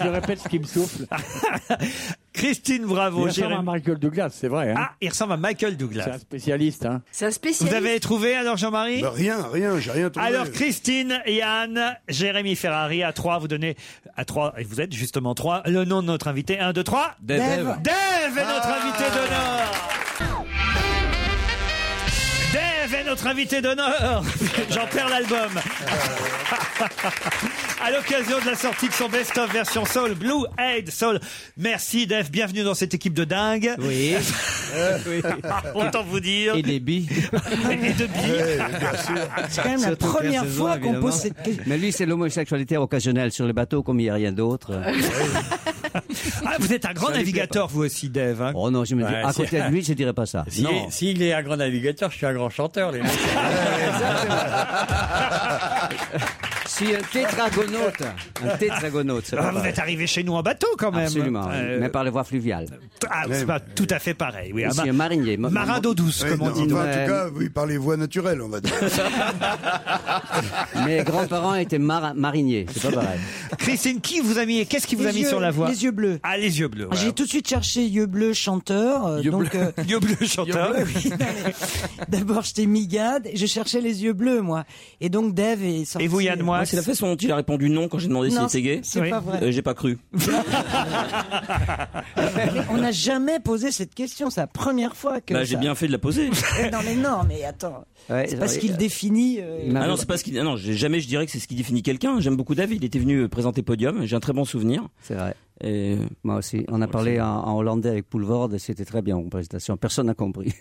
Speaker 6: je, je répète ce qui me souffle.
Speaker 3: Christine Bravo,
Speaker 6: Il ressemble à
Speaker 3: Jérémy.
Speaker 6: Michael Douglas, c'est vrai. Hein
Speaker 3: Ah, il ressemble à Michael Douglas.
Speaker 6: C'est un spécialiste. Hein.
Speaker 21: C'est un spécialiste.
Speaker 3: Vous avez trouvé alors Jean-Marie
Speaker 2: Bah, rien, rien, j'ai rien trouvé.
Speaker 3: Alors Christine, Yann, Jérémy Ferrari, à trois, vous donnez à trois, et vous êtes justement trois, le nom de notre invité. Un, deux, trois.
Speaker 12: Dave.
Speaker 3: Dave,
Speaker 12: Dave.
Speaker 3: est notre invité d'honneur. Dave est notre invité d'honneur. J'en perds l'album. À l'occasion de la sortie de son best-of version Soul, Blue Aid Soul. Merci Dave, bienvenue dans cette équipe de dingue.
Speaker 12: Oui.
Speaker 3: Autant vous dire. Et des billes. Et de billes.
Speaker 9: C'est quand même la première fois qu'on pose cette question.
Speaker 7: Mais lui, c'est l'homosexualité occasionnelle sur le bateau, comme il n'y a rien d'autre.
Speaker 3: Ah, vous êtes un grand navigateur, vous aussi, Dave. hein.
Speaker 7: Oh non, je me dis,
Speaker 8: Ouais,
Speaker 7: à
Speaker 8: c'est-
Speaker 7: côté de lui, je dirais pas ça.
Speaker 8: S'il est, s'il est un grand navigateur, je suis un grand chanteur,
Speaker 3: Ah,
Speaker 8: les mecs.
Speaker 7: Je suis un tétragonaute. Un tétragonaute, c'est
Speaker 3: Ah,
Speaker 7: pas
Speaker 3: vous
Speaker 7: pareil.
Speaker 3: êtes arrivé chez nous en bateau quand même.
Speaker 7: Absolument,
Speaker 3: Euh,
Speaker 7: mais par les voies fluviales.
Speaker 3: ah, c'est pas tout à fait pareil. Oui,
Speaker 7: Je
Speaker 3: Ah,
Speaker 7: suis
Speaker 3: bah,
Speaker 7: un marinier. Moi-
Speaker 3: marin d'eau douce,
Speaker 2: Ouais,
Speaker 3: comme on
Speaker 2: non,
Speaker 3: dit.
Speaker 2: enfin,
Speaker 3: donc.
Speaker 2: en tout cas, oui, par les voies naturelles, on va dire.
Speaker 7: Mes grands-parents étaient mara- mariniers, c'est pas pareil.
Speaker 3: Christine, qui vous a mis et qu'est-ce qui vous
Speaker 9: Les
Speaker 3: a mis
Speaker 9: yeux-
Speaker 3: sur la voie
Speaker 9: les yeux bleus.
Speaker 3: Ah, les yeux bleus.
Speaker 9: Ah, J'ai tout de suite cherché yeux bleus chanteur. euh,
Speaker 3: Yeux
Speaker 9: donc,
Speaker 3: bleus.
Speaker 9: euh,
Speaker 3: Yeux bleus chanteur.
Speaker 9: Yeux bleus, oui. Non, mais D'abord, j'étais migade. et Je cherchais les yeux bleus, moi. Et donc, Dave est sorti.
Speaker 12: Moi, C'est la façon dont il a répondu non quand j'ai demandé s'il
Speaker 9: Non,
Speaker 12: était gay.
Speaker 9: c'est Oui. pas vrai.
Speaker 12: Euh, j'ai pas cru.
Speaker 9: Mais on n'a jamais posé cette question. C'est la première fois que.
Speaker 12: Bah, j'ai
Speaker 9: ça-
Speaker 12: bien fait de la poser.
Speaker 9: Eh, non, mais non, mais attends.
Speaker 7: Ouais,
Speaker 9: c'est
Speaker 7: non,
Speaker 9: parce
Speaker 7: mais,
Speaker 9: qu'il
Speaker 7: euh,
Speaker 9: définit. euh,
Speaker 12: Ah non, c'est pas ce qui. ah Non, j'ai- jamais je dirais que c'est ce qui définit quelqu'un. J'aime beaucoup David. Il était venu euh, présenter Podium. J'ai un très bon souvenir.
Speaker 7: C'est vrai.
Speaker 12: Et euh,
Speaker 7: Moi aussi. On a parlé en, en hollandais avec Poulvord et c'était très bien en présentation. Personne n'a compris.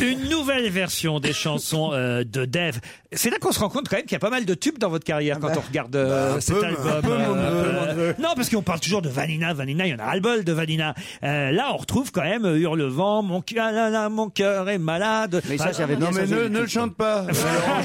Speaker 3: Une nouvelle version des chansons euh, de Dev. C'est là qu'on se rend compte quand même qu'il y a pas mal de tubes dans votre carrière quand on regarde euh,
Speaker 2: Ah bah, un
Speaker 3: cet
Speaker 2: peu,
Speaker 3: album.
Speaker 2: un peu, mon
Speaker 3: euh, non, parce qu'on parle toujours de Vanina, Vanina, il y en a ras-le-bol de Vanina. Euh, là, on retrouve quand même euh, Hurlevent, mon, cœur- ah là là, mon cœur est malade.
Speaker 7: Mais ça,
Speaker 3: Ah,
Speaker 7: j'avais
Speaker 2: Non, mais ne, ne le chante pas. Alors,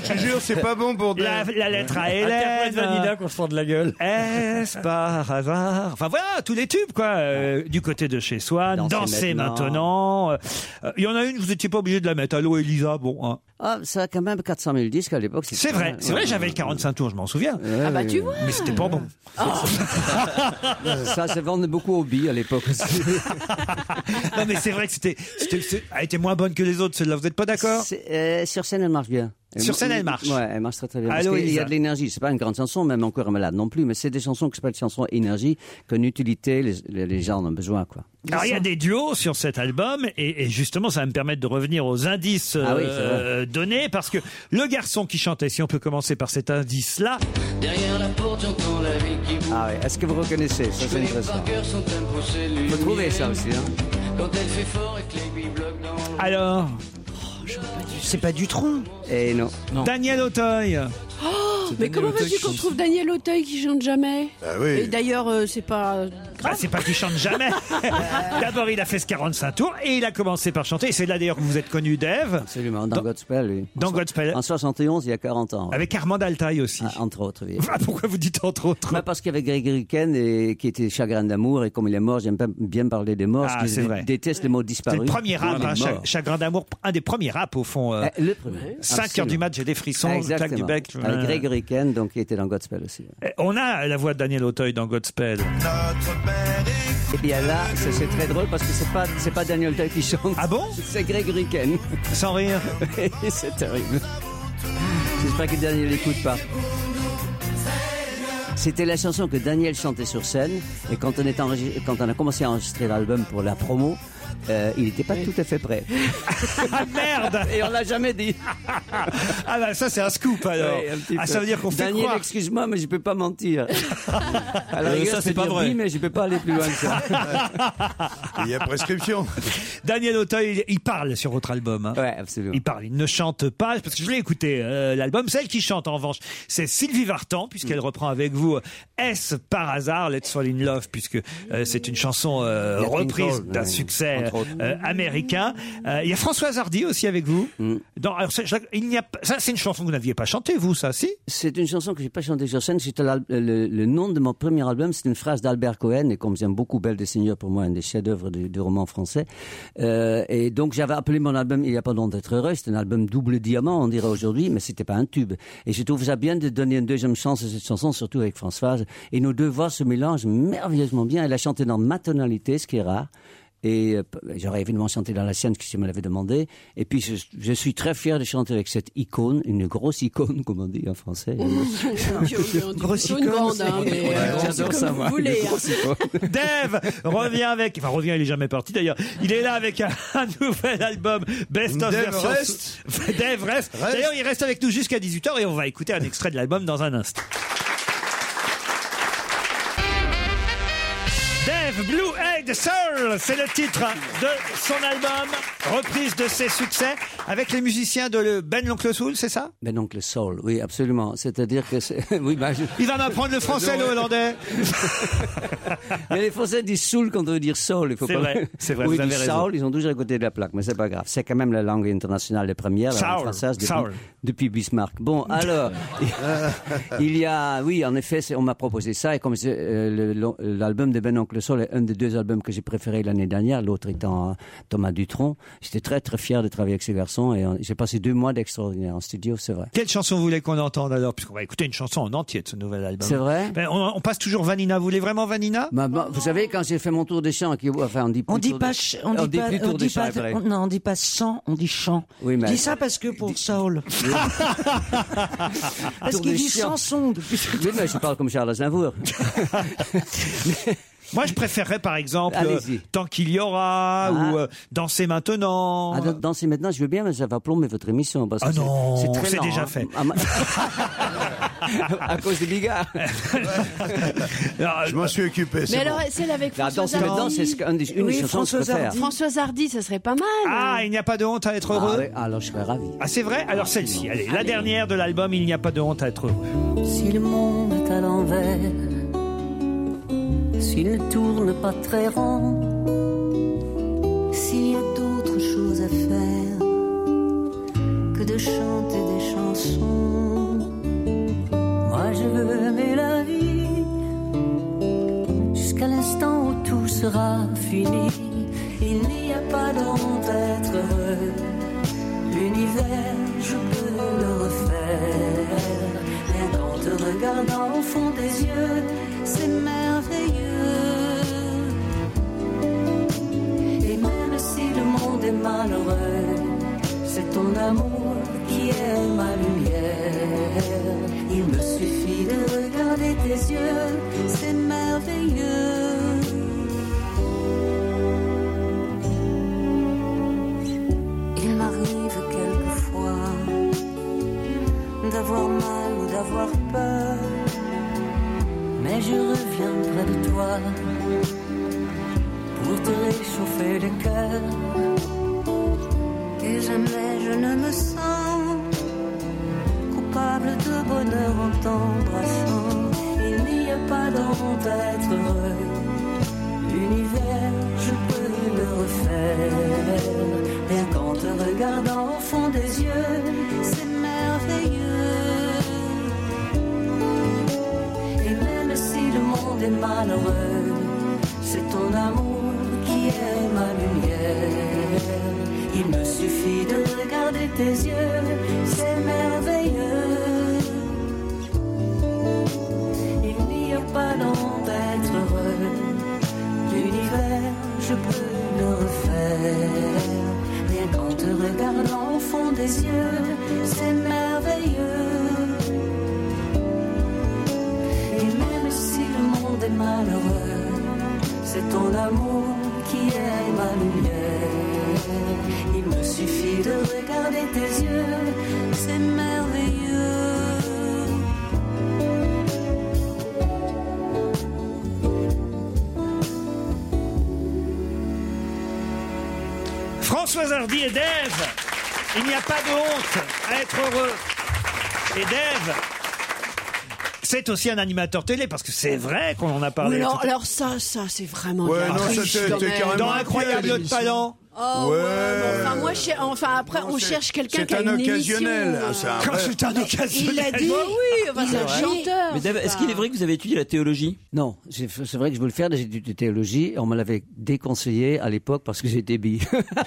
Speaker 2: je te jure, c'est pas bon pour
Speaker 3: La,
Speaker 2: Dave.
Speaker 3: la lettre à Hélène.
Speaker 8: Interprète Vanina qu'on se fend de la gueule.
Speaker 3: Est-ce par hasard Enfin voilà, tous les tubes quoi. Euh, du côté de chez Swan,
Speaker 7: Dansez
Speaker 3: danser maintenant.
Speaker 7: maintenant.
Speaker 3: Euh, euh, Il y en a une, vous n'étiez pas obligé de la mettre. Allô Elisa, bon. hein.
Speaker 7: Ah, ça a quand même 400 000 disques à l'époque.
Speaker 3: C'est vrai, c'est vrai, j'avais le 45 tours, je m'en souviens. Ah bah tu vois. Mais c'était pas bon.
Speaker 7: Oh. Euh, Ça se vendait beaucoup au billes à l'époque aussi.
Speaker 3: non mais c'est vrai que c'était, c'était, c'est- a été moins bonne que les autres. Celle-là, vous n'êtes pas d'accord
Speaker 7: C'est- euh, sur scène, elle marche bien.
Speaker 3: Sur scène, elle marche.
Speaker 7: Ouais, elle marche très très bien.
Speaker 3: Allô,
Speaker 7: parce qu'il y
Speaker 3: Elisa.
Speaker 7: a de l'énergie. C'est pas une grande chanson, même encore malade non plus, mais c'est des chansons qui s'appellent chansons énergie, qu'une utilité, les, les- les gens en ont besoin, quoi.
Speaker 3: Alors il y a des duos sur cet album et, et justement ça va me permettre de revenir aux indices
Speaker 7: Ah oui, c'est vrai.
Speaker 3: euh, donnés parce que le garçon qui chantait, si on peut commencer par cet indice là,
Speaker 7: Derrière la porte, j'entends la vie qui Ah ouais, est-ce que vous reconnaissez Ça, c'est intéressant. Vous trouvez ça aussi, hein
Speaker 13: Quand elle fait fort et que l'aiguille bloque dans
Speaker 3: alors
Speaker 7: Oh,
Speaker 9: C'est pas du tronc.
Speaker 7: Et Eh non.
Speaker 3: Daniel Auteuil.
Speaker 10: Oh, mais comment
Speaker 7: Auteuil
Speaker 10: vas-tu
Speaker 7: qui
Speaker 10: qu'on
Speaker 7: chante.
Speaker 10: trouve Daniel Auteuil qui chante jamais
Speaker 7: Bah oui.
Speaker 10: Et d'ailleurs, euh, c'est pas
Speaker 3: Bah, c'est pas qu'il chante jamais. D'abord, il a fait ce 45 tours et il a commencé par chanter. Et C'est là d'ailleurs que vous êtes connu, Dave.
Speaker 7: Absolument, dans, Godspell, lui.
Speaker 3: Dans
Speaker 7: En so-
Speaker 3: Godspell.
Speaker 7: En 71, il y a 40 ans. Ah,
Speaker 3: Avec Armand Altaï aussi.
Speaker 7: entre autres, oui.
Speaker 3: Pourquoi vous dites entre autres
Speaker 7: Bah, Parce qu'avec Grégory Ken, et, qui était chagrin d'amour, et comme il est mort, j'aime pas bien parler des morts.
Speaker 3: Ah,
Speaker 7: parce que
Speaker 3: c'est
Speaker 7: je
Speaker 3: vrai.
Speaker 7: déteste le mot
Speaker 3: C'est
Speaker 7: disparu.
Speaker 3: le premier rap,
Speaker 7: Il est
Speaker 3: hein,
Speaker 7: mort.
Speaker 3: Cha- Chagrin d'amour, un des premiers raps au fond. euh,
Speaker 7: Eh, le premier.
Speaker 3: 5 heures du match, j'ai des frissons, claque du
Speaker 7: Exactement.
Speaker 3: bec.
Speaker 7: Avec
Speaker 3: Euh,
Speaker 7: Grégory Ken, donc, qui était dans Godspell aussi.
Speaker 3: eh, On a la voix de Daniel Auteuil dans Godspell.
Speaker 7: Et bien là, ça, c'est très drôle parce que c'est pas, c'est pas Daniel Day qui chante.
Speaker 3: Ah bon
Speaker 7: C'est Grégory Ken.
Speaker 3: Sans rire.
Speaker 7: c'est terrible. J'espère que Daniel n'écoute pas. C'était la chanson que Daniel chantait sur scène. Et quand on, est enregistré- quand on a commencé à enregistrer l'album pour la promo, euh, il n'était pas tout à fait prêt.
Speaker 3: ah merde
Speaker 7: Et on l'a jamais dit.
Speaker 3: ah bah ça c'est un scoop alors.
Speaker 7: Oui, un petit
Speaker 3: ah
Speaker 7: peu.
Speaker 3: ça veut dire qu'on fait
Speaker 7: Daniel,
Speaker 3: croire.
Speaker 7: excuse-moi, mais je peux pas mentir. À la
Speaker 3: Euh,
Speaker 7: rigueur,
Speaker 3: ça,
Speaker 7: je
Speaker 3: c'est
Speaker 7: peux
Speaker 3: pas
Speaker 7: dire
Speaker 3: vrai.
Speaker 7: Oui, mais je peux pas aller plus loin que ça.
Speaker 3: Il y a prescription. Daniel Auteuil, il parle sur votre album. hein.
Speaker 7: Ouais, absolument.
Speaker 3: Il parle, il ne chante pas, parce que je l'ai écouté, euh, l'album. Celle qui chante, en revanche, c'est Sylvie Vartan, puisqu'elle
Speaker 7: Mm.
Speaker 3: reprend avec vous euh, Est-ce par hasard, Let's Fall in Love, puisque euh, c'est une chanson euh,
Speaker 7: Nat King
Speaker 3: reprise
Speaker 7: Cole,
Speaker 3: d'un
Speaker 7: ouais,
Speaker 3: succès
Speaker 7: entre autres.
Speaker 3: euh, américain. Euh, il y a Françoise Hardy aussi avec vous.
Speaker 7: Mm.
Speaker 3: Dans, alors, ça, je- il n'y a pas- ça, c'est une chanson que vous n'aviez pas chantée, vous, ça, si
Speaker 7: C'est une chanson que j'ai pas chantée sur scène. C'était l'al- le, le nom de mon premier album. C'est une phrase d'Albert Cohen. Et comme j'aime beaucoup Belle des Seigneurs, pour moi, un des chefs-d'œuvre du, du roman français. Euh, et donc, j'avais appelé mon album Il n'y a pas d'onde d'être heureux. C'est un album double diamant, on dirait aujourd'hui, mais c'était pas un tube. Et je trouve ça bien de donner une deuxième chance à cette chanson, surtout avec Françoise. Et nos deux voix se mélangent merveilleusement bien. Elle a chanté dans ma tonalité, ce qui est rare. Et euh, p- j'aurais évidemment chanté dans la scène que je me l'avais demandé. Et puis je, je suis très fier de chanter avec cette icône, une grosse icône, comme on dit en français.
Speaker 9: Grosse
Speaker 10: Une grande, hein, mais,
Speaker 7: Ouais,
Speaker 10: euh,
Speaker 7: j'adore
Speaker 10: c'est comme
Speaker 7: ça,
Speaker 10: vous
Speaker 7: moi.
Speaker 10: voulez, hein.
Speaker 3: Dave revient avec, enfin revient, il est jamais parti d'ailleurs. Il est là avec un, un nouvel album Best of
Speaker 2: Dave
Speaker 3: version-
Speaker 2: reste.
Speaker 3: Dave reste. D'ailleurs, il reste avec nous jusqu'à 18h et on va écouter un extrait de l'album dans un instant. Dave Blue Egg Soul, c'est le titre de son album, reprise de ses succès avec les musiciens de le Ben l'oncle Soul, c'est ça
Speaker 7: Mais donc le soul, oui, absolument. C'est-à-dire que c'est... Oui, bah, je-
Speaker 3: Il va m'apprendre le français, le hollandais.
Speaker 7: Mais les Français disent soul quand on veut dire soul. Il faut
Speaker 3: C'est
Speaker 7: pas...
Speaker 3: vrai, c'est vrai,
Speaker 7: Ou
Speaker 3: vous
Speaker 7: ils
Speaker 3: avez
Speaker 7: disent
Speaker 3: raison.
Speaker 7: soul, ils ont toujours à côté de la plaque, mais c'est pas grave. C'est quand même la langue internationale de première, la langue
Speaker 3: Soul,
Speaker 7: française depuis,
Speaker 3: soul.
Speaker 7: depuis Bismarck. Bon, alors,
Speaker 9: Euh.
Speaker 7: il y a, oui, en effet, c'est- on m'a proposé ça, et comme c'est, euh, le- le- l'album de Ben Oncle Soul est un des deux albums que j'ai préféré l'année dernière, l'autre étant euh, Thomas Dutronc, j'étais très très fier de travailler avec ces garçons, et euh, j'ai passé deux mois d'extraordinaire en studio, c'est vrai.
Speaker 3: Quelle chanson vous voulez qu'on entende alors Puisqu'on va écouter une chanson en entier de ce nouvel album.
Speaker 7: C'est vrai
Speaker 3: Ben, on, on passe toujours Vanina. Vous voulez vraiment Vanina
Speaker 7: Bah, bah, vous savez, quand j'ai fait mon tour des champs, qui- enfin, on dit plus
Speaker 9: On dit
Speaker 7: tour
Speaker 9: pas,
Speaker 7: des-
Speaker 9: ch- on dit pas,
Speaker 7: plus
Speaker 9: on
Speaker 7: tour des
Speaker 9: dit
Speaker 7: champs,
Speaker 9: pas,
Speaker 7: après.
Speaker 9: on- non, on dit pas chant, on dit chant.
Speaker 7: Oui, mais-
Speaker 9: Je dis ça parce que pour Saul. parce
Speaker 7: Ah, Tour
Speaker 9: qu'il
Speaker 7: des
Speaker 9: dit
Speaker 7: chiens.
Speaker 9: chanson depuis.
Speaker 7: Oui, mais je parle comme Charles Aznavour.
Speaker 3: Moi, je préférerais par exemple euh,
Speaker 7: Allez-y.
Speaker 3: Tant qu'il y aura ou euh, Danser maintenant.
Speaker 7: Ah, dan- danser maintenant, je veux bien, mais ça va plomber votre émission. Parce que
Speaker 3: Ah
Speaker 7: c'est-
Speaker 3: non,
Speaker 7: c'est très
Speaker 3: c'est
Speaker 7: lent,
Speaker 3: déjà
Speaker 7: hein.
Speaker 3: fait.
Speaker 7: Ah, ma- à cause des bigards.
Speaker 2: Je m'en suis occupé.
Speaker 10: Mais alors, celle avec
Speaker 7: La
Speaker 10: Françoise
Speaker 7: danse maintenant,
Speaker 10: Hardy.
Speaker 7: c'est ce qu'un des- une des chansons que je préfère.
Speaker 10: Françoise Hardy, ça serait pas mal.
Speaker 3: Ah, il n'y a pas de honte à être heureux.
Speaker 7: Ah, ouais, alors, je serais ravi.
Speaker 3: Ah, c'est vrai Alors celle-ci, allez, la dernière de l'album, Il n'y a pas de honte à être heureux.
Speaker 13: Si le monde est à l'envers, s'il ne tourne pas très rond, s'il y a d'autres choses à faire que de chanter des chansons, moi je veux aimer la vie jusqu'à l'instant où tout sera fini. Il n'y a pas d'honte à être heureux. L'univers, je peux le refaire. Rien qu'en te regardant au fond des yeux, c'est merveilleux. Et même si le monde est malheureux, c'est ton amour qui est ma lumière. Il me suffit de regarder tes yeux, c'est merveilleux. Il m'arrive quelquefois d'avoir mal ou d'avoir peur, mais je reviens près de toi pour te réchauffer le cœur. Et jamais je ne me sens coupable de bonheur en t'embrassant. Il n'y a pas de honte à être heureux. et tes yeux, c'est merveilleux. Il n'y a pas long d'être heureux. L'univers, je peux le refaire. Rien qu'en te regardant au fond des yeux, c'est merveilleux. Et même si le monde est malheureux, c'est ton amour qui est ma lumière. Il me suffit de regarder tes yeux, c'est merveilleux.
Speaker 3: Françoise Hardy et Dave, il n'y a pas de honte à être heureux. Et Dave, c'est aussi un animateur télé, parce que c'est vrai qu'on en a parlé.
Speaker 10: Oui,
Speaker 3: tout
Speaker 10: alors,
Speaker 3: à l'heure.
Speaker 10: alors ça, ça, c'est vraiment de
Speaker 3: Ouais,
Speaker 10: la
Speaker 3: non,
Speaker 7: Ah,
Speaker 3: ça,
Speaker 10: triche,
Speaker 3: c'était-
Speaker 10: quand
Speaker 3: c'était
Speaker 10: même.
Speaker 3: carrément Dans un Incroyable piège, l'émission. Talent.
Speaker 10: Oh,
Speaker 2: Ouais.
Speaker 10: ouais. mais enfin, moi, je cher- enfin, après, on cherche quelqu'un
Speaker 2: C'est
Speaker 10: qui a
Speaker 2: un
Speaker 10: une
Speaker 2: occasionnel.
Speaker 10: émission. euh.
Speaker 2: hein, c'est un
Speaker 3: Quand
Speaker 2: vrai-
Speaker 3: c'est un occasionnel.
Speaker 10: Il a dit,
Speaker 3: Bah
Speaker 10: oui, enfin,
Speaker 3: il
Speaker 10: c'est
Speaker 3: a
Speaker 10: un
Speaker 3: dit.
Speaker 10: chanteur.
Speaker 7: Ah, Mais Dave,
Speaker 10: c'est
Speaker 7: est-ce
Speaker 10: pas-
Speaker 7: qu'il est vrai que vous avez étudié la théologie Non, j'ai- c'est vrai que je veux le faire, des études de théologie. On me l'avait déconseillé à l'époque parce que j'étais bi.
Speaker 2: Ah,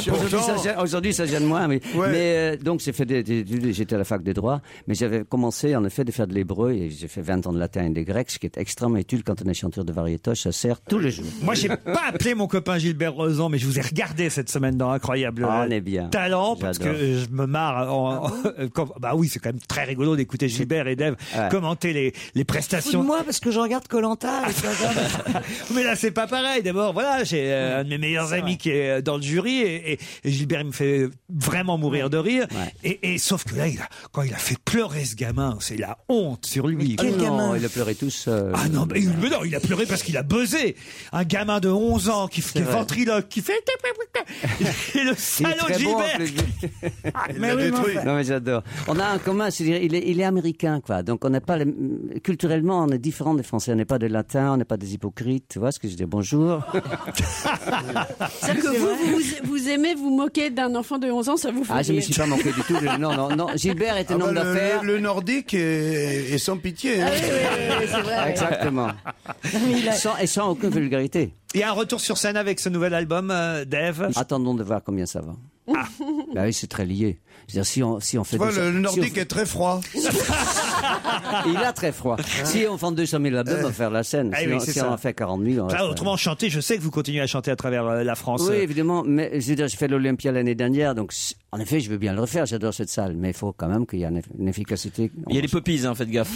Speaker 7: Aujourd'hui, ça
Speaker 2: pourtant-
Speaker 7: gêne- Aujourd'hui, ça gêne moins. Mais,
Speaker 2: Ouais.
Speaker 7: mais, euh, donc, j'ai fait des, des études, j'étais à la fac de droit, mais j'avais commencé en effet de faire de l'hébreu et j'ai fait 20 ans de latin et de grec, ce qui est extrêmement utile quand on est chanteur de variétés, ça sert tous les jours.
Speaker 3: Moi, j'ai pas appelé mon copain Gilbert Rozan, mais je vous ai regardé cette semaine dans Incroyable euh,
Speaker 7: Ah, on est bien.
Speaker 3: Talent, parce
Speaker 7: J'adore.
Speaker 3: que je me marre.
Speaker 7: Ah
Speaker 3: En... quand- Bah oui, c'est quand même très rigolo d'écouter Gilbert et Dave commenter les, les prestations.
Speaker 9: Fous de moi parce que je regarde Colanta.
Speaker 3: Mais là, c'est pas pareil. D'abord, voilà, j'ai euh, un de mes meilleurs amis qui est euh, dans le jury et, et- et Gilbert, il me fait vraiment mourir de rire. Et, et sauf que là, il a- quand il a fait pleurer ce gamin, c'est la honte sur lui.
Speaker 7: Ah non, il a pleuré tous. euh,
Speaker 3: Ah non, mais, il- mais non, il a pleuré parce qu'il a buzzé. Un gamin de 11 ans qui, fait
Speaker 7: vrai.
Speaker 3: ventriloque, qui fait. Et le salaud
Speaker 7: très beau, en
Speaker 3: Gilbert
Speaker 7: plus.
Speaker 3: Il l'a détruit.
Speaker 7: Non, Ah, mais j'adore. On a en commun, je dirais, il est, il est américain, quoi. Donc, on n'est pas, les- culturellement, on est différent des Français. On n'est pas des Latins, on n'est pas des hypocrites. Tu vois ce que je dis Bonjour.
Speaker 10: C'est-à-dire que vous, vous, vous- vous aimez vous moquer d'un enfant de 11 ans, ça vous fait
Speaker 7: Ah, je me
Speaker 10: rire.
Speaker 7: suis pas manqué du tout. de- Non, non, non. Gilbert est un
Speaker 2: Ah bah,
Speaker 7: homme
Speaker 2: le-
Speaker 7: d'affaires.
Speaker 2: Le, le nordique est, est sans pitié.
Speaker 10: Ah
Speaker 2: hein.
Speaker 7: Exactement. sans, et sans aucune vulgarité.
Speaker 3: Il y a un retour sur scène avec ce nouvel album, euh, Dave.
Speaker 7: Attendons de voir combien ça va. Bah oui, c'est très lié. Je veux dire, si on, si on fait.
Speaker 2: Tu vois,
Speaker 7: deux-
Speaker 2: le, le
Speaker 7: si on-
Speaker 2: nordique est très froid.
Speaker 7: Il a très froid. Si on vend 200 000 albums, on va faire la scène.
Speaker 3: Ah
Speaker 7: si
Speaker 3: oui,
Speaker 7: on,
Speaker 3: c'est
Speaker 7: si
Speaker 3: ça.
Speaker 7: on en fait 40 000, on
Speaker 3: Là,
Speaker 7: reste-
Speaker 3: Ah, autrement, chanter, je sais que vous continuez à chanter à travers euh, la France.
Speaker 7: Oui, évidemment. Mais je veux dire, j'ai fait l'Olympia l'année dernière, donc c- en effet, je veux bien le refaire. J'adore cette salle, mais il faut quand même qu'il y ait une eff- une efficacité.
Speaker 12: Il y a les poppies, hein, faites gaffe.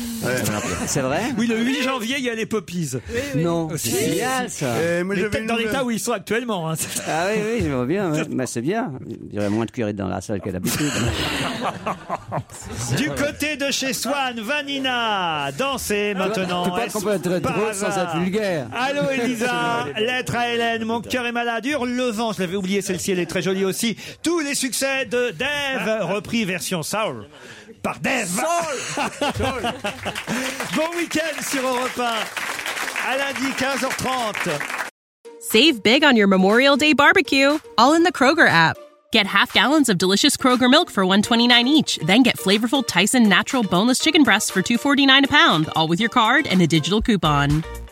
Speaker 7: C'est vrai
Speaker 3: Oui, le 8 janvier, il y a les Poppies.
Speaker 7: Non,
Speaker 3: Si,
Speaker 7: c'est
Speaker 3: si,
Speaker 7: génial
Speaker 3: si.
Speaker 7: ça.
Speaker 3: Mais peut-être dans l'état où ils sont actuellement. hein.
Speaker 7: Ah oui, oui, je vois bien. ouais. Mais c'est bien. Il y aurait moins de curés dans la salle qu'à l'habitude.
Speaker 3: Du côté de chez Swan, Vanina, dansez maintenant.
Speaker 7: Ah, Tu penses qu'on peut être
Speaker 3: Par
Speaker 7: drôle sans
Speaker 3: hasard.
Speaker 7: être vulgaire
Speaker 3: Allô Elisa, lettre à Hélène, mon cœur est malade, hurle le vent, je l'avais oublié celle-ci, elle est très jolie aussi. Tous les succès de Dave, repris version Soul, par Dave. bon week-end sur Europe 1, à lundi 15h30.
Speaker 18: Save big on your Memorial Day barbecue, all in the Kroger app. Get half gallons of delicious Kroger milk for 129 each, then get flavorful Tyson natural boneless chicken breasts for 249 a pound, all with your card and a digital coupon.